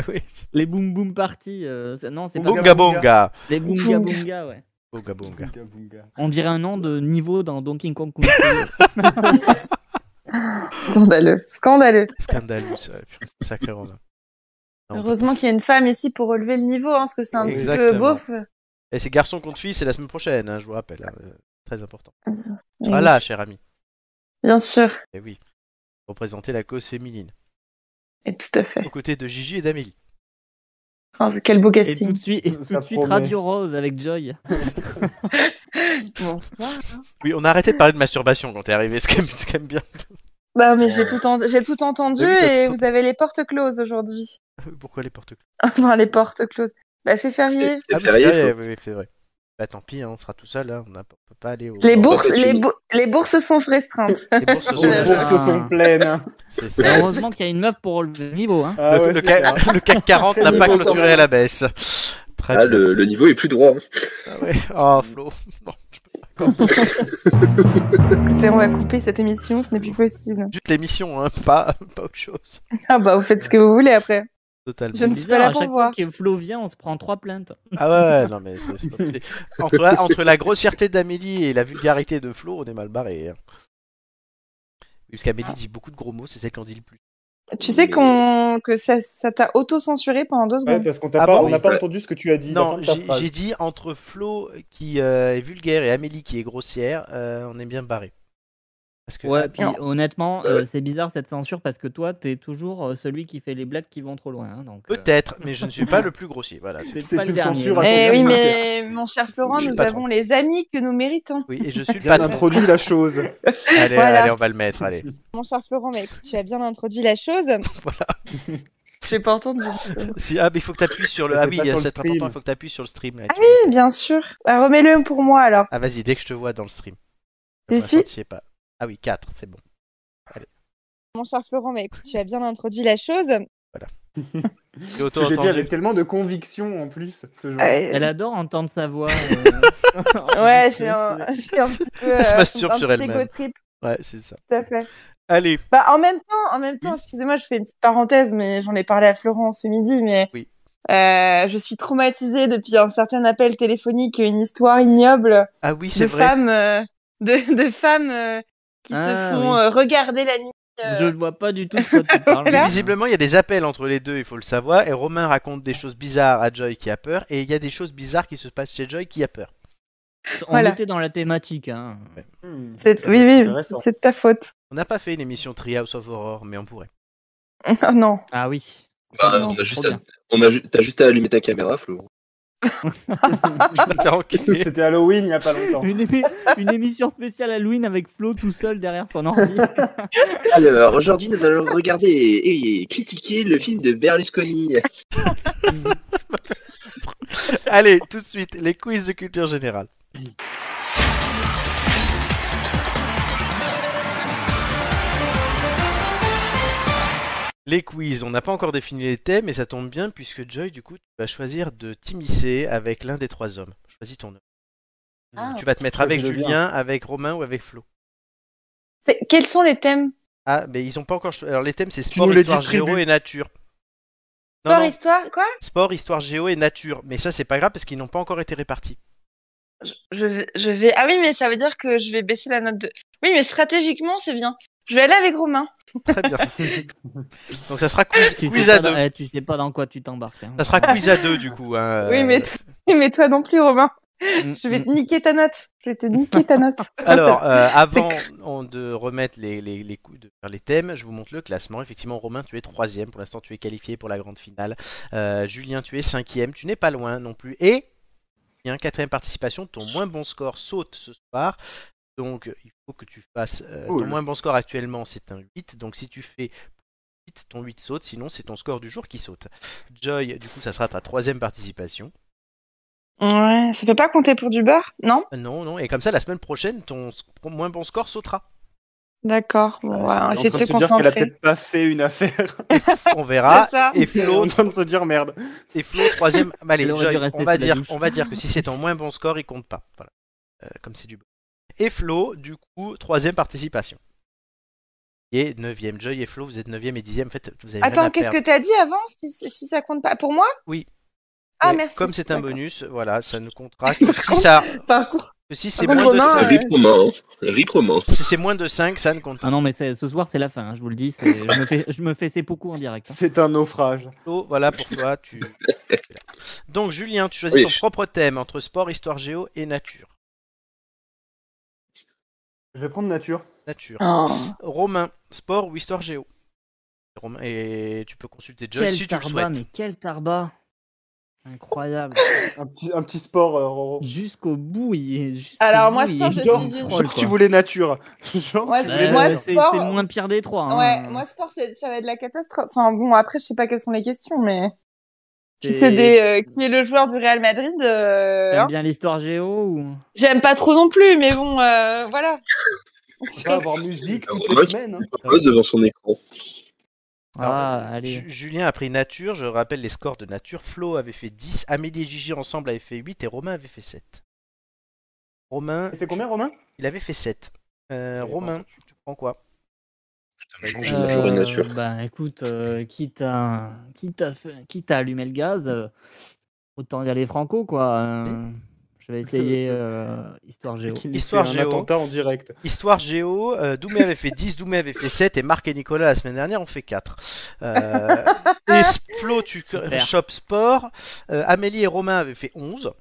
A: Oui.
C: Les Boom Boom Party, euh, c'est- non, c'est pas
A: Bunga
D: Bunga
A: Bunga.
C: les Boonga Boonga, ouais.
A: Bunga Bunga.
D: Bunga, bunga.
C: On dirait un nom de niveau dans Donkey Kong Country.
H: Scandaleux. Scandaleux.
A: Scandaleux, ça. Putain, sacré Romain. Non.
H: Heureusement qu'il y a une femme ici pour relever le niveau, hein, parce que c'est un petit
A: Exactement. Ah,
H: peu beauf.
A: Et c'est garçon contre fille, c'est la semaine prochaine, hein, je vous rappelle. hein, euh, Très important.
H: Mais
A: Voilà, cher ami.
H: oui, Bien sûr.
A: Et oui. Représenter la cause féminine.
H: Et tout à fait.
A: Aux côtés de Gigi et d'Amélie.
H: Ah, quel beau
C: et tout
H: casting.
C: de suite, et tout de
D: Ça
C: suite,
D: promet.
C: Radio Rose avec Joy.
H: Bon.
A: Oui, on a arrêté de parler de masturbation quand t'es arrivé, c'est quand, même- c'est quand même bien.
H: Bah, mais j'ai tout, en- j'ai tout entendu
A: Oui, oui, t'as
H: et
A: tout
H: vous avez les portes closes aujourd'hui.
A: Pourquoi les porte
H: Enfin, les portes closes. Bah, c'est férié.
B: C'est
A: Ah oui, c'est
B: férié,
A: vrai,
B: Flo.
A: oui, oui, c'est vrai. Bah tant pis, hein, on sera tout seul, hein, on n'a- on peut pas aller au...
H: Les
A: bord-
H: bourses,
B: bah, tu-
H: les, bou- les bourses sont restreintes.
A: Les bourses sont
D: Les
C: là
A: là.
C: là.
D: bourses sont pleines. hein.
A: C'est ça.
C: Et heureusement qu'il y a une meuf pour relever le niveau. Hein.
D: Ah
A: le,
D: ouais,
A: le
D: c'est
A: ca-
D: clair.
A: le CAC 40 n'a pas
D: Très bon
A: clôturé à la baisse. Très bien.
B: Ah, le, le niveau est plus droit. hein.
A: Ah ouais. Oh, Flo. Bon, je peux pas commenter.
H: Écoutez, on va couper cette émission, ce n'est plus possible.
A: Juste l'émission, hein, pas, pas autre chose.
H: Ah bah, vous faites ce que vous voulez après.
A: Totalement.
H: Je ne
C: C'est
H: suis pas là
C: à
H: pour
C: chaque
H: voir.
C: fois que Flo vient, on se prend trois plaintes.
A: Ah ouais, ouais, non mais c'est c'est pas possible. entre, la- entre la grossièreté d'Amélie et la vulgarité de Flo, on est mal barré. hein. Oui, Parce qu'Amélie dit beaucoup de gros mots, c'est celle qui en dit le plus.
H: Tu sais qu'on que ça ça t'a auto-censuré pendant deux
D: Ouais,
H: secondes.
D: parce qu'on t'a
A: Ah
D: pas,
A: bon
D: on n'a pas
B: Ouais.
D: entendu ce que tu as dit. la fin
A: Non,
D: de ta
A: j'ai
D: phrase.
A: j'ai dit entre Flo qui euh, est vulgaire et Amélie qui est grossière, euh, on est bien barré. Parce que
C: Ouais,
A: Ah,
C: puis
H: non.
C: honnêtement, euh, c'est bizarre cette censure parce que toi, t'es toujours euh, celui qui fait les blagues qui vont trop loin. hein, donc, euh,
A: peut-être, mais je ne suis pas le plus grossier. Voilà. c'est-
C: t'es
D: C'est
C: pas le
D: une
C: dernier.
D: censure à
C: hein.
H: Eh
D: Attends,
H: oui,
D: bien
H: mais mon cher Florent,
A: Je suis
H: nous
A: patron.
H: avons les amis que nous méritons.
A: Oui, et je suis le
D: Bien
A: patron.
D: introduit la chose.
A: Allez,
H: Voilà.
A: allez, on va le mettre. Allez.
H: Mon cher Florent, mais écoute, tu as bien introduit la chose. voilà. J'ai pas entendu.
A: Si- ah, mais il faut que tu appuies sur le.
D: Mais
A: Ah
D: c'est
A: oui,
D: pas sur le
A: c'est important. Il
D: stream.
A: faut que tu appuies sur le stream. là, et
H: Ah
A: tu mets-
H: Bien sûr. Bah, Remets-le pour moi alors.
A: Ah, vas-y, dès que je te vois dans le stream.
H: Je
A: Pour
H: suis-
A: l'instant, tu y es pas. Ah oui, 4, c'est bon.
H: Mon cher Florent, mais écoute, tu as bien introduit la chose.
A: Tu
D: Je l'ai dit
A: auto-entendu.
D: avec tellement de conviction en plus. Ce genre.
C: Elle adore entendre sa voix. euh.
H: Euh, Ouais, j'ai un, j'ai un petit peu.
A: Elle se
H: euh,
A: masturbe
H: un
A: sur
H: petit
A: elle-même.
H: ego trip,
A: Ouais, c'est ça.
H: tout à fait.
A: Allez,
H: Bah, en même temps, en même temps, excusez-moi, je fais une petite parenthèse, mais j'en ai parlé à Florent ce midi, mais
A: Oui.
H: euh, je suis traumatisée depuis un certain appel téléphonique, une histoire ignoble
A: ah oui, c'est
H: de
A: vrai.
H: femmes, euh, de, de femmes euh, qui
C: Ah,
H: se font
C: oui.
H: euh, regarder la nuit.
C: Je
H: euh,
C: ne vois pas du tout de quoi tu parles.
A: Mais visiblement, il y a des appels entre les deux, il faut le savoir. Et Romain raconte des choses bizarres à Joy qui a peur, et il y a des choses bizarres qui se passent chez Joy qui a peur.
C: On
H: Voilà.
C: était dans la thématique. Hein.
D: Hmm.
H: C'est, oui, oui, c'est-
D: Intéressant.
H: c'est de ta faute.
A: On n'a pas fait une émission Treehouse of Horror, mais on pourrait.
H: Oh non.
C: Ah oui.
B: Bah,
C: Non,
B: on a juste
C: trop
B: à- on a ju- T'as juste à allumer ta caméra, Flo.
A: T'es enculé.
D: C'était Halloween il n'y a pas longtemps.
C: Une, émi- une émission spéciale Halloween avec Flo tout seul derrière son ordi.
B: Alors, aujourd'hui, nous allons regarder et, et critiquer le film de Berlusconi.
A: Allez, tout de suite, les quiz de culture générale. Les quiz, on n'a pas encore défini les thèmes, mais ça tombe bien puisque Joy, du coup, tu vas choisir de t'immiscer avec l'un des trois hommes. Choisis ton homme.
H: Ah.
A: tu vas te mettre
D: Je
A: avec
D: veux bien.
A: Julien, avec Romain ou avec Flo.
H: C'est- Quels sont les thèmes
A: Ah, mais ils ont pas encore. cho- Alors les thèmes, c'est
D: Tu
A: sport,
D: nous les
A: histoire,
D: distribues.
A: géo et nature. Non,
H: Sport,
A: non,
H: histoire, quoi
A: sport, histoire, géo et nature. Mais ça, c'est pas grave parce qu'ils n'ont pas encore été répartis.
H: je, je vais- je vais. Ah oui, mais ça veut dire que je vais baisser la note de. Oui, mais stratégiquement, c'est bien. Je vais aller avec Romain.
A: Très bien. Donc ça sera quiz,
C: tu,
A: quiz
C: sais
A: à
C: pas
A: deux.
C: dans, eh, tu sais pas dans quoi tu t'embarques. hein.
A: Ça sera quiz à deux du coup. hein.
H: Oui, mais, t- mais toi non plus, Romain.
C: Mm,
H: Je vais te niquer ta note. Je vais te niquer ta note.
A: Alors, euh, avant on- de remettre les, les, les coups de faire les thèmes, je vous montre le classement. Effectivement, Romain, tu es troisième. Pour l'instant, tu es qualifié pour la grande finale. Euh, Julien, tu es cinquième. Tu n'es pas loin non plus. Et bien quatrième participation. Ton moins bon score saute ce soir. Donc, il faut que tu fasses euh, ton
D: Cool.
A: moins bon score actuellement, c'est un 8. Donc, si tu fais 8, 8. Ton 8 saute, sinon c'est ton score du jour qui saute. Joy, du coup, ça sera ta troisième participation.
H: Ouais, ça peut pas compter pour du beurre, non
A: Non, non, et comme ça, la semaine prochaine, ton sc- moins bon score sautera.
H: D'accord, bon,
A: Ouais,
H: on
A: c'est-
H: va
D: Elle est
H: essayer
D: en
H: Ah, de
D: train se dire qu'elle a
H: se concentrer.
D: peut-être pas fait une affaire.
A: On verra.
I: C'est ça.
A: Et
D: Elle est en
A: Flo,
D: train de se dire merde.
A: et Flo troisième. Bah, allez,
C: Elle aurait dû
A: Joy,
C: rester
A: on, va
C: sous la
A: dire,
C: douche.
A: on va dire que si c'est ton moins bon score, il compte pas. Voilà. Euh, comme c'est du bon. Et Flo, du coup, troisième participation. Et neuvième. Joy et Flo, vous êtes neuvième et dixième. En fait, vous avez rien à
G: Attends, qu'est-ce que
A: perdre.
G: t'as dit avant si, si ça compte pas Pour moi
A: Oui.
G: Ah,
A: Et
G: merci.
A: Comme c'est un
G: D'accord.
A: bonus, voilà, ça ne comptera que si ça,
I: Par contre,
A: que
G: Ah
A: si c'est
I: Par
A: moins
I: contre,
A: de
I: Romain,
B: La
A: 5.
B: rip romain, hein. La rip romain.
A: Si c'est moins de 5, ça ne compte pas.
C: Ah non, mais c'est- ce soir, c'est la fin, hein, je vous le dis. c'est- Je me fais, je me fais c'est beaucoup en direct. hein.
D: C'est un naufrage.
A: Flo, Voilà pour toi. Tu... Donc, Julien, tu choisis
B: Oui.
A: ton propre thème entre sport, histoire géo et nature.
D: Je vais prendre nature.
A: Nature.
H: Oh.
C: Ah.
A: Romain, sport ou histoire géo Romain, et tu peux consulter Joyce
C: Quel
A: si tu le
C: tarba,
A: souhaites.
C: mais quel tarba Incroyable.
D: Un petit, un petit sport. euh, Roro.
C: Jusqu'au bout, il est. jusqu'au
G: Alors,
C: bout,
G: moi,
C: il
G: sport,
C: est
G: je
C: genre
G: suis une-
C: troll,
D: Genre, tu
C: quoi.
D: voulais nature. Genre,
G: Moi,
D: tu
G: c'est-
D: voulais
C: Ouais,
G: moi,
C: ouais,
D: nature.
G: c'est-
C: c'est
G: sport-
C: c'est le moins pire des trois. hein.
G: Ouais, moi sport, c'est- ça va être la catastrophe. Enfin bon, après, je sais pas quelles sont les questions, mais si c'est des euh, qui est le joueur du Real Madrid. euh,
C: T'aimes
G: hein.
C: bien l'histoire géo ou...
G: J'aime pas trop non plus, mais bon, euh, voilà.
D: On va avoir musique toutes
B: Ouais.
D: les semaines. hein.
B: Il repose devant son écran.
A: Alors,
C: Ah,
A: euh,
C: allez.
A: Ju- Julien a pris nature. Je rappelle les scores de nature. Flo avait fait 10, Amélie et Gigi ensemble avaient fait 8 et Romain avait fait 7. Romain,
D: Il fait combien, Romain
A: il avait fait 7. Euh,
D: Ok,
A: Romain, tu prends quoi
B: Putain, je- je- J'aurais
C: Euh,
B: nature.
C: Bah écoute, euh, quitte, à, quitte, à, fa- quitte à allumer le gaz, euh, autant y aller franco quoi. Euh, je vais essayer euh, Histoire Géo.
D: Qu'il ait
A: Histoire
D: fait
A: géo.
D: Un attentat en direct.
A: Histoire géo, euh, Doumé avait fait 10, Doumé avait fait 7 et Marc et Nicolas la semaine dernière ont fait 4. Euh, et S- Flo, tu c-
C: Super.
A: chopes sport. Euh, Amélie et Romain avaient fait 11.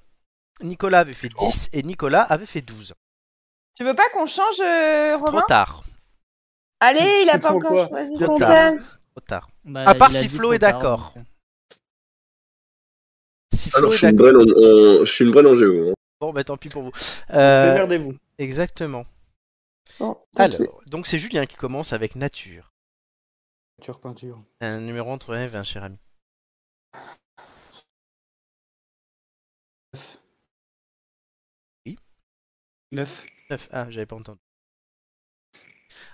A: Nicolas avait fait 10 et Nicolas avait fait 12.
G: Tu veux pas qu'on change, euh, Romain
A: Trop tard.
G: Allez, il a
D: Tu
G: pas
D: prends
G: encore
D: quoi
G: choisi
A: Trop
G: son
A: tard.
G: thème.
A: Trop tard.
C: Bah,
A: À part
C: il a
A: si
C: dit
A: Flo
C: trop
A: est
C: tard,
A: d'accord.
C: donc.
A: Si
B: Ah
A: Flo
B: non, je
A: est
B: suis une
A: d'accord.
B: brêle en, en- je suis une brêle en géo. hein.
A: Bon, bah tant pis pour vous. Euh,
D: Démerdez-vous.
A: exactement.
G: Bon, tant pis.
A: Alors, donc c'est Julien qui commence avec Nature.
D: Nature, peinture.
A: Un numéro entre 1 et 20, cher ami.
D: Neuf.
A: 9. Ah, j'avais pas entendu.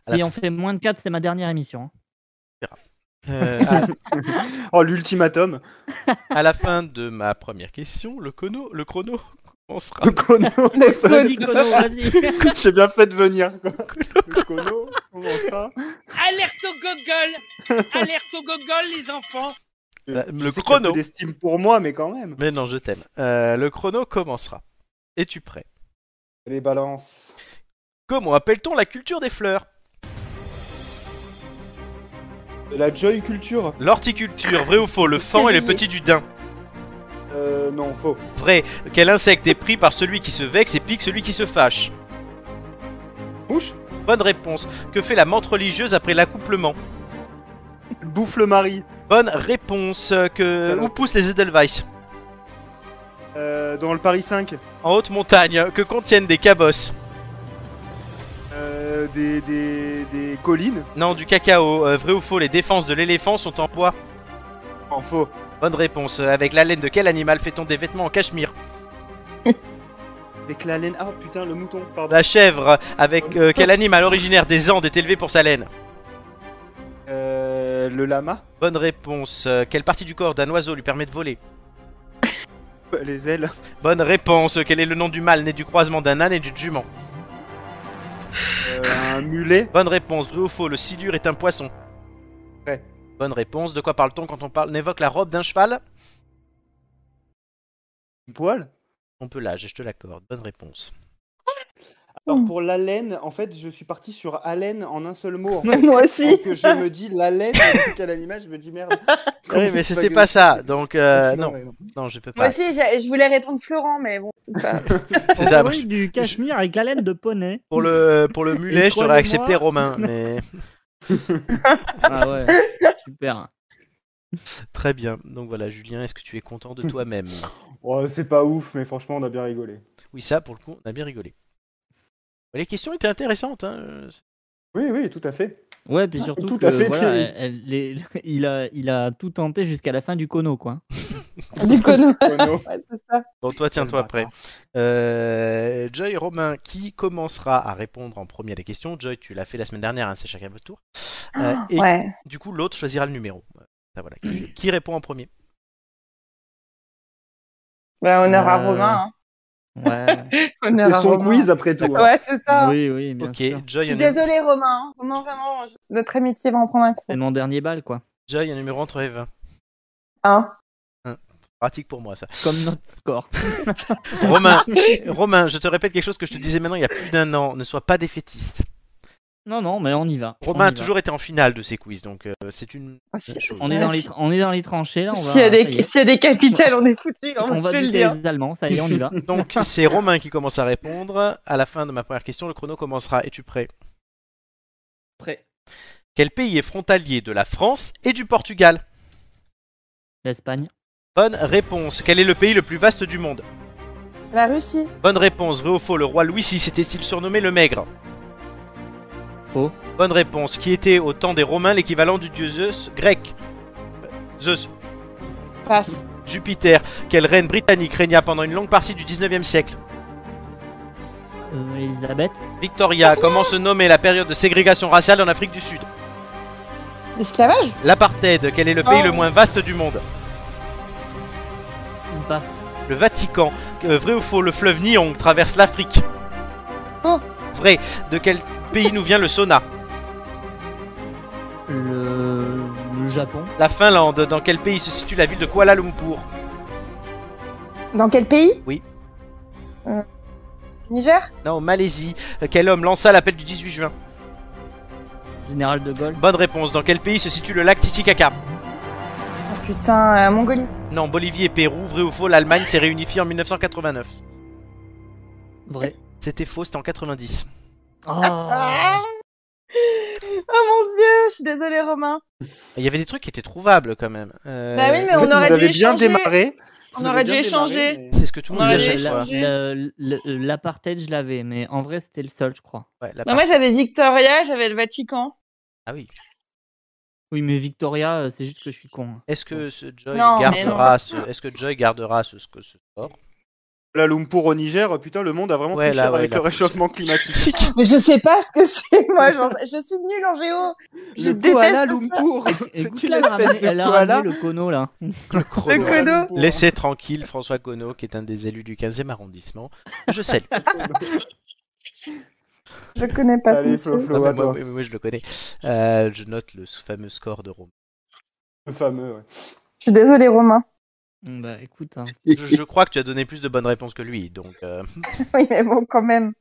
A: À la
C: Si on fait moins de 4, c'est ma dernière émission. hein.
A: Euh, à-
D: Oh, l'ultimatum.
A: À la fin de ma première question, le chrono, le chrono commencera.
D: Le cono. Ça va
C: Vas-y,
D: être-
C: Kono, vas-y.
D: J'ai bien fait de venir. Quoi. Le cono, comment ça
J: Alerte au gogol Alerte au gogol, les enfants
A: La-
D: Je
A: le
D: sais que
A: chrono.
D: t'as peu d'estime pour moi, mais quand même.
A: Mais non, je t'aime. Euh, le chrono commencera. Es-tu prêt
D: Les balances.
A: Comment appelle-t-on la culture des fleurs
D: De la joy culture
A: L'horticulture, vrai ou faux Le fan et le petit du daim.
D: Euh, non, faux.
A: Vrai. Quel insecte est pris par celui qui se vexe et pique celui qui se fâche
D: Bouche
A: Bonne réponse. Que fait la menthe religieuse après l'accouplement
D: Bouffe le mari.
A: Bonne réponse. Que...
D: Salope.
A: Où poussent les Edelweiss
D: Euh, dans le Paris 5.
A: En haute montagne. Que contiennent des cabosses
D: Euh, des, des, des collines.
A: Non, du cacao. Euh, vrai ou faux Les défenses de l'éléphant sont en bois
D: En faux.
A: Bonne réponse. Euh, Avec la laine de quel animal fait-on des vêtements en cachemire
D: Avec la laine. Ah putain, le mouton, pardon.
A: La chèvre. Avec euh, quel animal originaire des Andes est élevé pour sa laine
D: Euh, le lama.
A: Bonne réponse. Euh, Quelle partie du corps d'un oiseau lui permet de voler
D: Les ailes.
A: Bonne réponse. Quel est le nom du mâle né du croisement d'un âne et d'une jument
D: Euh, un mulet.
A: Bonne réponse. Vrai ou faux Le silure est un poisson.
D: Vrai.
A: Bonne réponse. De quoi parle-t-on quand on, parle, on évoque la robe d'un cheval
D: Une poêle.
A: On peut l'âge, je te l'accorde. Bonne réponse.
D: Alors pour la laine, en fait, je suis parti sur haleine en un seul mot. en fait.
G: Moi aussi.
D: Donc, je me dis la laine, depuis qu'à l'animal, je me dis merde.
A: Oui, mais c'était pas ça. Donc,
D: Ah,
A: euh, non,
D: non.
A: non, je peux
G: Moi
A: pas.
G: aussi, j'ai- je voulais répondre Florent, mais bon. c'est pas-
A: C'est ça.
C: On brûle du cachemire avec la laine de poney.
A: Pour le, pour le mulet, je t'aurais
C: croyez-moi-
A: accepté Romain, mais.
C: Ah ouais, super.
A: Très bien. Donc voilà, Julien, est-ce que tu es content de toi-même
D: Ouais, Oh, c'est pas ouf, mais franchement, on a bien rigolé.
A: Oui, ça, pour le coup, on a bien rigolé. Les questions étaient intéressantes. hein.
D: Oui, oui, tout à fait.
C: Ouais,
A: Ah,
C: puis surtout
D: Tout
C: que,
D: à fait,
C: voilà,
D: Thierry.
C: elle- elle- les- il, a, il a tout tenté jusqu'à la fin du cono, quoi.
G: Du cono.
A: Bon, toi, tiens-toi prêt. Euh, Joy Romain, qui commencera à répondre en premier à la question. Joy, tu l'as fait la semaine dernière, hein, c'est chacun votre tour. Euh,
G: Ah,
A: et
G: ouais.
A: du coup, l'autre choisira le numéro. Euh, ça, voilà. qui, qui répond en premier
G: Bah, honneur à
A: Euh,
G: Romain.
C: Ouais.
G: Honneur à Romain.
D: après
G: tout, hein. Ouais, c'est ça.
C: Oui, oui, bien
A: Ok,
C: sûr.
A: Joy,
G: Je suis
A: un numéro-
G: désolée, Romain. hein. Romain, vraiment, je- notre amitié va en prendre un coup.
C: C'est mon dernier bal, quoi.
A: Joy, un numéro entre les 20.
G: Hein
A: Hein, Pratique pour moi, ça.
C: Comme notre score.
A: Romain, Romain, je te répète quelque chose que je te disais maintenant il y a plus d'un an. Ne sois pas défaitiste.
C: Non, non, mais on y va.
A: Romain
C: on y
A: a
C: va.
A: toujours été en finale de ses quiz, donc euh, c'est une bonne chose.
C: On est, dans les, on est dans les tranchées, là. On
H: S'il
C: va,
H: y, a
C: ça
H: des-
C: est.
H: s'il y a des capitales, on est foutus, hein,
C: On va
H: je te le
C: buter
H: dire.
C: les Allemands, ça y est, on y va.
A: Donc c'est Romain qui commence à répondre. À la fin de ma première question, le chrono commencera. Es-tu prêt
C: Prêt.
A: Quel pays est frontalier de la France et du Portugal
C: L'Espagne.
A: Bonne réponse. Quel est le pays le plus vaste du monde
G: La Russie.
A: Bonne réponse. Vrai ou faux, le roi Louis VI était-il surnommé le Maigre
C: Faux.
A: Bonne réponse. Qui était au temps des Romains l'équivalent du dieu Zeus grec Euh, Zeus.
G: Passe.
A: Jupiter. Quelle reine britannique régna pendant une longue partie du 19e siècle
C: Euh, Elisabeth.
A: Victoria. Comment se nommait la période de ségrégation raciale en Afrique du Sud
G: L'esclavage
A: L'apartheid. Quel est le pays
G: Oh.
A: le moins vaste du monde
C: Une passe.
A: Le Vatican. Euh, vrai ou faux, le fleuve Nyong traverse l'Afrique
G: Oh.
A: Vrai. De quel pays nous vient le sauna
C: Le... le Japon.
A: La Finlande. Dans quel pays se situe la ville de Kuala Lumpur
G: Dans quel pays
A: Oui.
G: Euh, Niger
A: Non, Malaisie. Euh, Quel homme lança l'appel du 18 juin
C: Général de Gaulle.
A: Bonne réponse. Dans quel pays se situe le lac Titicaca
G: Oh putain, euh, Mongolie.
A: Non, Bolivie et Pérou. Vrai ou faux, l'Allemagne s'est réunifiée en 1989
C: Vrai.
A: C'était faux, c'était en 90.
C: Oh.
G: Ah Oh mon dieu, je suis désolée, Romain.
A: Il y avait des trucs qui étaient trouvables quand même. Euh,
G: Bah oui, mais
D: En fait,
G: on aurait
D: vous
G: dû
D: avez bien
G: échanger.
D: démarré.
G: On
D: Vous
G: aurait
D: avez
G: dû
D: bien
G: échanger.
D: démarré, mais-
A: C'est ce que tout le monde
G: Ouais,
A: dit à
G: j'ai
A: chaque fois.
G: changé.
C: Le- le- le- L'apartheid, je l'avais, mais en vrai, c'était le seul, je crois.
A: Ouais, la
G: Bah, moi, j'avais Victoria, j'avais le Vatican.
A: Ah oui.
C: Oui, mais Victoria, euh, c'est juste que je suis con. hein.
A: Est-ce que ce Joy
G: Non, mais
A: gardera ce... Est-ce que Joy gardera ce, ce, ce score
D: La Lumpur au Niger, putain, le monde a vraiment
A: Ouais,
D: pris
A: là,
D: cher
A: ouais,
D: avec
A: là,
D: le
A: plus cher.
D: réchauffement climatique.
G: Mais je sais pas ce que c'est, moi. j'en sais- Je suis nulle en géo. Je
D: le
G: déteste
D: koala
G: ça.
D: Lumpur C'est
C: Écoute,
D: une
C: là, elle a
D: espèce
C: ramené-
D: de
C: elle a ramené
D: koala.
C: le cono, là.
A: Le hein. chrono.
G: koala. koala.
D: Lumpur.
A: Laissez tranquille François Gonod, qui est un des élus du 15e arrondissement. Je salue.
G: Je connais pas ce
D: Allez, Flo,
G: monsieur.
D: Flo,
A: Non, mais
D: à
A: moi,
D: toi.
A: oui, oui, je le connais. Euh, je note le fameux score de Rome.
D: Le fameux, ouais.
G: Je suis désolée, Romain.
C: Mm, Bah écoute, hein.
A: Je, je crois que tu as donné plus de bonnes réponses que lui, donc euh,
G: Oui, mais bon, quand même.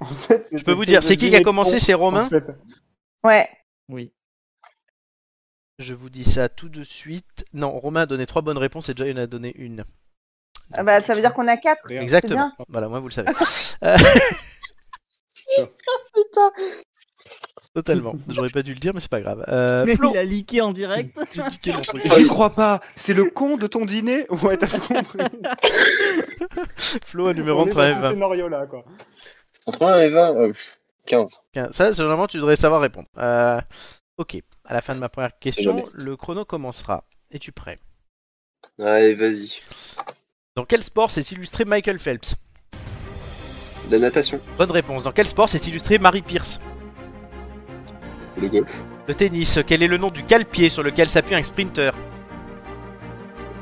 D: En fait,
A: je peux vous dire, c'est qui qui a commencé C'est Romain.
G: Ouais.
C: oui.
A: Je vous dis ça tout de suite. Non, Romain a donné trois bonnes réponses et Joy en a donné une.
G: Ah Bah, ça veut dire qu'on a quatre.
D: Merde.
A: Exactement.
G: bien.
A: Voilà, moi vous le savez.
G: Putain.
A: Totalement. J'aurais pas dû le dire, mais c'est pas grave. Euh, Flo,
C: Il a leaké en direct.
A: tu dis quel truc
D: Je crois pas, c'est le con de ton dîner Ouais, t'as compris.
A: Flo, un numéro
D: On est
A: entre
D: dans
A: un et
D: ce
A: vingt.
D: scénario là, quoi.
B: Entre 1 et 20, euh, 15.
A: Tiens, Ça, c'est vraiment, tu devrais savoir répondre. Euh, ok, à la fin de ma première question,
B: Désolé.
A: le chrono commencera. Es-tu prêt
B: Allez, vas-y.
A: Dans quel sport s'est illustré Michael Phelps
B: La natation,
A: Bonne réponse. Dans quel sport s'est illustré Marie Pierce
B: le golf,
A: Le tennis. Quel est le nom du calepied sur lequel s'appuie un sprinter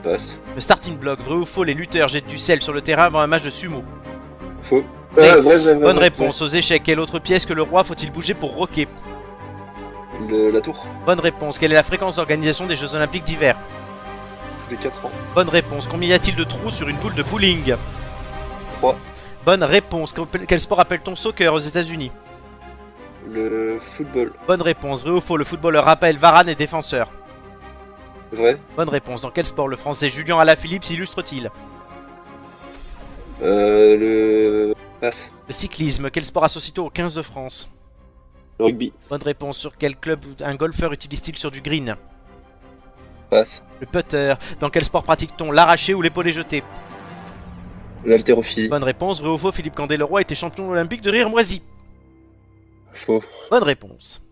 B: passe.
A: Le starting block. Vrai ou faux, les lutteurs jettent du sel sur le terrain avant un match de sumo
B: Faux.
A: Ouais.
B: Ah, vrai, vrai, vrai,
A: Bonne
B: vrai.
A: réponse. Aux échecs, quelle autre pièce que le roi faut-il bouger pour roquer
B: Le- la tour,
A: Bonne réponse. Quelle est la fréquence d'organisation des Jeux Olympiques d'hiver
B: tous les 4 ans.
A: Bonne réponse. Combien y a-t-il de trous sur une boule de bowling
B: Trois.
A: Bonne réponse. Quel- Quel sport appelle-t-on soccer aux États-Unis
B: Le football,
A: Bonne réponse. Vrai ou faux, le footballeur Raphaël Varane est défenseur
B: vrai.
A: Bonne réponse. Dans quel sport le français Julien Alaphilippe s'illustre-t-il
B: Euh, le passe.
A: Le cyclisme. Quel sport associe-t-on au 15 de France
B: Le rugby,
A: Bonne réponse. Sur quel club un golfeur utilise-t-il sur du green
B: passe.
A: Le putter. Dans quel sport pratique-t-on l'arraché ou l'épaulé jeté
B: L'haltérophilie,
A: Bonne réponse. Vrai ou faux, Philippe Candeléroy était champion olympique de rire moisi
B: faux.
A: Bonne réponse.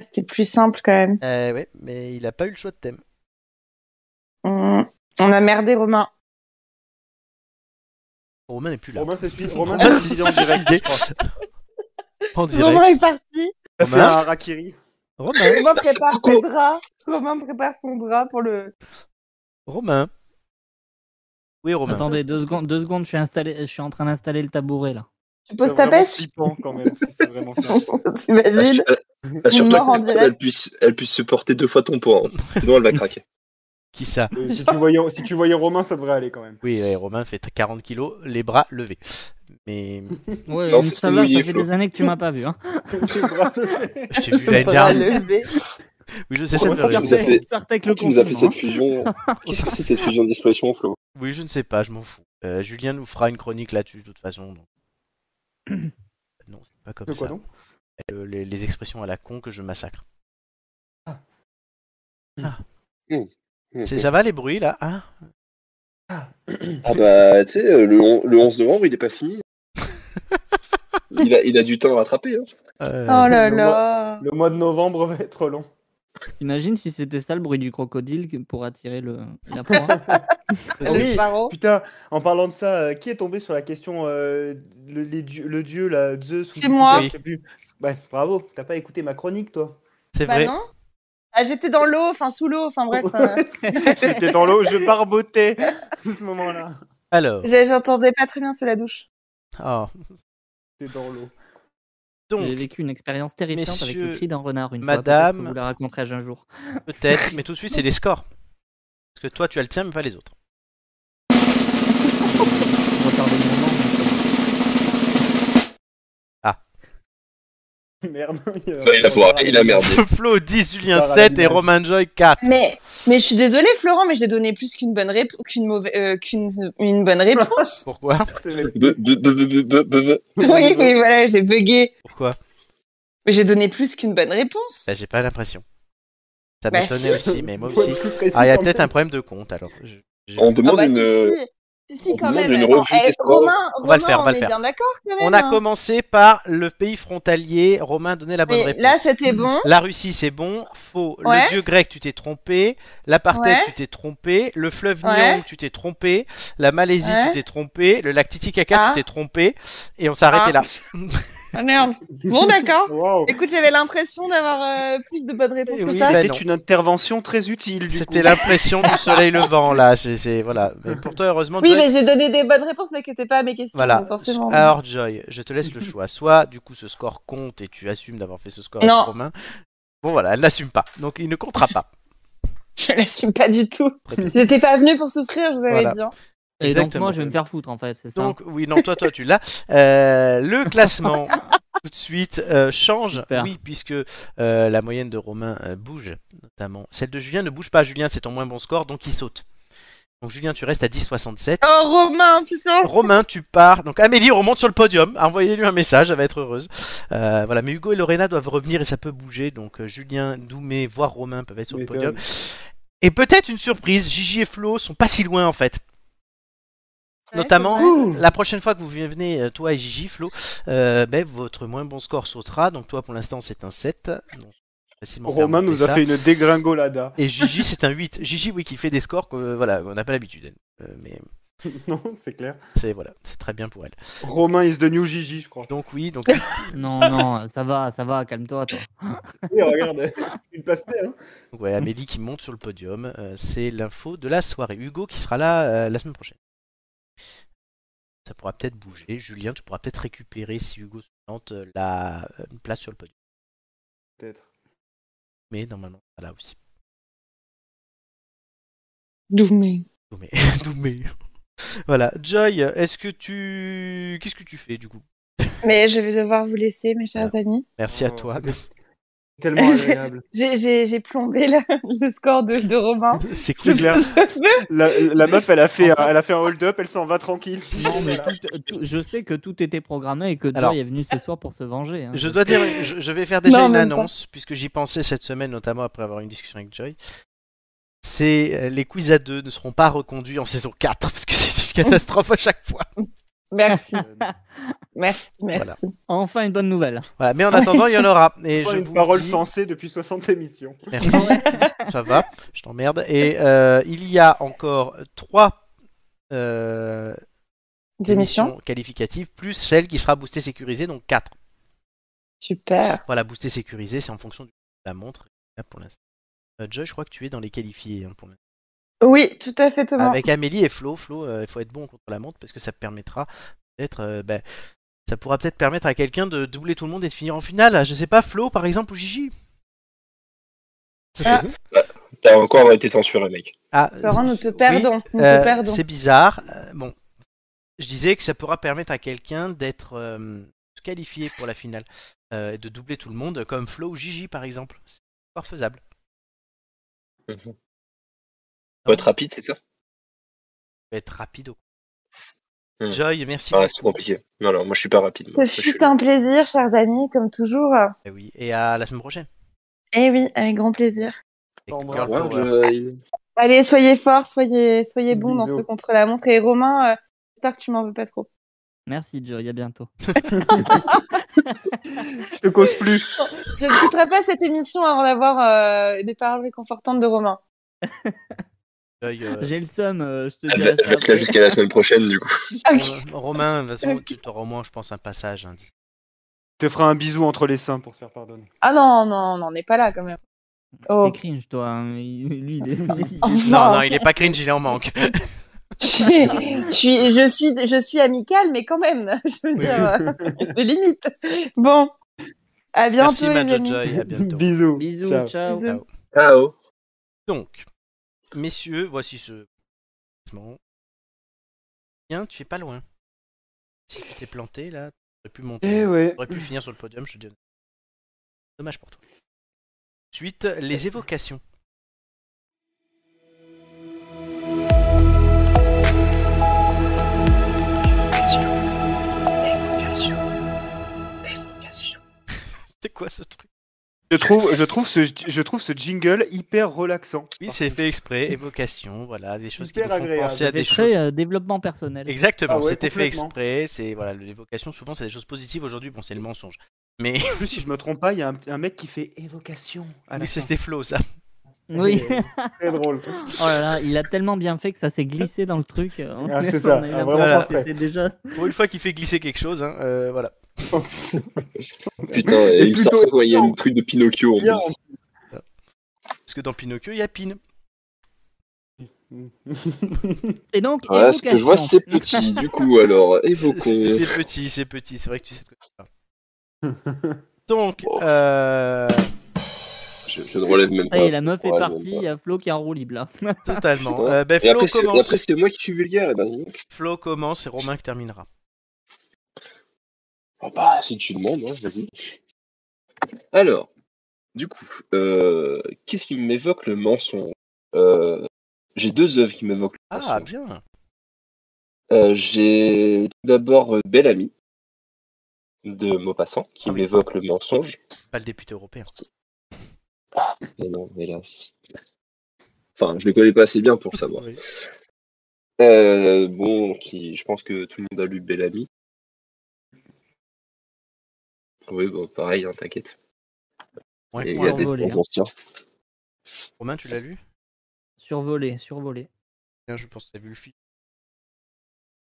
G: C'était plus simple quand même.
A: Euh, ouais, mais il a pas eu le choix de thème.
G: On, on a merdé Romain.
A: Romain n'est plus là. Ah,
D: Romain, c'est celui-
A: Romain,
D: Romain, c'est
A: s'est
D: celui en direct,
A: suicidé.
D: je crois.
A: En direct.
G: Romain est parti.
D: Ça fait un harakiri.
A: Romain.
G: Romain prépare ses draps. Romain prépare son drap pour le.
A: Romain. Oui, Romain.
C: Attendez, deux secondes, deux secondes je, suis installé, je suis en train d'installer le tabouret là.
G: Tu poses ta pêche
D: quand même, si c'est vraiment ça.
G: T'imagines
A: Euh,
G: Une
B: Assure-toi
G: mort en
B: que la- elle
G: direct.
B: puisse, elle puisse supporter deux fois ton poids. hein. Sinon, elle va craquer.
A: Qui ça
D: Et Euh, si, tu voyais, si tu voyais Romain, ça devrait aller quand même.
A: Oui, eh, Romain fait 40 kilos, les bras levés. Mais
C: Ouais,
A: Non,
C: une
A: c'est
C: saveur,
A: mouillé,
C: ça fait
A: Flo.
C: des années que tu m'as pas vu. Hein.
A: je t'ai vu l'année dernière. Oui, je sais, ça
B: Pourquoi
A: devrait
B: tu nous as
A: arriver.
B: fait, pourquoi tu nous as fait
C: hein.
B: cette fusion Qu'est-ce que c'est cette fusion de dispersion, Flo
A: Oui, je ne sais pas, je m'en fous. Euh, Julien nous fera une chronique là-dessus de toute façon. donc. non, c'est pas comme
D: De quoi
A: ça.
D: donc
A: Euh, les, les expressions à la con que je massacre.
B: Mmh.
A: C'est- Ça va les bruits là hein
B: Ah bah, tu sais, le, on- le 11 novembre, il est pas fini. il, a, il a du temps à rattraper. Hein.
A: Euh,
G: Oh là
D: Le
G: là.
D: mois- Le mois de novembre va être long.
C: T'imagines si c'était ça le bruit du crocodile que- pour attirer le, la proie hein.
D: Ah oui, putain, en parlant de ça, euh, qui est tombé sur la question euh, le, les dieux- le dieu, là, Zeus ou
G: C'est moi.
D: je sais plus. Ouais, bravo, t'as pas écouté ma chronique, toi.
A: C'est
G: Bah non. Ah, j'étais dans l'eau, enfin sous l'eau, enfin bref. euh,
D: J'étais dans l'eau, je barbotais à ce moment-là.
A: Alors,
G: j'ai- J'entendais pas très bien sous la douche.
A: ah,
D: J'étais dans l'eau.
A: donc,
C: J'ai vécu une expérience terrifiante avec le
A: messieurs,
C: cri d'un renard une fois. peut-être
A: madame-
C: que vous la raconterai-je un jour.
A: peut-être, mais tout de suite c'est les scores. Parce que toi tu as le tien mais pas les autres.
C: On va parler de moment,
D: Merde. il y a-
B: Ouais, il a foiré, il a merdé.
A: Flo 10, Julien
D: Par
A: 7 et
D: l'image.
A: Romain Joy 4.
G: Mais, mais je suis désolée, Florent, mais j'ai donné plus qu'une bonne réponse, qu'une mauvaise, euh, qu'une une bonne réponse.
A: Pourquoi
B: Be- be- be- be- be- be- be-
G: oui, oui, voilà, j'ai bugué.
A: Pourquoi
G: Mais j'ai donné plus qu'une bonne réponse.
A: Bah, J'ai pas l'impression. Ça
G: Bah,
A: m'étonnait
G: si.
A: aussi, mais moi
D: Faut
A: aussi.
D: être plus précis
A: Ah, il y a
D: quand
A: peut-être
D: même.
A: un problème de compte alors. Je- je-
B: On demande
G: Ah bah, si,
B: une. euh,
G: si. Si, si,
B: on
G: quand
B: demande
G: même.
B: une
G: Attends,
B: revue
G: eh,
B: des scores.
G: Romain,
A: On va le
G: Romain,
A: faire, on va le
G: est
A: faire.
G: bien d'accord quand même.
A: On a
G: hein.
A: commencé par le pays frontalier. Romain donnait la bonne
G: Mais
A: réponse.
G: Là, c'était bon.
A: La Russie, c'est bon. Faux.
G: Ouais.
A: Le dieu grec, tu t'es trompé. L'apartheid,
G: Ouais.
A: tu t'es trompé. Le fleuve
G: Ouais.
A: Nyang, tu t'es trompé. La Malaisie,
G: Ouais.
A: tu t'es trompé. Le lac Titicaca,
G: Ah.
A: tu t'es trompé. Et on s'est arrêté là.
G: Ah merde. Bon, d'accord.
D: Waouh.
G: Écoute, j'avais l'impression d'avoir euh, plus de bonnes réponses
A: Eh
G: que
A: oui,
G: ça.
A: bah
D: C'était
A: non.
D: une intervention très utile. du
A: C'était
D: coup.
A: l'impression du soleil levant là. C'est c'est- voilà. Mais pour toi, heureusement.
G: Oui,
A: Joy-
G: mais j'ai donné des bonnes réponses, mais qui n'étaient pas à mes questions.
A: Voilà.
G: donc forcément.
A: Alors Joy, je te laisse le choix. Soit du coup ce score compte et tu assumes d'avoir fait ce score
G: Non.
A: avec Romain. Bon voilà, elle l'assume pas. Donc il ne comptera pas.
G: Je l'assume pas du tout.
A: Très bien.
G: J'étais pas venue pour souffrir, je vous avais
A: Voilà.
G: dit. hein.
C: Et donc
A: Exactement.
C: moi je vais me faire foutre en fait, c'est ça.
A: Donc oui, non, toi toi tu l'as. Euh, le classement tout de suite euh, change.
C: Super.
A: Oui, puisque euh, la moyenne de Romain euh, bouge notamment. Celle de Julien ne bouge pas. Julien, c'est ton moins bon score, donc il saute. Donc Julien, tu restes à 10,67.
G: Oh, Romain, putain.
A: Romain, tu pars. Donc Amélie remonte sur le podium. Envoyez-lui un message, elle va être heureuse. Euh, voilà, mais Hugo et Lorena doivent revenir et ça peut bouger. Donc euh, Julien, Doumé, voire Romain peuvent être sur le
D: M'étonne.
A: podium. Et peut-être une surprise, Gigi et Flo sont pas si loin en fait.
G: Ouais,
A: Notamment,
G: c'est vrai.
A: la prochaine fois que vous venez, euh, toi et Gigi, Flo, euh, ben, votre moins bon score sautera. Donc toi, pour l'instant, c'est un 7. Donc, facilement faire
D: Romain
A: monter
D: nous a
A: ça.
D: fait une dégringolada.
A: Et Gigi, c'est un 8. Gigi, oui, qui fait des scores qu'on voilà, on n'a pas l'habitude. Euh, mais
D: non, c'est clair.
A: c'est voilà, c'est très bien pour elle.
D: Romain is the new Gigi, je crois.
A: Donc oui, donc
C: Non, non, ça va, ça va, calme-toi toi.
D: Oui, regarde, une place pleine, hein.
A: Donc ouais, Amélie qui monte sur le podium, euh, c'est l'info de la soirée. Hugo qui sera là euh, la semaine prochaine. Ça pourra peut-être bouger. Julien, tu pourras peut-être récupérer si Hugo se plante euh, la euh, une place sur le podium.
D: Peut-être.
A: Mais normalement, ça là aussi.
I: Doumé.
A: Doumé. Doumé. Voilà. Joy, est-ce que tu. Qu'est-ce que tu fais du coup
H: Mais je vais devoir vous laisser, mes chers amis.
A: Merci à
D: Oh,
A: toi.
D: c'est bien. Tellement agréable.
H: J'ai- J'ai j'ai plombé la- le score de, de Romain.
A: C'est cool.
D: C'est clair. La, la meuf, elle a fait, un- elle a fait un hold-up, elle s'en va tranquille.
A: C'est-
C: Non, mais
A: c'est-
C: tout- euh, tout- je sais que tout était programmé et que
A: Alors,
C: Joy est venu ce soir pour se venger. hein.
A: Je dois dire, je, je vais faire déjà
G: Non,
A: une
G: même pas.
A: annonce, puisque j'y pensais cette semaine, notamment après avoir eu une discussion avec Joy. C'est euh, les quiz à deux ne seront pas reconduits en saison 4, parce que c'est une catastrophe à chaque fois.
G: Merci. merci, merci.
C: Enfin une bonne nouvelle.
A: Voilà, mais en attendant, il y en aura. Et
D: Enfin,
A: je
D: une
A: vous
D: parole
A: dis-
D: sensée depuis 60 émissions.
A: Merci. Ça va, je t'emmerde. Et euh, il y a encore trois euh,
G: Démission.
A: émissions qualificatives, plus celle qui sera boostée sécurisée, donc quatre.
G: Super.
A: Voilà, boostée sécurisée, c'est en fonction de la montre. Là, pour l'instant. Euh, Joy, je crois que tu es dans les qualifiés hein, pour l'instant.
G: Oui, tout à fait, Thomas.
A: Avec Amélie et Flo. Flo, euh, il faut être bon contre la montre parce que ça permettra peut-être. euh, ben, ça pourra peut-être permettre à quelqu'un de doubler tout le monde et de finir en finale. Ah, Je sais pas, Flo par exemple ou Gigi. Ça, c'est-
B: T'as encore été censuré, mec.
A: Ah,
G: Florent, Ah. nous te
A: oui,
G: perdons, nous te
A: euh,
G: perdons.
A: C'est bizarre. euh, bon, je disais que ça pourra permettre à quelqu'un d'être euh, qualifié pour la finale euh, et de doubler tout le monde, comme Flo ou Gigi par exemple. C'est encore faisable.
B: Faut être rapide, c'est ça
A: Faut être rapide. au-
B: Hmm.
A: Joy, merci.
B: Ah,
A: beaucoup.
B: c'est compliqué. Non, non, moi je suis pas rapide. moi.
G: Ce fut un plaisir, chers amis, comme toujours.
A: Eh oui, et à la semaine prochaine.
G: Eh oui, avec grand plaisir.
A: Girl
B: Ouais,
A: Power.
B: Joy.
G: Allez, soyez forts, soyez, soyez bons dans
D: Bisous.
G: ce contre-la-montre. Et Romain, euh, j'espère que tu m'en veux pas trop.
C: Merci Joy, à bientôt.
D: Je te cause plus.
G: Je ne quitterai pas cette émission avant d'avoir euh, des paroles réconfortantes de Romain.
A: Joy, euh,
C: J'ai le seum, euh, je te
B: Ah, bah,
C: dirai ça
B: Faites-la
C: après.
B: jusqu'à la semaine prochaine, du coup.
H: Ah,
A: Ro- Romain, de toute façon, tu auras au moins, je pense, un passage. hein.
D: Je te ferai un bisou entre les seins pour te faire pardonner.
G: Ah non, non, non, on n'est pas là quand même. Oh,
C: T'es cringe toi. hein. Il- Lui, il est... il est-
G: Oh,
A: Non, non, il est pas cringe, il est en manque.
G: je suis, je suis, je suis amicale, mais quand même, je veux
D: Ah
G: dire, euh, des limites. Bon, à
A: Merci,
G: bientôt les
A: Major
G: amis.
A: Joy. À bientôt.
D: Bisous.
C: Bisous,
D: Ciao.
C: ciao.
G: Bisous.
B: Ciao.
A: Donc, messieurs, voici ce. classement. Tiens, tu es pas loin. Si tu t'es planté là, tu aurais pu monter.
D: Eh
A: Tu
D: ouais.
A: aurais pu finir sur le podium, je te dis. honnêtement. Dommage pour toi. Ensuite, les évocations. C'est quoi ce truc
D: Je trouve, je trouve ce, je trouve ce jingle hyper relaxant.
A: Oui, c'est fait exprès. Évocation, voilà, des choses qui nous
D: Hyper
A: font
D: agréable. hein.
A: penser à des
C: Des
A: choses.
C: traits, euh, développement personnel.
A: Exactement,
D: Ah ouais,
A: c'était fait
D: complètement.
A: exprès. C'est voilà, l'évocation souvent c'est des choses positives. Aujourd'hui, bon, c'est le mensonge. Mais
D: En plus, si je me trompe pas, il y a un, un mec qui fait évocation. À la
A: oui,
D: fin.
A: c'était Flo, ça.
C: Oui.
D: Très drôle.
C: Oh là là, il a tellement bien fait que ça s'est glissé dans le truc.
D: Ah, c'est ça,
C: On a eu
D: ah,
C: l'impression
A: vraiment
C: que c'était déjà.
A: Pour une fois qu'il fait glisser quelque chose, hein, euh, voilà.
B: Putain,
D: Et
B: et il me sort
D: plutôt
B: ça, ouais, il y a
D: évident.
B: une truc de Pinocchio en
D: Bien.
B: plus.
A: Parce que dans Pinocchio, il y a Pin.
C: Et donc,
B: Voilà, Ah, ce que je vois,
C: évocation.
B: c'est petit. Du coup, alors,
A: C'est
B: évoquons.
A: c'est- c'est petit, c'est petit. C'est vrai que tu sais de quoi tu parles. Donc, euh,
B: Je, je ne relève même
A: Ah,
C: Ça
B: pas.
C: y est, la meuf est
B: Ouais,
C: partie,
B: même
C: il y a Flo qui est en roue libre là.
A: totalement.
B: Putain.
A: Euh, ben,
B: pas. Et
A: Flo,
B: après, c'est- et
A: commence.
B: après, c'est moi qui suis vulgaire. Et ben, dis donc.
A: Flo commence et Romain qui terminera.
B: Ah bah, si tu demandes, hein, vas-y. Alors, du coup, euh, qu'est-ce qui m'évoque le mensonge Euh, J'ai deux œuvres qui m'évoquent le
A: Ah,
B: mensonge.
A: bien.
B: Euh, J'ai tout d'abord euh, Belle Amie de Maupassant qui
A: Ah oui.
B: m'évoque le mensonge.
A: Pas le député européen.
B: Mais non, hélas. Enfin, je ne connais pas assez bien pour savoir.
A: Oui.
B: Euh, bon, qui, je pense que tout le monde a lu Bellamy. Oui, bon, pareil, hein, t'inquiète.
A: Moins
B: Il y
A: que
B: a- il
A: moi,
B: y a
C: en
B: des
C: volée,
B: bons anciens.
A: Romain, tu l'as lu
C: Survolé, survolé.
A: Bien, Je pense que t'as vu le film.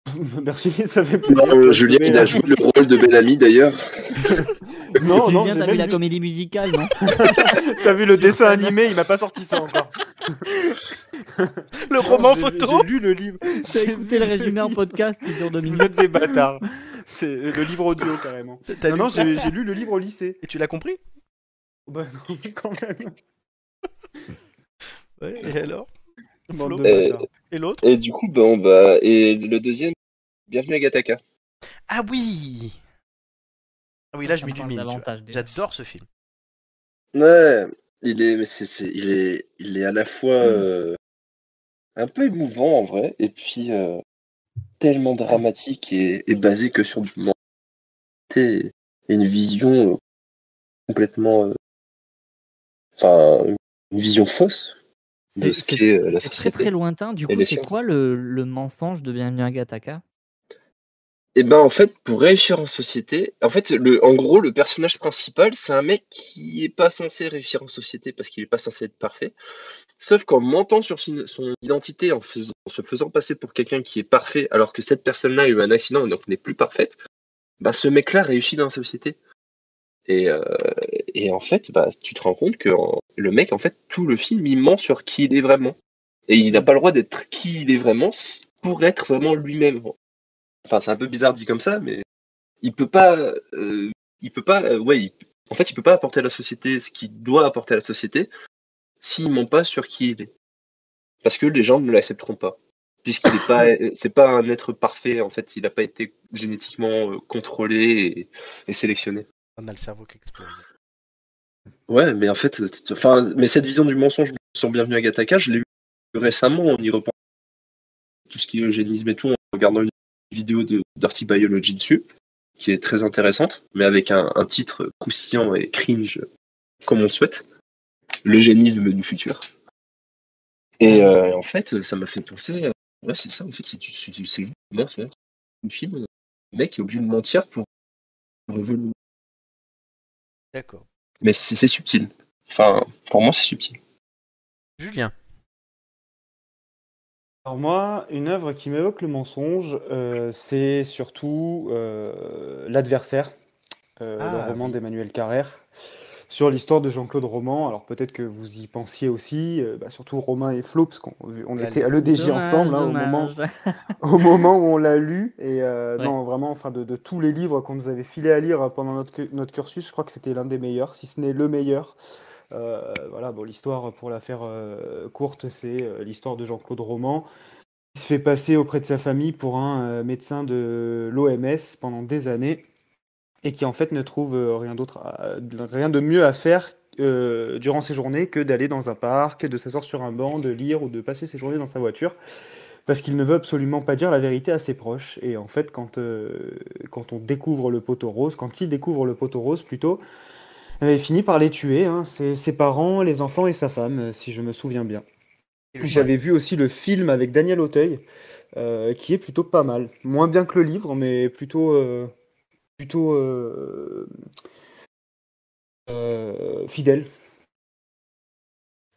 D: Merci, ça fait plaisir.
B: Non, euh, Julien, il a joué le rôle de Bellamy d'ailleurs.
D: Non, non,
C: Julien,
D: j'ai
C: t'as vu
D: même
C: la
D: vu-
C: comédie musicale, non
D: T'as vu le dessin animé, il m'a pas sorti ça encore.
A: Le roman
D: J'ai-
A: photo
D: J'ai lu le livre.
C: T'as écouté le résumé en podcast qui dure deux
D: Vous
C: minutes.
D: êtes des bâtards. C'est le livre audio carrément.
A: T'as
D: Non,
A: lu
D: non, j'ai j'ai lu le livre au lycée.
A: Et tu l'as compris
D: Bah non, quand même.
A: Ouais, et alors
D: Bande
A: Flo
D: de bâtards.
A: Et l'autre
B: Et du coup, bon, bah, et le deuxième, bienvenue à Gataka.
A: Ah oui Ah oui, là, je
C: Ça
A: mets
C: me
A: du
C: parle
A: mime. tu vois.
C: davantage, déjà.
A: J'adore ce film.
B: Ouais, il est, mais c'est, c'est- il est, il est à la fois euh, un peu émouvant en vrai, et puis euh, tellement dramatique et, et basé que sur du moment. C'est une vision euh, complètement, euh, enfin, une vision fausse. de
C: C'est
B: ce
C: c'est-
B: qu'est, euh, la
C: c'est très
B: société
C: très lointain. Du
B: et
C: coup,
B: les
C: c'est
B: sciences.
C: quoi le, le mensonge de Bienvenue à Gataka
B: Et ben en fait, pour réussir en société, en fait, le, en gros, le personnage principal, c'est un mec qui est pas censé réussir en société parce qu'il est pas censé être parfait. Sauf qu'en mentant sur sin- son identité, en, faisant- en se faisant passer pour quelqu'un qui est parfait, alors que cette personne-là a eu un accident et donc n'est plus parfaite, bah ce mec-là réussit dans la société. Et, euh, et en fait, bah, tu te rends compte que en- le mec, en fait, tout le film, il ment sur qui il est vraiment. Et il n'a pas le droit d'être qui il est vraiment s- pour être vraiment lui-même. Enfin, c'est un peu bizarre dit comme ça, mais il peut pas. euh, il peut pas. euh, ouais, il- en fait, il peut pas apporter à la société ce qu'il doit apporter à la société s'il ment pas sur qui il est. Parce que les gens ne l'accepteront pas. Puisqu'il n'est pas, euh, c'est pas un être parfait, en fait, il n'a pas été génétiquement euh, contrôlé et- et sélectionné.
A: On a le cerveau qui explose.
B: Ouais, mais en fait, c'est- enfin, mais cette vision du mensonge sur Bienvenue à Gataka, je l'ai eu récemment en y repensant. Tout ce qui est eugénisme et tout, en regardant une vidéo de Dirty Biology dessus, qui est très intéressante, mais avec un, un titre croustillant et cringe, comme on le souhaite. L'eugénisme du futur. Et euh, en fait, ça m'a fait penser. euh, Ouais, c'est ça, en fait, c'est du- c'est du- c'est juste du mensonge. Le film, euh, le mec est obligé de mentir pour, pour évoluer.
A: D'accord.
B: Mais c'est c'est subtil. Enfin, pour moi, c'est subtil.
A: Julien.
D: Alors moi, une œuvre qui m'évoque le mensonge, euh, c'est surtout euh, L'adversaire, euh,
A: Ah,
D: le roman d'Emmanuel Carrère, sur l'histoire de Jean-Claude Roman. Alors peut-être que vous y pensiez aussi, euh, bah, surtout Romain et Flo, parce qu'on on
A: Allez.
D: était à l'EDJ
A: Bah, Dommage,
D: ensemble hein, au moment, au moment où on l'a lu. Et euh,
A: Ouais.
D: non, vraiment, enfin, de, de tous les livres qu'on nous avait filé à lire pendant notre, cu- notre cursus, je crois que c'était l'un des meilleurs, si ce n'est le meilleur. Euh, voilà, bon, l'histoire, pour la faire euh, courte, c'est euh, l'histoire de Jean-Claude Roman. Il se fait passer auprès de sa famille pour un euh, médecin de l'OMS pendant des années et qui en fait ne trouve euh, rien d'autre, à- rien de mieux à faire euh, durant ses journées que d'aller dans un parc, de s'asseoir sur un banc, de lire ou de passer ses journées dans sa voiture, parce qu'il ne veut absolument pas dire la vérité à ses proches. Et en fait, quand, euh, quand on découvre le poteau rose, quand il découvre le poteau rose plutôt, euh, il finit par les tuer, hein, ses, ses parents, les enfants et sa femme, euh, si je me souviens bien. J'avais vu aussi le film avec Daniel Auteuil, euh, qui est plutôt pas mal. Moins bien que le livre, mais plutôt, euh, plutôt euh, euh, fidèle.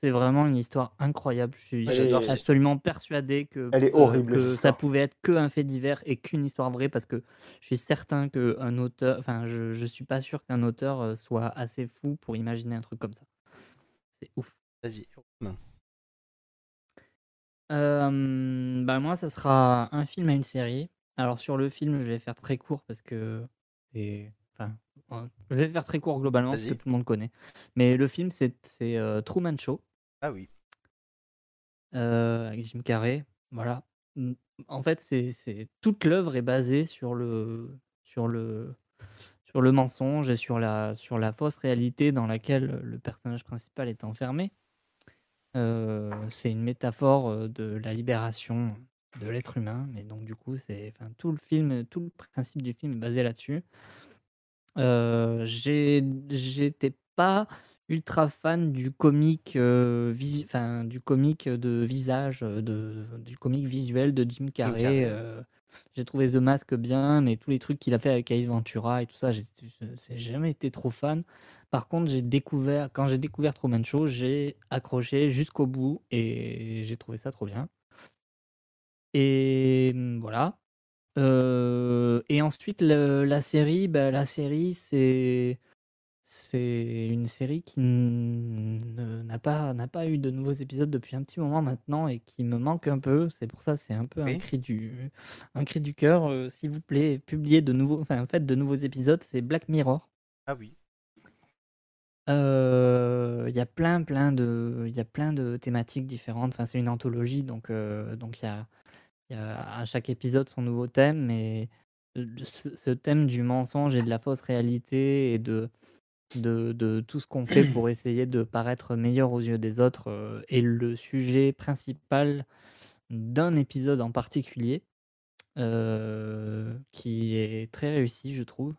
C: C'est vraiment une histoire incroyable. Je suis
D: Ouais, j'adore cette
C: absolument persuadé que, euh,
D: Elle est horrible,
C: que
D: cette
C: ça
D: histoire.
C: pouvait être que un fait divers et qu'une histoire vraie parce que je suis certain que un auteur, enfin je, je suis pas sûr qu'un auteur euh, soit assez fou pour imaginer un truc comme ça. C'est ouf.
A: Vas-y.
C: Euh, bah moi, ça sera un film à une série. Alors sur le film, je vais faire très court parce que c'est, enfin, euh, je vais faire très court globalement parce que
A: Vas-y.
C: tout le monde connaît. Mais le film, c'est c'est, euh, Truman Show
A: Ah oui.
C: euh, avec Jim Carrey. Voilà. Mm, En fait, c'est c'est- toute l'œuvre est basée sur le sur le sur le mensonge et sur la sur la fausse réalité dans laquelle le personnage principal est enfermé. Euh, c'est une métaphore euh, de la libération de l'être humain, mais donc du coup, c'est enfin, tout le film, tout le principe du film est basé là-dessus. Euh, j'ai- j'étais pas ultra fan du comique, euh, visi- enfin, du comique de visage, euh, de, du comique visuel de Jim Carrey.
A: Carrey.
C: euh, j'ai trouvé The Mask bien, mais tous les trucs qu'il a fait avec Ace Ventura et tout ça, j'ai je- j'ai jamais été trop fan. Par contre, j'ai découvert, quand j'ai découvert Truman Show, j'ai accroché jusqu'au bout et j'ai trouvé ça trop bien. Et hum, voilà. Euh, et ensuite, le- la série, bah, la série, c'est c'est une série qui n- ne- n'a pas n'a pas eu de nouveaux épisodes depuis un petit moment maintenant et qui me manque un peu. C'est pour ça, c'est un peu un
A: Oui.
C: cri du un cri du cœur. euh, S'il vous plaît, publiez de nouveaux, enfin, faites de nouveaux épisodes. C'est Black Mirror.
A: Ah oui.
C: Euh, Il y a plein, plein de, il y a plein de thématiques différentes. Enfin, c'est une anthologie, donc euh, donc il y a, il y a à chaque épisode son nouveau thème, mais le- ce, ce thème du mensonge et de la fausse réalité et de de, de tout ce qu'on fait pour essayer de paraître meilleur aux yeux des autres euh, est le sujet principal d'un épisode en particulier euh, qui est très réussi, je trouve.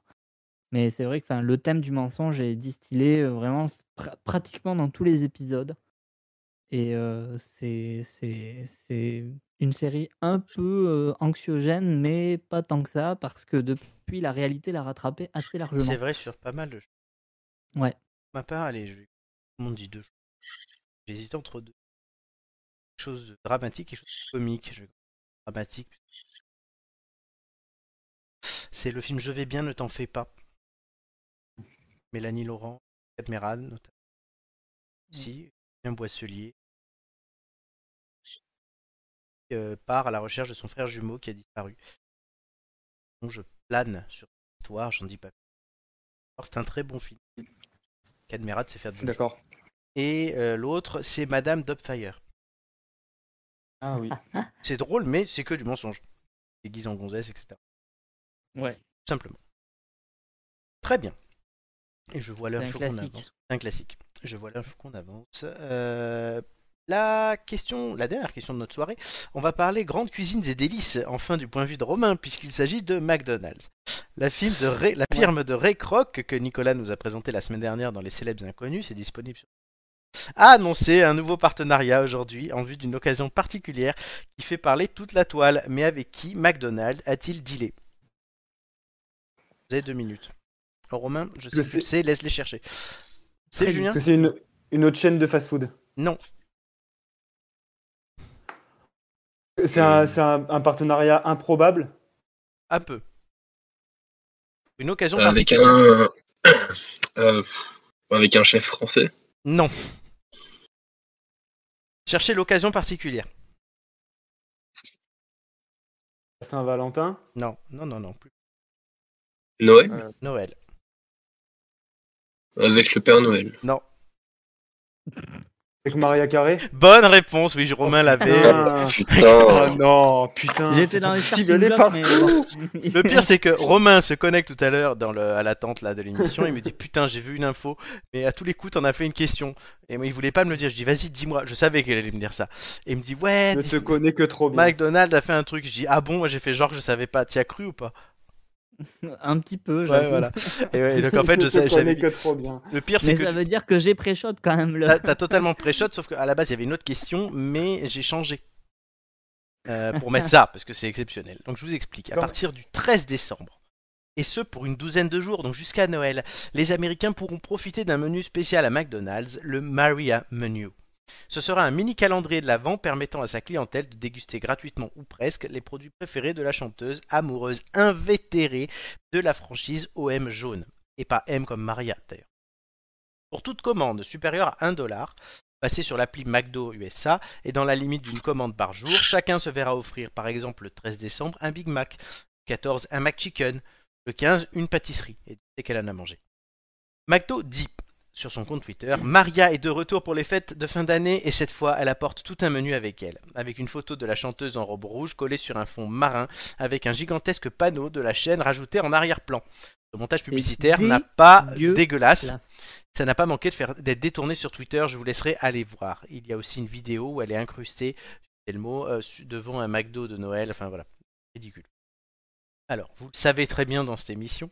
C: Mais c'est vrai que 'fin, le thème du mensonge est distillé euh, vraiment s- pra- pratiquement dans tous les épisodes. Et euh, c'est c'est- c'est une série un peu euh, anxiogène, mais pas tant que ça, parce que depuis, la réalité l'a rattrapée assez largement.
A: C'est vrai sur pas mal de choses.
C: Ouais.
A: Ma part, allez, je... tout le monde dit deux choses. J'hésite entre deux. Quelque chose de dramatique et quelque chose de comique. Je vais- Dramatique. C'est le film Je vais bien, ne t'en fais pas. Mélanie Laurent, Cadmeran, notamment.
C: Mmh.
A: Ici, Julien Boisselier. Qui, euh, part à la recherche de son frère jumeau qui a disparu. Donc je plane sur l'histoire, j'en dis pas plus. Alors, C'est un très bon film. Cadmeran sait faire du
D: D'accord.
A: Et euh, l'autre, c'est Madame Dopfire.
D: Ah oui.
A: C'est drôle, mais c'est que du mensonge. Déguisé en gonzesse, etc.
C: Ouais.
A: Tout simplement. Très bien. Et je vois l'heure
C: C'est un
A: je trouve qu'on
C: classique.
A: avance. C'est Un classique. Je vois l'heure je trouve qu'on avance. Euh, la question, la dernière question de notre soirée, on va parler grandes cuisines et délices, enfin du point de vue de Romain, puisqu'il s'agit de McDonald's. La, film de Ray- la firme de Ray Kroc, que Nicolas nous a présenté la semaine dernière dans Les Célèbres Inconnus, c'est disponible sur a annoncé un nouveau partenariat aujourd'hui en vue d'une occasion particulière qui fait parler toute la toile, mais avec qui McDonald's a-t-il dealé Vous avez deux minutes. Alors, Romain, je sais
D: Je
A: que tu le sais, laisse les chercher. C'est
D: Très
A: Julien
D: vite. Que c'est une, une autre chaîne de fast-food.
A: Non.
D: C'est un, c'est un- un partenariat improbable.
A: Un peu. Une occasion
B: Avec
A: particulière.
B: un. euh, avec un chef français
A: Non. Cherchez l'occasion particulière.
D: Saint-Valentin.
A: Non, non, non, non. plus.
B: Noël
A: Noël.
B: Avec le Père Noël.
A: Non.
D: Avec Maria Carré.
A: Bonne réponse, oui,
D: Oh,
A: Romain l'avait.
D: putain.
B: Putain.
A: Ah,
D: Oh non, putain.
C: J'étais
D: c'est
C: dans les
D: possible,
C: starting
D: elle est
C: blocks,
D: partout.
C: mais bon.
A: Le pire, c'est que Romain se connecte tout à l'heure dans le, à l'attente là de l'émission. Il me dit putain, j'ai vu une info, mais à tous les coups, t'en as fait une question. Et moi, il voulait pas me le dire. Je dis vas-y, dis-moi. Je savais qu'il allait me dire ça. Et il me dit ouais,
D: Je ne te
A: Disney-
D: connais que trop bien.
A: McDonald's a fait un truc. Je dis ah bon, moi j'ai fait genre que je savais pas. T'y as cru ou pas
C: Un petit peu,
A: Ouais,
C: j'avoue.
A: voilà. Et, ouais, donc en fait, je
D: Je
A: sais.
D: te
A: j'avais-
D: connais que trop bien.
A: Le pire, c'est
C: Mais
A: que Ah,
C: ça veut dire que j'ai pré quand même le.
A: t'as, t'as totalement pré-shot, sauf qu'à la base, il y avait une autre question, mais j'ai changé. Euh, pour mettre ça, parce que c'est exceptionnel. Donc je vous explique. À
D: Quand-
A: partir du 13 décembre, et ce pour une douzaine de jours, donc jusqu'à Noël, les Américains pourront profiter d'un menu spécial à McDonald's, le Maria Menu. Ce sera un mini calendrier de l'Avent permettant à sa clientèle de déguster gratuitement ou presque les produits préférés de la chanteuse amoureuse invétérée de la franchise OM jaune. Et pas M comme Maria d'ailleurs. Pour toute commande supérieure à 1 dollar, passez sur l'appli McDo USA et dans la limite d'une commande par jour, chacun se verra offrir par exemple le 13 décembre un Big Mac, le 14 un McChicken, le 15 une pâtisserie et dès qu'elle en a mangé. McDo dit sur son compte Twitter, Maria est de retour pour les fêtes de fin d'année et cette fois elle apporte tout un menu avec elle, avec une photo de la chanteuse en robe rouge collée sur un fond marin avec un gigantesque panneau de la chaîne rajouté en arrière-plan. Le montage publicitaire n'a pas
C: dégueulasse.
A: dégueulasse,
C: Classe.
A: ça n'a pas manqué de faire- d'être détourné sur Twitter, je vous laisserai aller voir. Il y a aussi une vidéo où elle est incrustée, c'est le mot, euh, su- devant un McDo de Noël, enfin voilà, ridicule. Alors, vous le savez très bien dans cette émission,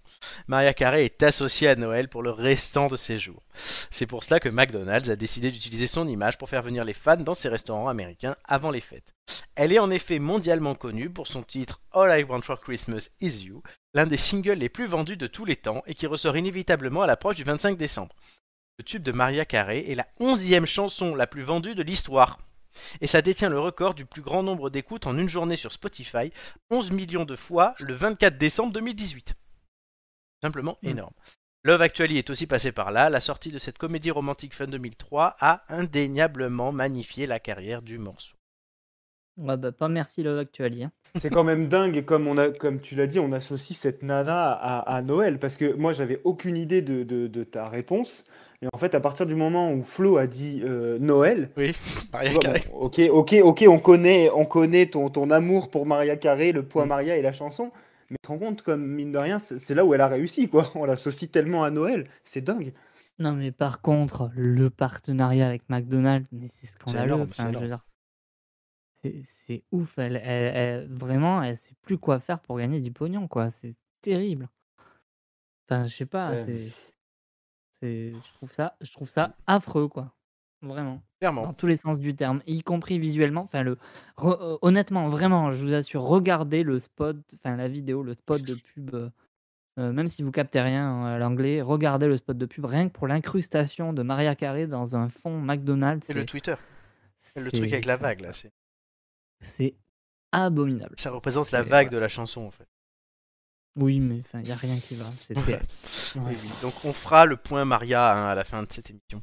A: Maria Carré est associée à Noël pour le restant de ses jours. C'est pour cela que McDonald's a décidé d'utiliser son image pour faire venir les fans dans ses restaurants américains avant les fêtes. Elle est en effet mondialement connue pour son titre All I Want for Christmas Is You, l'un des singles les plus vendus de tous les temps et qui ressort inévitablement à l'approche du 25 décembre. Le tube de Maria Carey est la onzième chanson la plus vendue de l'histoire. Et ça détient le record du plus grand nombre d'écoutes en une journée sur Spotify, 11 millions de fois le 24 décembre 2018. Simplement énorme. Love Actually est aussi passé par là. La sortie de cette comédie romantique fin 2003 a indéniablement magnifié la carrière du morceau.
C: Ouais, bah, pas merci Love Actually. hein.
D: C'est quand même dingue et comme on a, comme tu l'as dit, on associe cette nana à, à Noël parce que moi j'avais aucune idée de, de- de ta réponse. Et en fait, à partir du moment où Flo a dit euh, Noël,
A: Oui, Maria
D: tu vois,
A: Carey.
D: bon, ok, ok, ok, on connaît, on connaît ton, ton amour pour Maria Carré, le
A: Mm.
D: poids Maria et la chanson. Mais tu te rends compte, comme mine de rien, c'est c'est là où elle a réussi, quoi. On l'associe tellement à Noël, c'est dingue.
C: Non, mais par contre, le partenariat avec McDonald's, mais c'est scandaleux.
A: énorme, c'est
C: enfin, je veux dire, c'est- c'est ouf. Elle, elle- elle- vraiment, elle sait plus quoi faire pour gagner du pognon, quoi. C'est terrible. Enfin, je sais pas.
D: Ouais.
C: c'est- c'est- je trouve ça, je trouve ça affreux, quoi. Vraiment.
A: Clairement.
C: Dans tous les sens du terme, y compris visuellement. Enfin, le, re- euh, honnêtement, vraiment, je vous assure, regardez le spot, enfin la vidéo, le spot de pub. euh, euh, même si vous captez rien euh, à l'anglais, regardez le spot de pub rien que pour l'incrustation de Maria Carré dans un fond McDonald's.
A: C'est le Twitter.
C: c'est-
A: Le truc avec la vague, là. c'est-
C: C'est abominable.
A: Ça représente la vague de la chanson, en fait.
C: Oui, mais il n'y a rien qui va. C'était-
A: Voilà. Oui, oui. Donc, on fera le point Maria hein, à la fin de cette émission.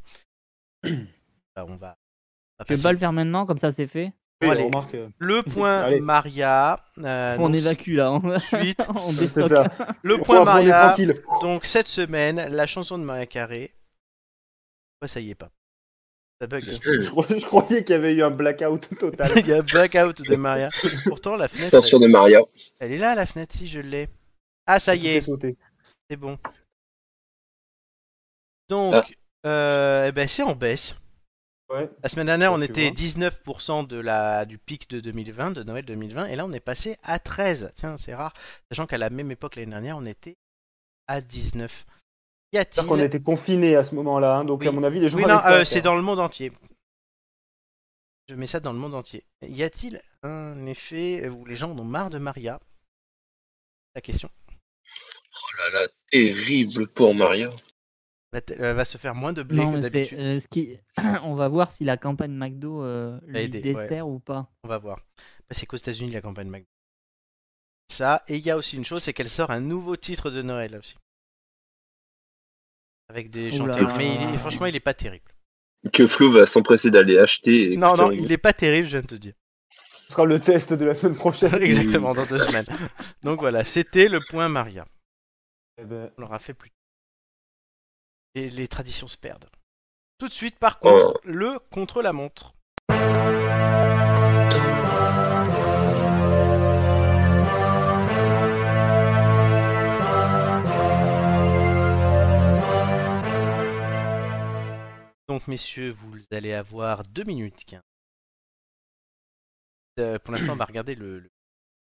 A: Là, on va. on va
C: Je vais
A: passer-
C: pas le faire maintenant, comme ça c'est fait.
A: Bon, allez.
D: euh,
A: Le point
C: Allez.
A: Maria. euh,
C: on
A: donc,
C: évacue là. On...
A: Suite.
C: on
A: C'est
C: déstocke.
A: ça. Le point
D: abandonner
A: Maria.
D: tranquille.
A: Donc cette semaine, la chanson de Maria Carré. Ouais, ça y est pas. Ça bug. hein.
D: Je, crois- je croyais qu'il y avait eu un blackout total.
A: Il y a blackout de Maria. Pourtant la fenêtre.
B: Sortir
A: elle-
B: de Maria. Oh
A: Elle est là la fenêtre si je l'ai. Ah ça y est. C'est bon. Donc euh, eh ben c'est en baisse.
D: Ouais.
A: La semaine dernière, on
D: tu
A: était
D: vois.
A: 19% de la du pic de 2020, de Noël 2020, et là on est passé à 13. Tiens, c'est rare, sachant qu'à la même époque l'année dernière, on était à 19. Y a-t-il
D: C'est-à-dire qu'on était confinés à ce moment-là, hein, donc à mon avis, les gens.
A: Oui,
D: avaient
A: non,
D: que ça à
A: euh,
D: faire.
A: c'est dans le monde entier. Je mets ça dans le monde entier. Y a-t-il un effet où les gens en ont marre de Maria La question.
B: Oh là là, terrible pour Maria.
A: La t- Elle va se faire moins de blé
C: Non,
A: que
C: mais c'est,
A: d'habitude.
C: euh, ce qui... on va voir si la campagne McDo euh,
A: Elle a
C: lui
A: aidé,
C: dessert
A: ouais.
C: ou pas.
A: On va voir. Bah, c'est qu'aux États-Unis la campagne McDo. Ça, et il y a aussi une chose, c'est qu'elle sort un nouveau titre de Noël aussi. Avec des
C: Ouh là
A: chanteurs.
C: là
A: Mais il
C: là
A: est-
C: là.
A: franchement, il est pas terrible.
B: Que Flo va s'empresser d'aller acheter. et
A: Non,
B: écouter
A: non,
B: en
A: il
B: anglais.
A: est pas terrible, je viens de te dire.
D: Ce sera le test de la semaine prochaine.
A: Exactement, dans deux semaines. Donc voilà, c'était le point Maria.
D: Eh ben,
A: On l'aura fait plus tard. Et les traditions se perdent. Tout de suite, par contre, le contre-la-montre. Donc, messieurs, vous allez avoir 2 minutes 15. Euh, pour l'instant, on va regarder le, le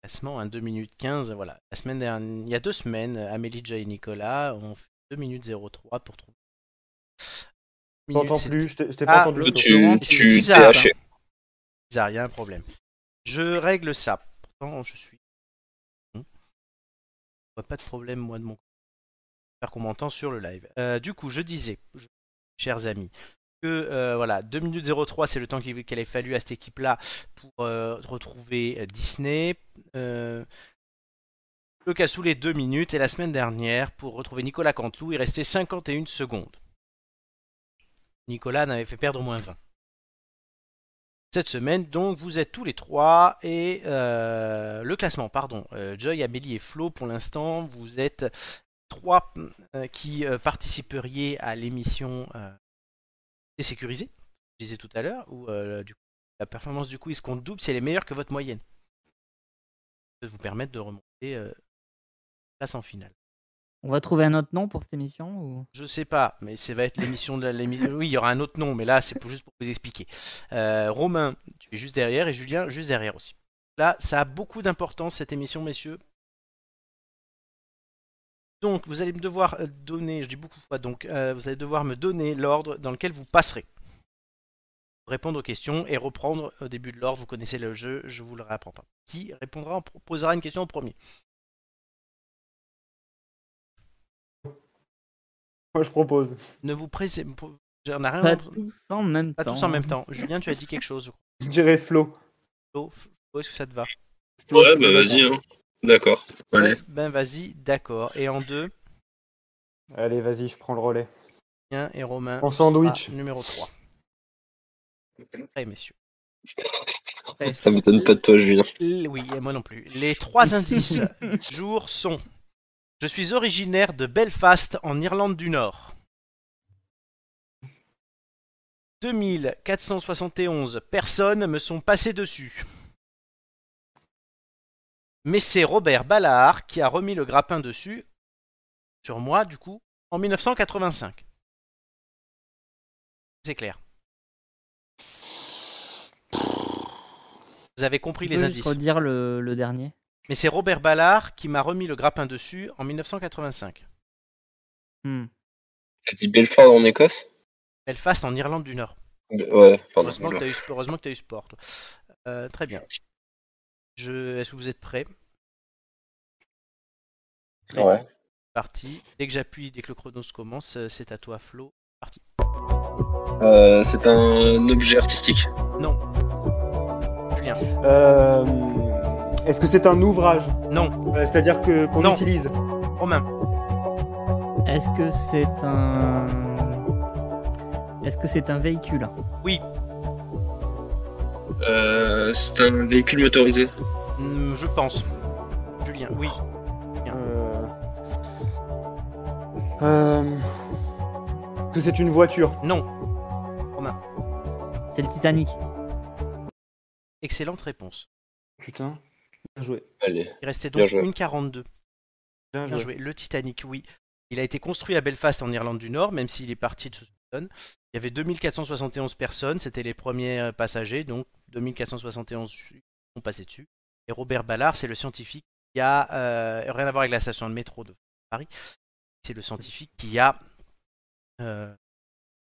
A: classement, hein, 2 minutes 15. Voilà. La semaine dernière, il y a deux semaines, Amélie, Jay et Nicolas ont fait 2 minutes 03 pour trouver.
D: Je t'entends
A: Minutes, c'était-
D: plus, je t'ai- je t'ai pas entendu.
A: le-
D: Tu- Laurent,
A: c'est
D: tu t'es
A: bizarre,
D: haché.
A: hein. Bizarre, il y a un problème. Je règle ça. Pourtant, je suis. Bon. Je vois Pas de problème, moi, de mon côté. J'espère qu'on m'entend sur le live. Euh, du coup, je disais, je- chers amis, que euh, voilà, 2 minutes 03, c'est le temps qu'il qu'il a fallu à cette équipe-là pour euh, retrouver euh, Disney. Euh, le cas sous les 2 minutes, et la semaine dernière, pour retrouver Nicolas Cantelou, il restait 51 secondes. Nicolas n'avait fait perdre au moins 20. Cette semaine, donc, vous êtes tous les trois et euh, le classement, pardon. Euh, Joy, Amélie et Flo, pour l'instant, vous êtes trois euh, qui euh, participeriez à l'émission euh, désécurisée, je disais tout à l'heure, où euh, du coup, la performance du quiz qu'on double si elle est meilleure que votre moyenne. Ça peut vous permettre de remonter euh, place en finale.
C: On va trouver un autre nom pour cette émission ou...
A: Je sais pas, mais ça va être l'émission de la- l'émission. Oui, il y aura un autre nom, mais là, c'est pour, juste pour vous expliquer. Euh, Romain, tu es juste derrière, et Julien, juste derrière aussi. Là, ça a beaucoup d'importance, cette émission, messieurs. Donc, vous allez me devoir euh, donner, je dis beaucoup de fois, donc, euh, vous allez devoir me donner l'ordre dans lequel vous passerez. Répondre aux questions et reprendre euh, au début de l'ordre. Vous connaissez le jeu, je vous le réapprends pas. Qui répondra, en- posera une question en premier
D: Moi, je propose.
A: Ne vous pressez. J'en ai rien
C: Pas
A: à-
C: tous en même
A: Ah Pas
C: temps. hein.
A: tous en même temps. Julien, tu as dit quelque chose.
D: Je dirais Flo.
A: Flo, Flo, est-ce que ça te va
B: Ouais, bah vas-y. Hein. D'accord. Allez.
A: Ouais, Ben vas-y, d'accord. Et en deux,
D: Allez, vas-y, je prends le relais.
A: Julien et Romain.
D: En sandwich.
A: sera Numéro 3. Prêt, messieurs.
B: Ça m'étonne pas de toi, Julien.
A: L- Oui, et moi non plus. Les trois indices du jour sont Je suis originaire de Belfast, en Irlande du Nord. 2471 personnes me sont passées dessus. Mais c'est Robert Ballard qui a remis le grappin dessus, sur moi du coup, en 1985. C'est clair. Vous avez compris les
C: Peux-je
A: indices.
C: redire le, le dernier
A: Mais c'est Robert Ballard qui m'a remis le grappin dessus en 1985.
C: Hmm.
B: T'as dit Belfort en Écosse
A: Belfast en Irlande du Nord.
B: Ouais, pardon.
A: heureusement, que t'as eu, heureusement que tu as eu sport. toi. Euh, très bien. Je... Est-ce que vous êtes prêts
B: Ouais.
A: Parti. Dès que j'appuie, dès que le chrono se commence, euh, c'est à toi, Flo. Parti.
B: Euh, c'est un objet artistique.
A: Non. Julien.
D: Euh, Est-ce que c'est un ouvrage
A: Non.
D: Euh, C'est-à-dire que qu'on
A: Non.
D: utilise
A: Romain.
C: Est-ce que c'est un. Est-ce que c'est un véhicule hein?
A: Oui.
B: Euh, c'est un véhicule motorisé.
A: Hmm, je pense. Julien. Oui.
D: Euh, euh, Est-ce que c'est une voiture
A: Non.
C: C'est le Titanic.
A: Excellente réponse.
D: Putain. Bien joué.
B: Allez.
A: Il restait
B: Bien
A: donc
B: joué.
A: 1,42.
D: Bien
A: Bien
D: joué.
A: joué. Le Titanic, oui. Il a été construit à Belfast en Irlande du Nord, même s'il est parti de Southampton. Il y avait 2471 personnes, c'était les premiers euh, passagers, donc 2471 sont passés dessus. Et Robert Ballard, c'est le scientifique qui a euh, rien à voir avec la station de métro de Paris. C'est le scientifique qui a euh,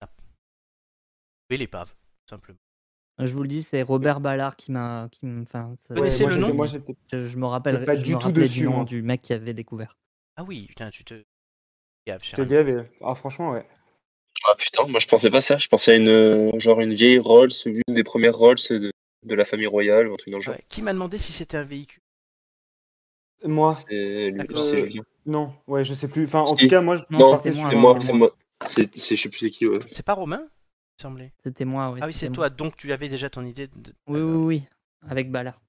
A: ça. trouvé l'épave, tout simplement.
C: Je vous le dis, c'est Robert Ballard qui m'a. qui m'- Enfin, ça-
A: Vous connaissez
D: moi,
A: le nom
D: j'étais- Moi j'étais.
C: je, je me rappelle
D: pas
C: je
D: du
C: me
D: tout
C: rappelais
D: dessus, hein.
C: du nom
D: moi.
C: du mec qui avait découvert.
A: Ah oui, putain, tu te. Gaffe,
D: j'étais
A: Sharon.
D: gavé. Ah franchement ouais.
B: Ah putain, moi je pensais pas ça. Je pensais à une euh, genre une vieille Rolls, l'une des premières Rolls de, de la famille royale, ou un truc dans le genre.
A: Ouais. Qui m'a demandé si c'était un véhicule
D: Moi
B: C'est lui,
A: D'accord.
B: c'est Julien.
D: non ouais je sais plus. Enfin en
B: Si.
D: tout cas moi je
B: Ah,
C: Non,
B: Non,
D: partais
C: c'est
D: sur-
B: c'est moi, c'est moi. C'est, c'est- je sais plus c'est qui. Ouais.
A: C'est pas Romain, il me semblait.
C: C'était moi, oui.
A: Ah oui, c'est
C: c'était
A: toi, donc tu avais déjà ton idée de.
C: moi. Oui, oui, oui. Avec Ballard.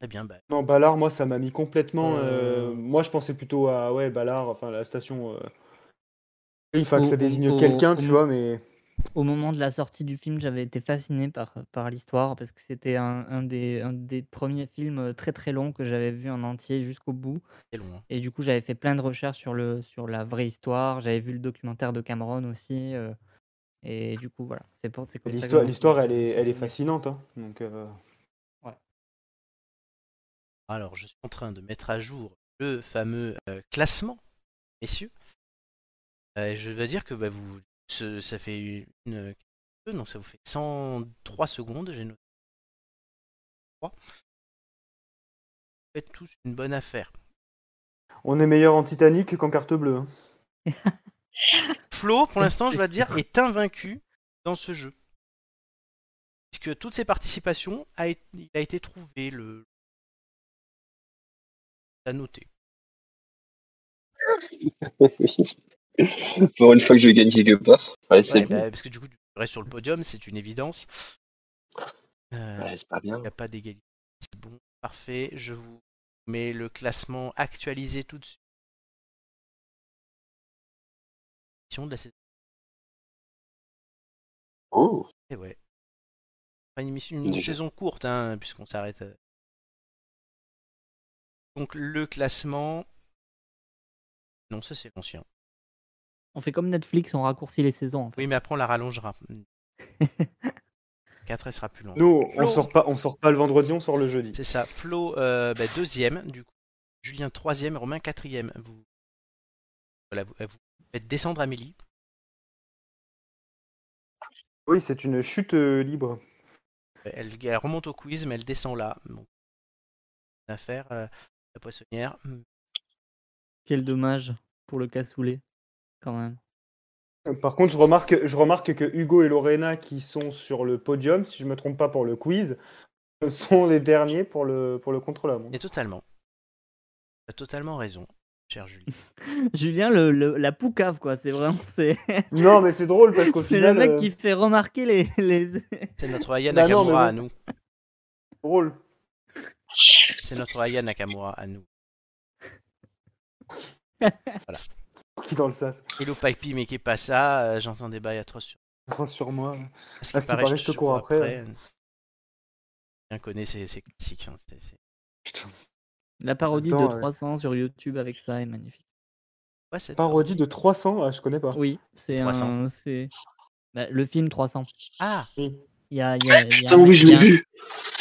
A: Très bien, bah,
D: Non Ballard moi ça m'a mis complètement. euh,
A: Euh.
D: Moi je pensais plutôt à ouais Ballard enfin la station. euh, Il faut que
C: Au-
D: ça désigne
C: au-
D: quelqu'un
C: au-
D: tu vois mais.
C: Au moment de la sortie du film, j'avais été fasciné par, euh, par l'histoire parce que c'était un, un des, un des premiers films euh, très très longs que j'avais vu en entier jusqu'au bout.
A: c'est loin.
C: Et du coup, j'avais fait plein de recherches sur, le, sur la vraie histoire. J'avais vu le documentaire de Cameron aussi. euh, et du coup, voilà. C'est pour- c'est comme ça que
D: L'histoire,
C: j'en-
D: l'histoire, elle est,
C: j'en
D: elle est
C: suis-
D: fascinante. hein. Donc, euh,
A: Alors, je suis en train de mettre à jour le fameux euh, classement, messieurs. Euh, et je dois dire que bah, vous, ce- ça fait une, une- donc ça vous fait 103 secondes. J'ai noté. Trois. Vous faites tous une bonne affaire.
D: on est meilleur en Titanic qu'en carte bleue. hein.
A: Flo, pour l'instant, je dois dire, est invaincu dans ce jeu. Puisque toutes ses participations, a, é- il a été trouvé le. à noter.
B: Pour une fois que je gagne quelque part. Ouais, c'est
A: Ouais,
B: bien.
A: bah, parce que du coup, tu restes sur le podium, c'est une évidence. Euh,
B: Ouais, c'est pas bien.
A: Il n'y a pas d'égalité. C'est bon, parfait. Je vous mets le classement actualisé tout de suite. Édition De la saison.
B: Oh.
A: Eh ouais. Enfin, une, émission- une
B: Déjà.
A: saison courte, hein, puisqu'on s'arrête. euh. Donc le classement. Non, ça c'est l'ancien.
C: On fait comme Netflix, on raccourcit les saisons. en fait.
A: Oui, mais après on la rallongera. 4 elle sera plus longue.
D: Nous, on
A: Flo.
D: sort pas, on sort pas le vendredi, on sort le jeudi.
A: C'est ça. Flo euh, bah, deuxième, du coup. Julien troisième, Romain quatrième. Vous, voilà, vous, vous faites descendre Amélie.
D: Oui, c'est une chute euh, libre.
A: Elle, elle remonte au quiz, mais elle descend là. Donc, affaire, euh, la poissonnière.
C: Quel dommage pour le cassoulet, quand même.
D: Euh, Par contre, je remarque, je remarque que Hugo et Lorena, qui sont sur le podium, si je me trompe pas pour le quiz, euh, sont les derniers pour le pour le contrôle
A: Et totalement. Tu as totalement raison, cher Julien.
C: Julien, le, le- la poucave, quoi. C'est vraiment. C'est
D: Non, mais c'est drôle parce qu'au
C: c'est
D: final,
C: le mec
D: euh,
C: qui fait remarquer les. les...
A: C'est notre Aya
D: Bah non,
A: Nakamura à
D: mais
A: nous.
D: c'est drôle.
A: C'est notre Aya Nakamura à nous.
D: Qui dans le sas
A: Et le Pipe, mais qui est pas ça, euh, j'entends des bails atroces sur.
D: Pense sur moi.
A: Parce
D: Ah, ce qui paraît, je te cours après,
A: Bien connaît ces ces classiques. hein, c'est- c'est-
C: La parodie de
D: Attends, ouais.
C: 300 sur YouTube avec ça est magnifique.
A: Ouais, c'est-
D: Parodie de 300, ah, je connais pas.
C: Oui, c'est
A: 300.
C: un. c'est- Bah, le film 300.
A: Ah,
C: Il y a, il y a- il y a
B: Putain,
C: un
B: oui,
C: mec-
B: je
C: il y
B: l'ai
C: a-
B: vu.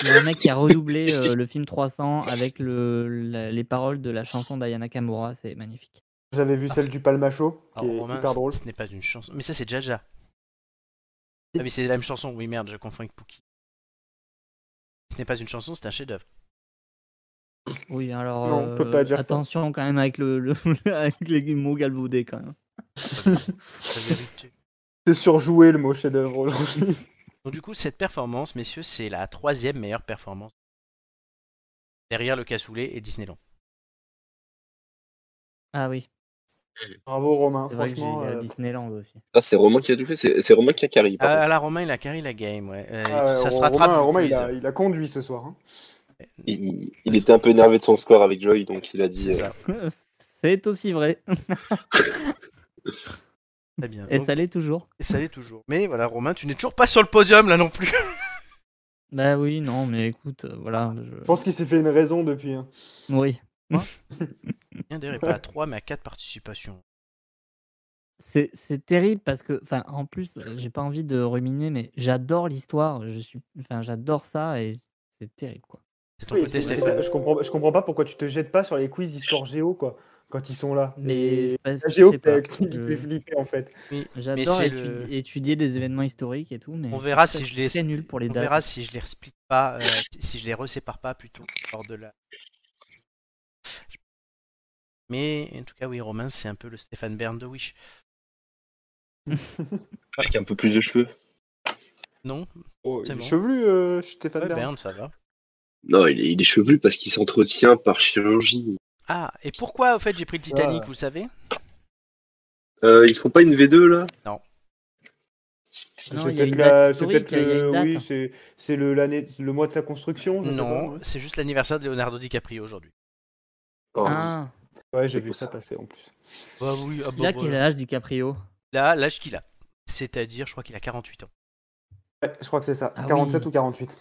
C: Il y a un mec qui a redoublé euh, le film 300 avec le, la- les paroles de la chanson d'Ayana Kamura. C'est magnifique.
D: J'avais vu celle du Palmacho, qui
A: alors,
D: est
A: Ah, Romain,
D: hyper drôle.
A: ce n'est pas une chanson. Mais ça, c'est Jaja. Ah, mais c'est la même chanson, oui, merde, je confonds avec Pookie. Ce n'est pas une chanson, c'est un chef-d'œuvre.
C: Oui, alors
A: Non, on peut
C: euh,
A: pas dire ça.
C: attention quand même avec, le, le- avec les mots galvaudés quand même.
D: C'est surjoué le mot chef-d'œuvre aujourd'hui.
A: Donc, du coup, cette performance, messieurs, c'est la troisième meilleure performance. Derrière le cassoulet et Disneyland.
C: Ah oui.
D: Bravo Romain,
C: C'est vrai que j'ai
D: franchement.
C: à
D: euh,
C: Disneyland aussi.
B: Ah, c'est Romain qui a tout fait, c'est c'est Romain qui a carré. pardon.
A: Ah, là, Romain, il a carré la game, ouais. Euh,
D: ah,
A: ça se
D: Romain-
A: rattrape. euh,
D: Romain,
A: du quiz.
D: il, a, il a conduit ce soir. hein.
B: Il, il était un peu énervé de son score avec Joy, donc il a dit. euh,
C: C'est aussi vrai.
A: Très bien.
C: Et
A: Donc-
C: ça l'est toujours.
A: Et ça l'est toujours. Mais voilà, Romain, tu n'es toujours pas sur le podium là non plus.
C: Bah oui, non, mais écoute, euh, voilà.
D: Je pense qu'il s'est fait une raison depuis. hein.
C: je- Oui.
A: Bien d'ailleurs, il est pas à 3, mais à 4 participations.
C: C'est c'est terrible parce que, enfin, en plus, euh, j'ai pas envie de ruminer, mais j'adore l'histoire. Je suis, enfin, j'adore ça et c'est terrible quoi.
A: C'est
D: Oui, c'est- Je comprends, je comprends pas pourquoi tu te jettes pas sur les quiz histoire géo quoi, quand ils sont là.
C: Mais
D: Et
C: je sais
D: la
C: pas-
D: géo
C: je sais
D: t'as-
C: pas,
D: qui te fait
C: je-
D: flipper en fait.
C: J'adore
A: c'est
C: étudi-
A: le-
C: étudier des événements historiques et tout, mais
A: On verra
C: ça,
A: si
C: je
A: je
C: suis
A: les
C: très nul pour les
A: on
C: dates.
A: verra si je les explique pas, euh, si- si je les resépare pas plutôt hors de la. Mais en tout cas, oui, Romain, c'est un peu le Stéphane Bern de Wish.
B: Avec un peu plus de cheveux.
A: Non,
D: Oh, il
A: C'est
D: est
A: bon.
D: chevelu, euh, Stéphane
A: Ouais, ben,
D: Bern.
A: Bern, ça va.
B: Non, il est, il est chevelu parce qu'il s'entretient par chirurgie.
A: Ah, et pourquoi au fait j'ai pris le Titanic, vous le savez
B: Euh, ils font pas une V2 là
A: Non.
D: C'est
A: Non, il y a
D: peut-être
A: une
D: la-
A: date
D: c'est
A: historique,
D: peut-être
A: il y a- il y a une
D: le,
A: date.
D: oui, c'est- c'est le, l'année- le mois de sa construction. Je sais
A: Non, c'est juste l'anniversaire de Leonardo DiCaprio aujourd'hui.
D: pas.
C: Ah.
D: Ouais, j'ai vu ça passer en plus.
A: Bah oui, ah bah
C: Il a quel
A: voilà.
C: âge DiCaprio
A: Là, l'âge qu'il a. C'est-à-dire, je crois qu'il a 48 ans.
D: Ouais, je crois que c'est ça.
C: Ah
D: 47
C: oui.
D: ou 48.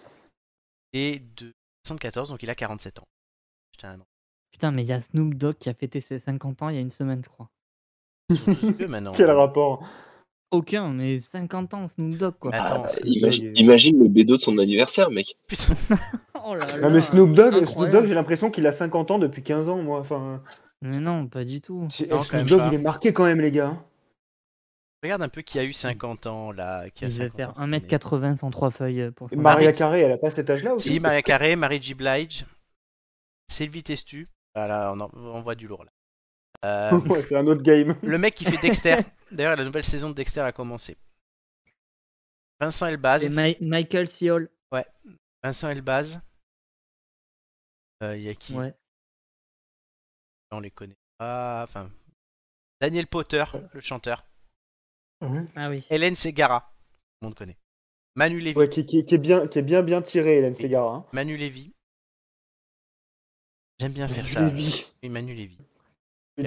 A: Et de 74, donc il a 47 ans. J'étais un an.
C: Putain, mais il y a Snoop Dogg qui a fêté ses 50 ans il y a une semaine, je crois.
A: vieux, maintenant.
D: Quel rapport
C: Aucun, mais 50 ans Snoop Dogg quoi.
D: Ah,
A: Attends,
B: Bah, imagine, imagine le bédo de son anniversaire, mec. Ah,
C: Oh là
D: Ah, Non,
C: là,
D: mais Snoop Dogg, Snoop
C: incroyable.
D: Dogg j'ai l'impression qu'il a 50 ans depuis 15 ans, moi. Enfin,
C: Mais non, pas du tout.
D: j'ai-
A: Non, quand
D: Snoop
A: même
D: Dogg,
A: pas.
D: il est marqué quand même, les gars. hein.
A: Regarde un peu qui a eu 50 ans là. Qui a
C: Il va
A: 50
C: faire
A: ans.
C: 1m80 sans trois feuilles euh, pour ça.
D: Maria Carré, elle a pas cet âge-là aussi.
A: Si, Maria Carré, Mary J. Blige, Sylvie Testu. Voilà, on, en- on voit du lourd là. Euh,
D: Ouais, c'est un autre game.
A: le mec qui fait Dexter. D'ailleurs, la nouvelle saison de Dexter a commencé. Vincent Elbaz.
C: Et Mi- Michael Siol.
A: Ouais. Vincent Elbaz. Euh, Il y a qui
C: Ouais.
A: On les connaît pas. Enfin, Daniel Potter, le chanteur.
C: Ah oui.
A: Hélène Segara. Tout le monde connaît. Manu Lévy.
D: Ouais, qui, qui- qui est bien, qui est bien bien tiré, Hélène Segarra. hein.
A: Manu Lévy. J'aime bien faire
D: Manu
A: ça.
D: Lévy.
A: Oui, Manu Lévy.
D: Celui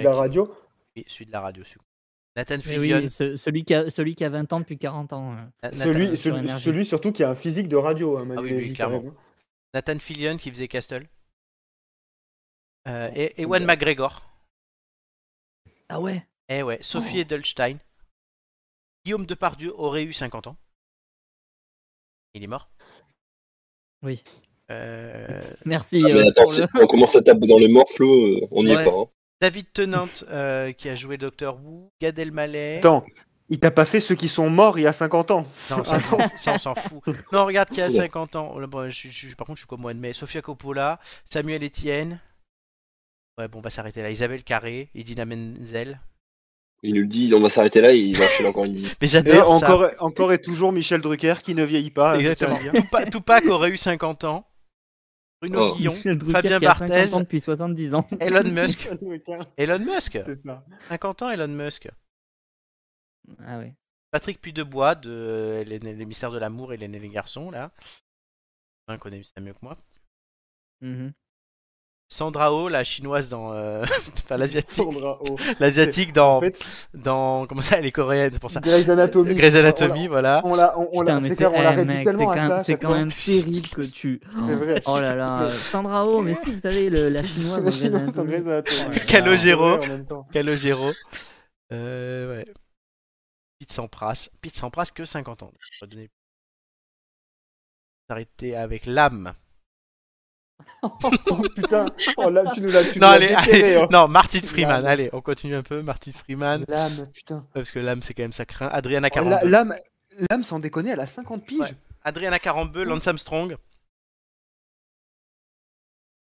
A: Il y
D: de
A: a
D: la
A: qui
D: radio.
A: Oui, celui de la radio. celui- Nathan
C: Eh oui,
A: Fillion.
C: ce- celui, qui a, celui qui a 20 ans depuis 40 ans. euh.
A: Na- Nathan-
D: Celui,
C: sur
D: celui-
C: Énergie.
D: celui surtout qui a un physique de radio, hein, Manu
A: Ah oui, lui,
D: Lévy, quand
A: clairement.
D: même.
A: Nathan Fillion qui faisait Castle. Euh, et Ewan McGregor.
C: Ah ouais
A: Eh ouais, Sophie Edelstein. Guillaume Depardieu aurait eu 50 ans. Il est mort.
C: Oui.
A: Euh,
C: Merci.
B: Ah, mais
C: euh,
B: attends,
C: pour le-
B: c'est- on commence à taper dans le morflo, euh, on n'y
C: Ouais.
B: est pas. hein.
A: David Tennant euh, qui a joué Doctor Who. Gad Elmaleh.
D: Eh, Attends, il t'a pas fait ceux qui sont morts il y a 50 ans.
A: Non, ça, on s'en- ça, on s'en fout. Non, regarde qui a 50 ans. Oh là, bon, je, je- je- par contre, je suis comme moi de mai. Sofia Coppola, Samuel Etienne. Ouais, bon, on va s'arrêter là. Isabelle Carré, Idina Menzel.
B: Il nous le dit, on va s'arrêter là et il enchaîne encore une vie.
A: Mais
D: Et
A: j'adore ça. Ah,
D: encore, encore et toujours Michel Drucker qui ne vieillit pas. euh, je tiens à
A: Exactement.
D: le dire.
A: Tupac, Tupac aurait eu 50 ans. Bruno
B: Oh.
A: Guillon,
C: Michel Drucker
A: Fabien
C: qui a 50
A: Barthez,
C: ans depuis 70 ans.
A: Elon Musk.
D: Michel Drucker,
A: Elon Musk
D: C'est ça.
A: 50 ans, Elon Musk.
C: Ah ouais.
A: Patrick Puy de Bois de euh, Les, les Mystères de l'amour et les, les garçons, là. On connaît ça mieux que moi.
C: Mhm.
A: Sandra Oh, la chinoise dans. euh, Enfin, l'asiatique.
D: Sandra Oh.
A: L'asiatique dans,
D: En fait,
A: dans. Comment ça Elle est coréenne, c'est pour ça.
D: Grey's Anatomy.
A: Grey's Anatomy, voilà.
D: On l'a, on, on l'a,
C: Putain, mais
D: c'est
C: c'est
D: clair, on l'a
C: eh,
D: réduit
C: mec, c'est
D: tellement
C: quand,
D: à ça.
C: même-
D: à
C: c'est
D: chaque
C: quand
D: fois.
C: même terrible que tu.
D: C'est vrai.
C: Oh là là, Sandra Oh, mais si vous savez, le- la chinoise.
D: La
C: dans Grey's
D: chinoise dans
C: Anatomy.
D: Grey's Anatomy.
A: Calogero.
D: Ouais, en même temps.
A: Calogero. Euh, ouais. Pete Sampras. Pete Sampras que 50 ans. On va donner- S'arrêter avec l'âme.
D: Oh, putain, oh, là, tu nous l'as,
A: Non,
D: tu nous l'as
A: allez,
D: déterré,
A: allez.
D: hein.
A: Non, Martin Freeman.
D: L'âme.
A: Allez, on continue un peu. Martin Freeman.
D: L'âme, putain.
A: Parce que l'âme, c'est quand même ça craint. Adriana
D: Oh, la-
A: Carambeu.
D: L'âme, L'âme, sans déconner, elle a 50 piges.
A: Adriana Carambeu, Lance Armstrong.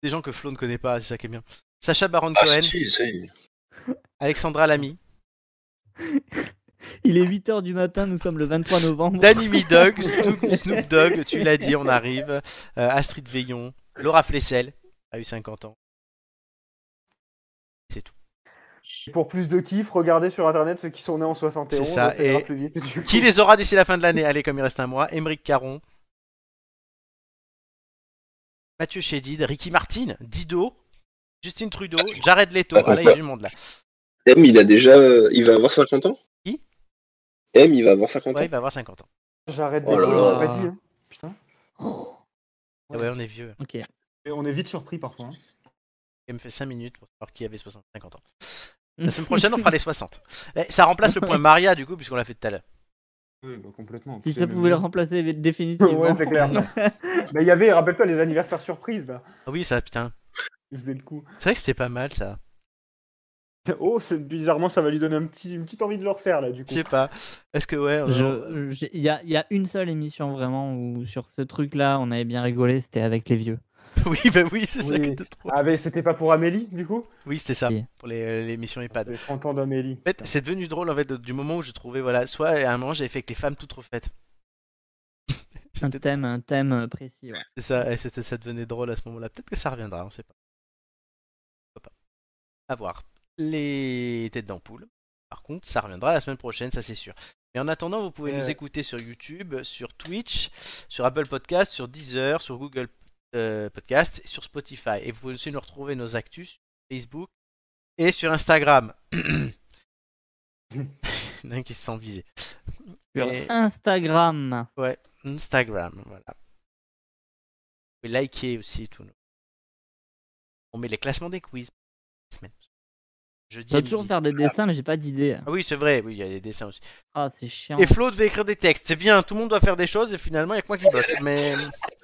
A: Des gens que Flo ne connaît pas, c'est ça qui est bien. Sacha Baron
B: Ah,
A: Cohen,
B: si, si.
A: Alexandra Lamy,
C: Il est 8h du matin, nous sommes le 23 novembre.
A: Danny Midog, Snoop, Snoop Dogg, tu l'as dit, on arrive. euh, Astrid Veillon, Laura Flessel, a eu 50 ans.
D: Pour plus de kiff, regardez sur internet ceux qui sont nés en 71.
A: C'est ça.
D: ira
A: Et
D: plus vite, du
A: qui
D: coup.
A: les aura d'ici la fin de l'année Allez, comme il reste un mois. Émeric Caron, Mathieu Chédid, Ricky Martin, Dido, Justine Trudeau, Jared Leto.
B: Attends,
A: Ah là, il y a
B: pas-
A: du monde là.
B: M, il a déjà. euh, Il va avoir 50 ans
A: Qui
B: M, il va avoir 50
A: Ouais,
B: ans.
A: il va avoir 50 ans.
D: J'arrête
B: Oh là
D: d'écouter,
B: là.
D: j'aurais pas dû, hein. Putain.
A: Ah Ouais, on est vieux.
C: Ok.
D: Et on est vite surpris parfois. hein.
A: Il me fait 5 minutes pour savoir qui avait 60, 50 ans. La semaine prochaine, on fera les 60. Eh, Ça remplace le point Maria, du coup, puisqu'on l'a fait tout à l'heure.
D: Oui, bah, complètement.
C: Si
D: C'est
C: ça
D: même-
C: pouvait le remplacer dé- définitivement.
D: Ouais, c'est clair. Mais il y avait, rappelle-toi, les anniversaires surprises là.
A: Ah oui, ça, putain.
D: Ils faisaient le coup.
A: C'est vrai que c'était pas mal, ça.
D: Oh, c'est bizarrement, ça va lui donner un petit, une petite envie de le refaire là du
A: Je
D: coup.
A: sais pas. Est-ce que, ouais. on-
C: Je- j'ai- Il y a, il y a une seule émission vraiment où sur ce truc-là, on avait bien rigolé, c'était avec les vieux.
A: Oui, bah oui, c'est ça qui
D: Oui.
A: était trop.
D: Ah, mais c'était pas pour Amélie du coup
A: Oui, c'était ça,
C: Oui.
A: pour les- l'émission EHPAD.
D: Les 30 ans d'Amélie.
A: En fait, c'est devenu drôle en fait du moment où je trouvais voilà, soit à un moment j'avais fait avec les femmes toutes refaites.
C: Un
A: C'était-
C: thème, un thème précis. ouais.
A: c'est ça, et c'était- ça devenait drôle à ce moment-là. Peut-être que ça reviendra, on sait pas. Pourquoi pas. À voir. Les têtes d'ampoule. Par contre, ça reviendra la semaine prochaine, ça c'est sûr. Mais en attendant, vous pouvez
D: Ouais,
A: nous
D: ouais.
A: écouter sur YouTube, sur Twitch, sur Apple Podcast, sur Deezer, sur Google euh, Podcast, et sur Spotify. Et vous pouvez aussi nous retrouver nos actus sur Facebook et sur Instagram. Il y en a un qui se sent visé. Et-
C: Instagram.
A: Instagram, voilà. Vous pouvez liker aussi tout. nos- On met les classements des quiz. la semaine. Jeudi.
C: Je
A: à
C: dois toujours
A: midi.
C: faire des dessins, mais j'ai pas d'idée.
A: Ah oui, c'est vrai, oui, il y a des dessins aussi.
C: Ah, c'est chiant.
A: Et Flo devait écrire des textes. C'est bien, tout le monde doit faire des choses et finalement, il n'y a que moi qui bosse. Mais.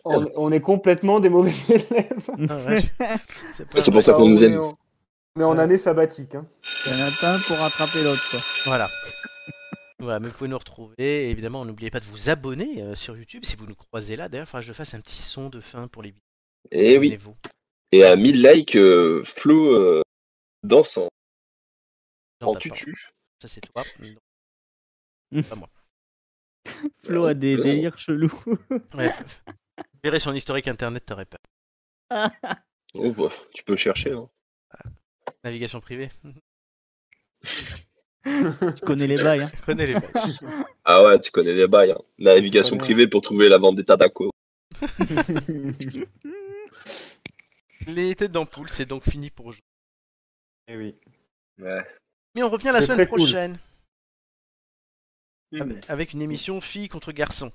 D: On, on est complètement des mauvais élèves.
A: Ah ouais, c'est pas
B: C'est
A: vrai.
B: pour ça qu'on
D: Ah,
B: nous
D: on est
B: aime.
D: en- On est en année sabbatique. Hein.
C: Il y en a un pour rattraper l'autre. quoi.
A: Voilà. Voilà, mais vous pouvez nous retrouver. Et évidemment, n'oubliez pas de vous abonner euh, sur YouTube si vous nous croisez là. D'ailleurs, il faudra que je fasse un petit son de fin pour les vidéos.
B: Et Eh oui.
A: Abonnez-vous.
B: Et à 1000 likes, euh, Flo euh, danse en,
A: Non,
B: en
A: t'as pas.
B: tutu.
A: Ça, c'est toi.
C: Flo a des
B: Euh,
C: délires chelous.
A: Ouais. Verrez son historique internet, t'aurais peur.
B: Oh, bah, tu peux chercher. Hein.
A: Navigation privée.
C: Je connais les bails. hein.
A: Connais les
B: Ah ouais, tu connais les bails. Hein. Navigation
D: Ouais.
B: privée pour trouver la vendetta d'Aquo.
A: Les têtes d'ampoule, c'est donc fini pour aujourd'hui.
D: Eh oui.
B: Ouais.
A: Mais on revient la
D: C'est
A: semaine
D: très cool. Ah,
A: prochaine avec- avec une émission filles contre garçons.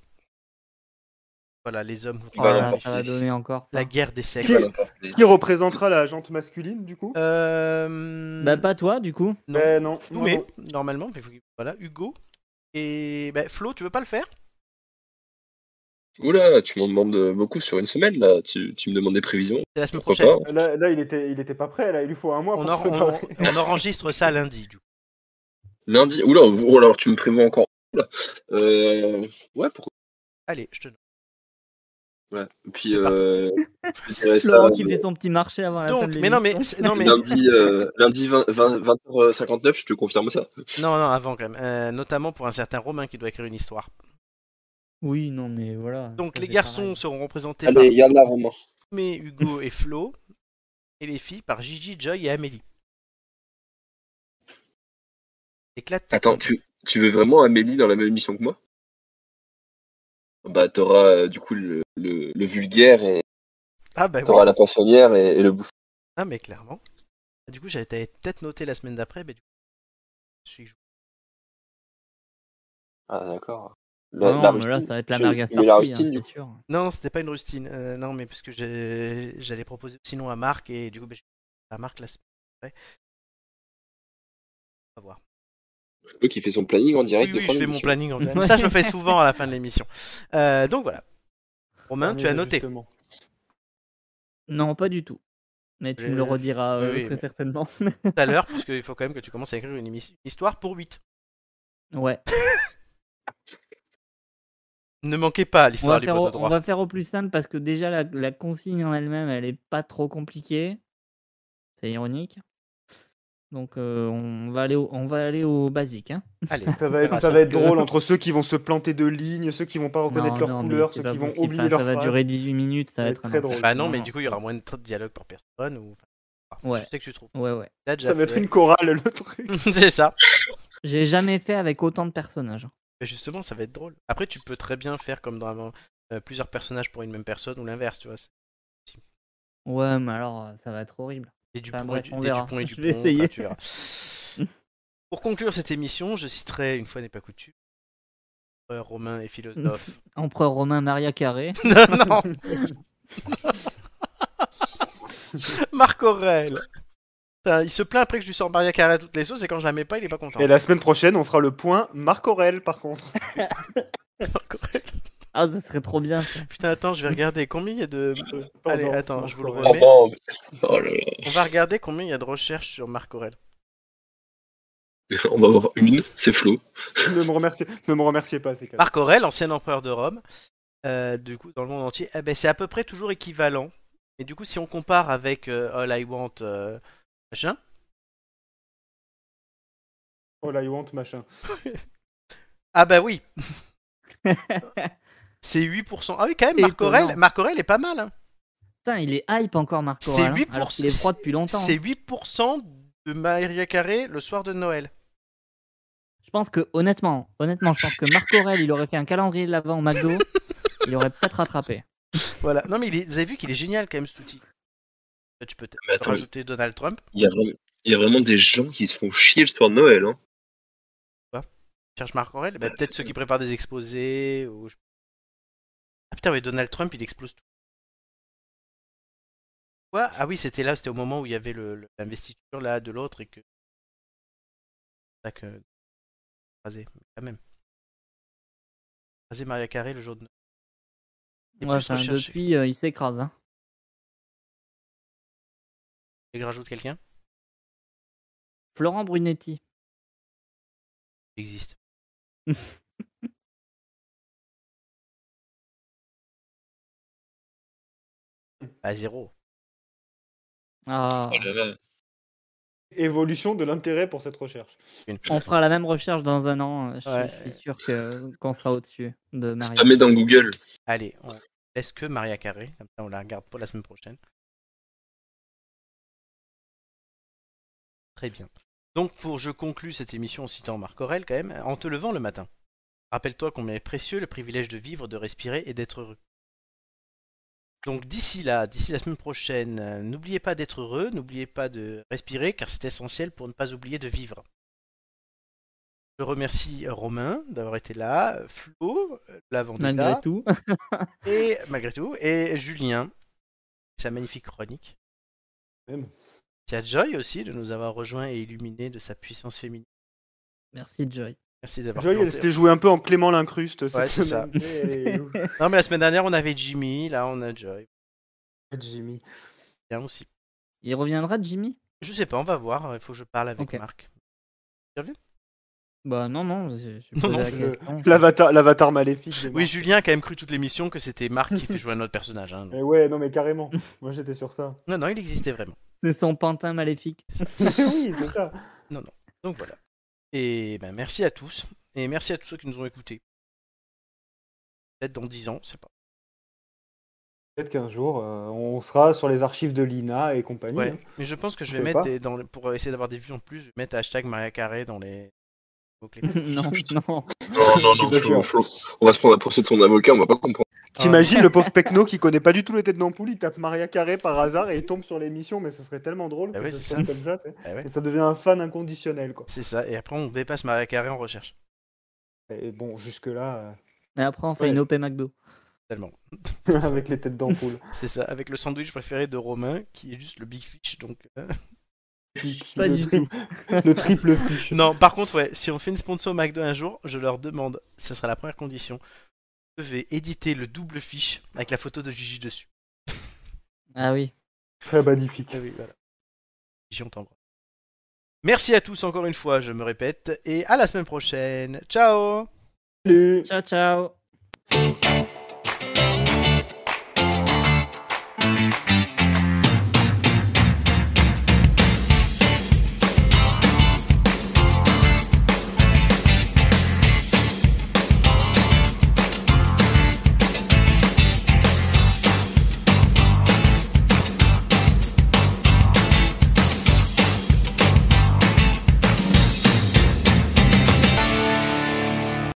A: Voilà, les hommes contre
C: Oh
B: Bah,
A: les
C: là,
A: femmes.
B: l'emporter.
C: ça va donner encore ça.
A: La guerre des sexes.
D: Qui, qui représentera la jante masculine du coup
A: Euh...
C: Bah, pas toi, du coup.
A: non.
D: Eh non. moi,
A: Doumé,
D: non.
A: normalement. mais faut- Voilà, Hugo. Et bah, Flo, tu veux pas le faire
B: Oula, tu m'en demandes euh, beaucoup sur une semaine là. Tu, tu me demandes des prévisions.
A: C'est la semaine
B: Pourquoi
A: prochaine.
B: pas
D: Là, là, il, était, il était pas prêt, là, il lui faut un mois
A: On,
D: pour
A: en-
D: se
A: on- on
D: préparer.
A: enregistre ça lundi. Du coup.
B: Lundi. Oula, oh, alors tu me prévois encore. Oula. Euh, ouais, pourquoi
A: Allez, je te
B: ouais. Et Puis
A: C'est parti.
B: euh, je dirais ça,
C: Laurent qui
B: euh,
C: fait son petit marché avant la fin
A: Donc,
C: de
A: mais non, mais,
C: l'émission.
A: c'est- non, mais
B: lundi, euh, lundi 20, h 59 je te confirme ça.
A: Non, non, avant quand même. Euh, notamment pour un certain Romain qui doit écrire une histoire.
C: Oui, non, mais voilà.
A: Donc
C: ça,
A: les
C: c'est
A: garçons
C: pareil.
A: seront représentés
B: Allez, Eh ben, il y en a vraiment.
A: par Mé, Hugo et Flo, et les filles par Gigi, Joy et Amélie. Éclate.
B: Attends, tu, tu veux vraiment Amélie dans la même émission que moi Bah, t'auras euh, du coup le, le, le vulgaire, et
A: Ah bah oui.
B: t'auras la pensionnaire et, et le bouffon.
A: Ah mais clairement. Ah, Du coup, j'avais t'avais peut-être noté la semaine d'après, mais du coup, je suis-
B: Ah, d'accord. La,
C: Ah non, mais là,
B: rustine.
C: ça va être la
B: Je-
C: merguez
B: mais
C: partie,
B: la
C: hein,
B: rustine, du
C: c'est
B: coup.
C: sûr.
A: Non, c'était pas une rustine. Euh, non, mais parce que j'ai- j'allais proposer sinon à Marc et du coup, bah, je- à Marc la semaine d'après. On va voir.
B: Flo qui fait son planning en direct
A: Oui,
B: de
A: oui,
B: fin
A: je fais mon
B: d'émission.
A: planning en direct. Mais Ça, je le fais souvent à la fin de l'émission. Euh, donc voilà.
C: Ah,
A: Romain, tu as noté.
D: Ah, Justement.
C: Non, pas du tout. Mais tu
A: Je-
C: me le rediras euh,
A: Oui, oui,
C: très
A: mais-
C: certainement.
A: tout à l'heure, puisqu'il faut quand même que tu commences à écrire une, émis- une histoire pour 8.
C: ouais.
A: Ne manquez pas
C: On
A: l'histoire
C: va,
A: du
C: faire
A: poteau
C: au, on
A: droit.
C: va faire au plus simple parce que déjà la, la consigne en elle-même, elle est pas trop compliquée. C'est ironique. Donc euh, on va aller au, on va aller au basique. hein.
D: ça va
A: Ah,
D: être, ça va être drôle entre ceux qui vont se planter de lignes, ceux qui vont pas reconnaître
C: Non,
D: leur
C: non, mais
D: couleur,
C: c'est
D: ceux
C: pas
D: qui vont
C: possible.
D: oublier
C: Enfin,
D: leur
C: ça va
D: phrase.
C: durer 18 minutes, ça va être un
D: très
C: enfer.
D: drôle.
A: Bah non, mais du coup, il y aura moins de tra- dialogue par personne. Ou... enfin,
C: Ouais.
A: Je sais que tu trouves.
C: Ouais, ouais.
A: T'as déjà
D: Ça va être
A: fait.
D: une chorale le truc.
A: C'est ça.
C: J'ai jamais fait avec autant de personnages.
A: Mais justement, ça va être drôle. Après, tu peux très bien faire comme dans euh, plusieurs personnages pour une même personne ou l'inverse, tu vois. C'est-
C: Ouais, mais alors euh, ça va être horrible.
A: Des du
C: Enfin,
A: point et
C: bref,
A: du,
C: on
A: des
C: verra.
A: Dupont et du
C: Je vais
A: Pont,
C: essayer.
A: enfin, tu verras. Pour conclure cette émission, je citerai, une fois n'est pas coutume, empereur romain et philosophe.
C: Empereur romain Maria Carré.
A: non Marc Aurel Il se plaint après que je lui sors Maria Carré à toutes les sauces et quand je la mets pas, il est pas content.
D: Et la semaine prochaine, on fera le point Marc Aurel par contre.
A: Marc Aurèle.
C: Ah, ça serait trop bien. ça.
A: Putain, attends, je vais regarder combien il y a de. Allez, attends, je vous le
D: Marc
A: remets.
B: Oh, oh là là.
A: On va regarder combien il y a de recherches sur Marc Aurel.
B: On va avoir une, c'est Flo.
D: ne, me remerciez, ne me remerciez pas, c'est calme.
A: Marc Aurel, ancien empereur de Rome, euh, du coup, dans le monde entier, eh ben, c'est à peu près toujours équivalent. Et du coup, si on compare avec euh, All I Want, euh, machin,
D: All I want, machin.
A: ah bah oui, c'est 8%. Ah oui, quand même, Marc
C: Étonnant.
A: Aurel, Marc Aurel est pas mal. hein.
C: Putain, il est hype encore, Marco.
A: C'est
C: Rollin,
A: 8%,
C: alors qu'il est froid depuis longtemps. hein.
A: C'est 8% de Maria Carré le soir de Noël.
C: Je pense que honnêtement, honnêtement, je pense que Marc Aurel, il aurait fait un calendrier de l'avant au McDo, il aurait peut-être rattrapé.
A: Voilà. Non, mais il est- vous avez vu qu'il est génial quand même, cet outil. Tu peux peut-être
B: Ah, Mais attends,
A: rajouter Donald Trump.
B: Il y, a vraiment, il y a vraiment des gens qui se font chier le soir de Noël. Hein.
A: Cherche Marc Aurel. Bah, peut-être ceux qui préparent des exposés. Ou... je- Ah putain, mais Donald Trump, il explose tout. Quoi Ah oui, c'était là, c'était au moment où il y avait le- le- l'investiture là de l'autre et que. C'est ça que- Rasé, mais quand même. Rasé Maria Carré le jour de Noël. Et
C: Ouais,
A: plus
C: enfin,
A: recherché.
C: depuis, euh, il s'écrase. hein.
A: Et je rajoute quelqu'un
C: Florent Brunetti.
A: Il existe. À Bah, zéro.
C: Ah,
B: Oh là là.
D: Évolution de l'intérêt pour cette recherche.
C: on fera la même recherche dans un an. euh, Je,
A: Ouais.
C: je suis sûr que qu'on sera au-dessus de Maria.
B: Spammé Ah, dans Google.
A: Allez, on laisse que Maria Carré, comme ça on la regarde pour la semaine prochaine. Très bien. Donc pour je conclus cette émission en citant Marc Aurel quand même, en te levant le matin. Rappelle-toi combien est précieux le privilège de vivre, de respirer et d'être heureux. Donc d'ici là, d'ici la semaine prochaine, euh, n'oubliez pas d'être heureux, n'oubliez pas de respirer, car c'est essentiel pour ne pas oublier de vivre. Je remercie euh, Romain d'avoir été là, euh, Flo, euh, la Vendetta,
C: Malgré tout.
A: et malgré tout, et Julien, sa magnifique chronique.
D: Même.
A: Il y a Joy aussi de nous avoir rejoints et illuminés de sa puissance féminine.
C: Merci Joy.
A: Merci d'avoir
D: Joy, elle
A: planté-
D: s'était jouée un peu en Clément l'incruste cette
A: Ouais, c'est
D: semaine. Mais elle est-
A: Non mais la semaine dernière on avait Jimmy, là on a Joy.
D: Jimmy.
A: Bien aussi.
C: Il reviendra Jimmy
A: Je sais pas, on va voir, il faut que je parle avec
C: Ok.
A: Marc.
C: Bah non non, je, je suis
A: Non,
C: posé
A: non,
C: la
A: je-
C: question.
D: L'avatar l'avatar maléfique. des
A: Oui,
D: Marc.
A: Julien a quand même cru toute l'émission que c'était Marc qui fait jouer un autre personnage. hein.
D: Eh ouais, non mais carrément. Moi j'étais sur ça.
A: Non, non, il existait vraiment.
C: C'est son pantin maléfique.
D: oui, c'est ça.
A: Donc voilà. Et ben merci à tous, et merci à tous ceux qui nous ont écoutés. Peut-être dans 10 ans, c'est pas.
D: Peut-être qu'un jour, euh, on sera sur les archives de l'INA et compagnie.
A: Ouais,
D: hein.
A: mais je pense que je
D: Je
A: vais
D: sais
A: mettre
D: pas.
A: des- dans le- pour essayer d'avoir des vues en plus, je vais mettre hashtag Maria Carré dans les mots-clés.
C: non non.
B: Non, non,
D: Je suis
B: non, Flo,
D: pas sûr.
B: Flo. On va se prendre la procès de son avocat, on va pas comprendre.
D: T'imagines le pauvre Pecno qui connaît pas du tout les têtes d'ampoule, il tape Maria Carré par hasard et il tombe sur l'émission, mais ce serait tellement drôle
A: Ah
D: que
A: ouais,
D: ça
A: c'est
D: se
A: ça.
D: passe comme ça. tu sais.
A: Ah ouais,
D: Et ça devient un fan inconditionnel quoi.
A: c'est ça, et après on dépasse Maria Carré en recherche.
D: Et bon, euh, jusque là,
C: Et après on fait
D: Ouais.
C: une OP McDo.
A: Tellement.
D: avec les têtes d'ampoule.
A: C'est ça, avec le sandwich préféré de Romain, qui est juste le Big Fish, donc... euh,
C: Pas
D: le,
C: du
D: tri- le triple fiche.
A: Non, par contre, ouais, si on fait une sponsor McDo un jour, je leur demande, ça sera la première condition, je vais éditer le double fish avec la photo de Gigi dessus.
C: Ah oui.
D: Très magnifique.
A: Ah oui, voilà. Gigi, on t'embrasse. Merci à tous encore une fois, je me répète, et à la semaine prochaine. Ciao
D: Salut
C: Ciao ciao.
K: Show.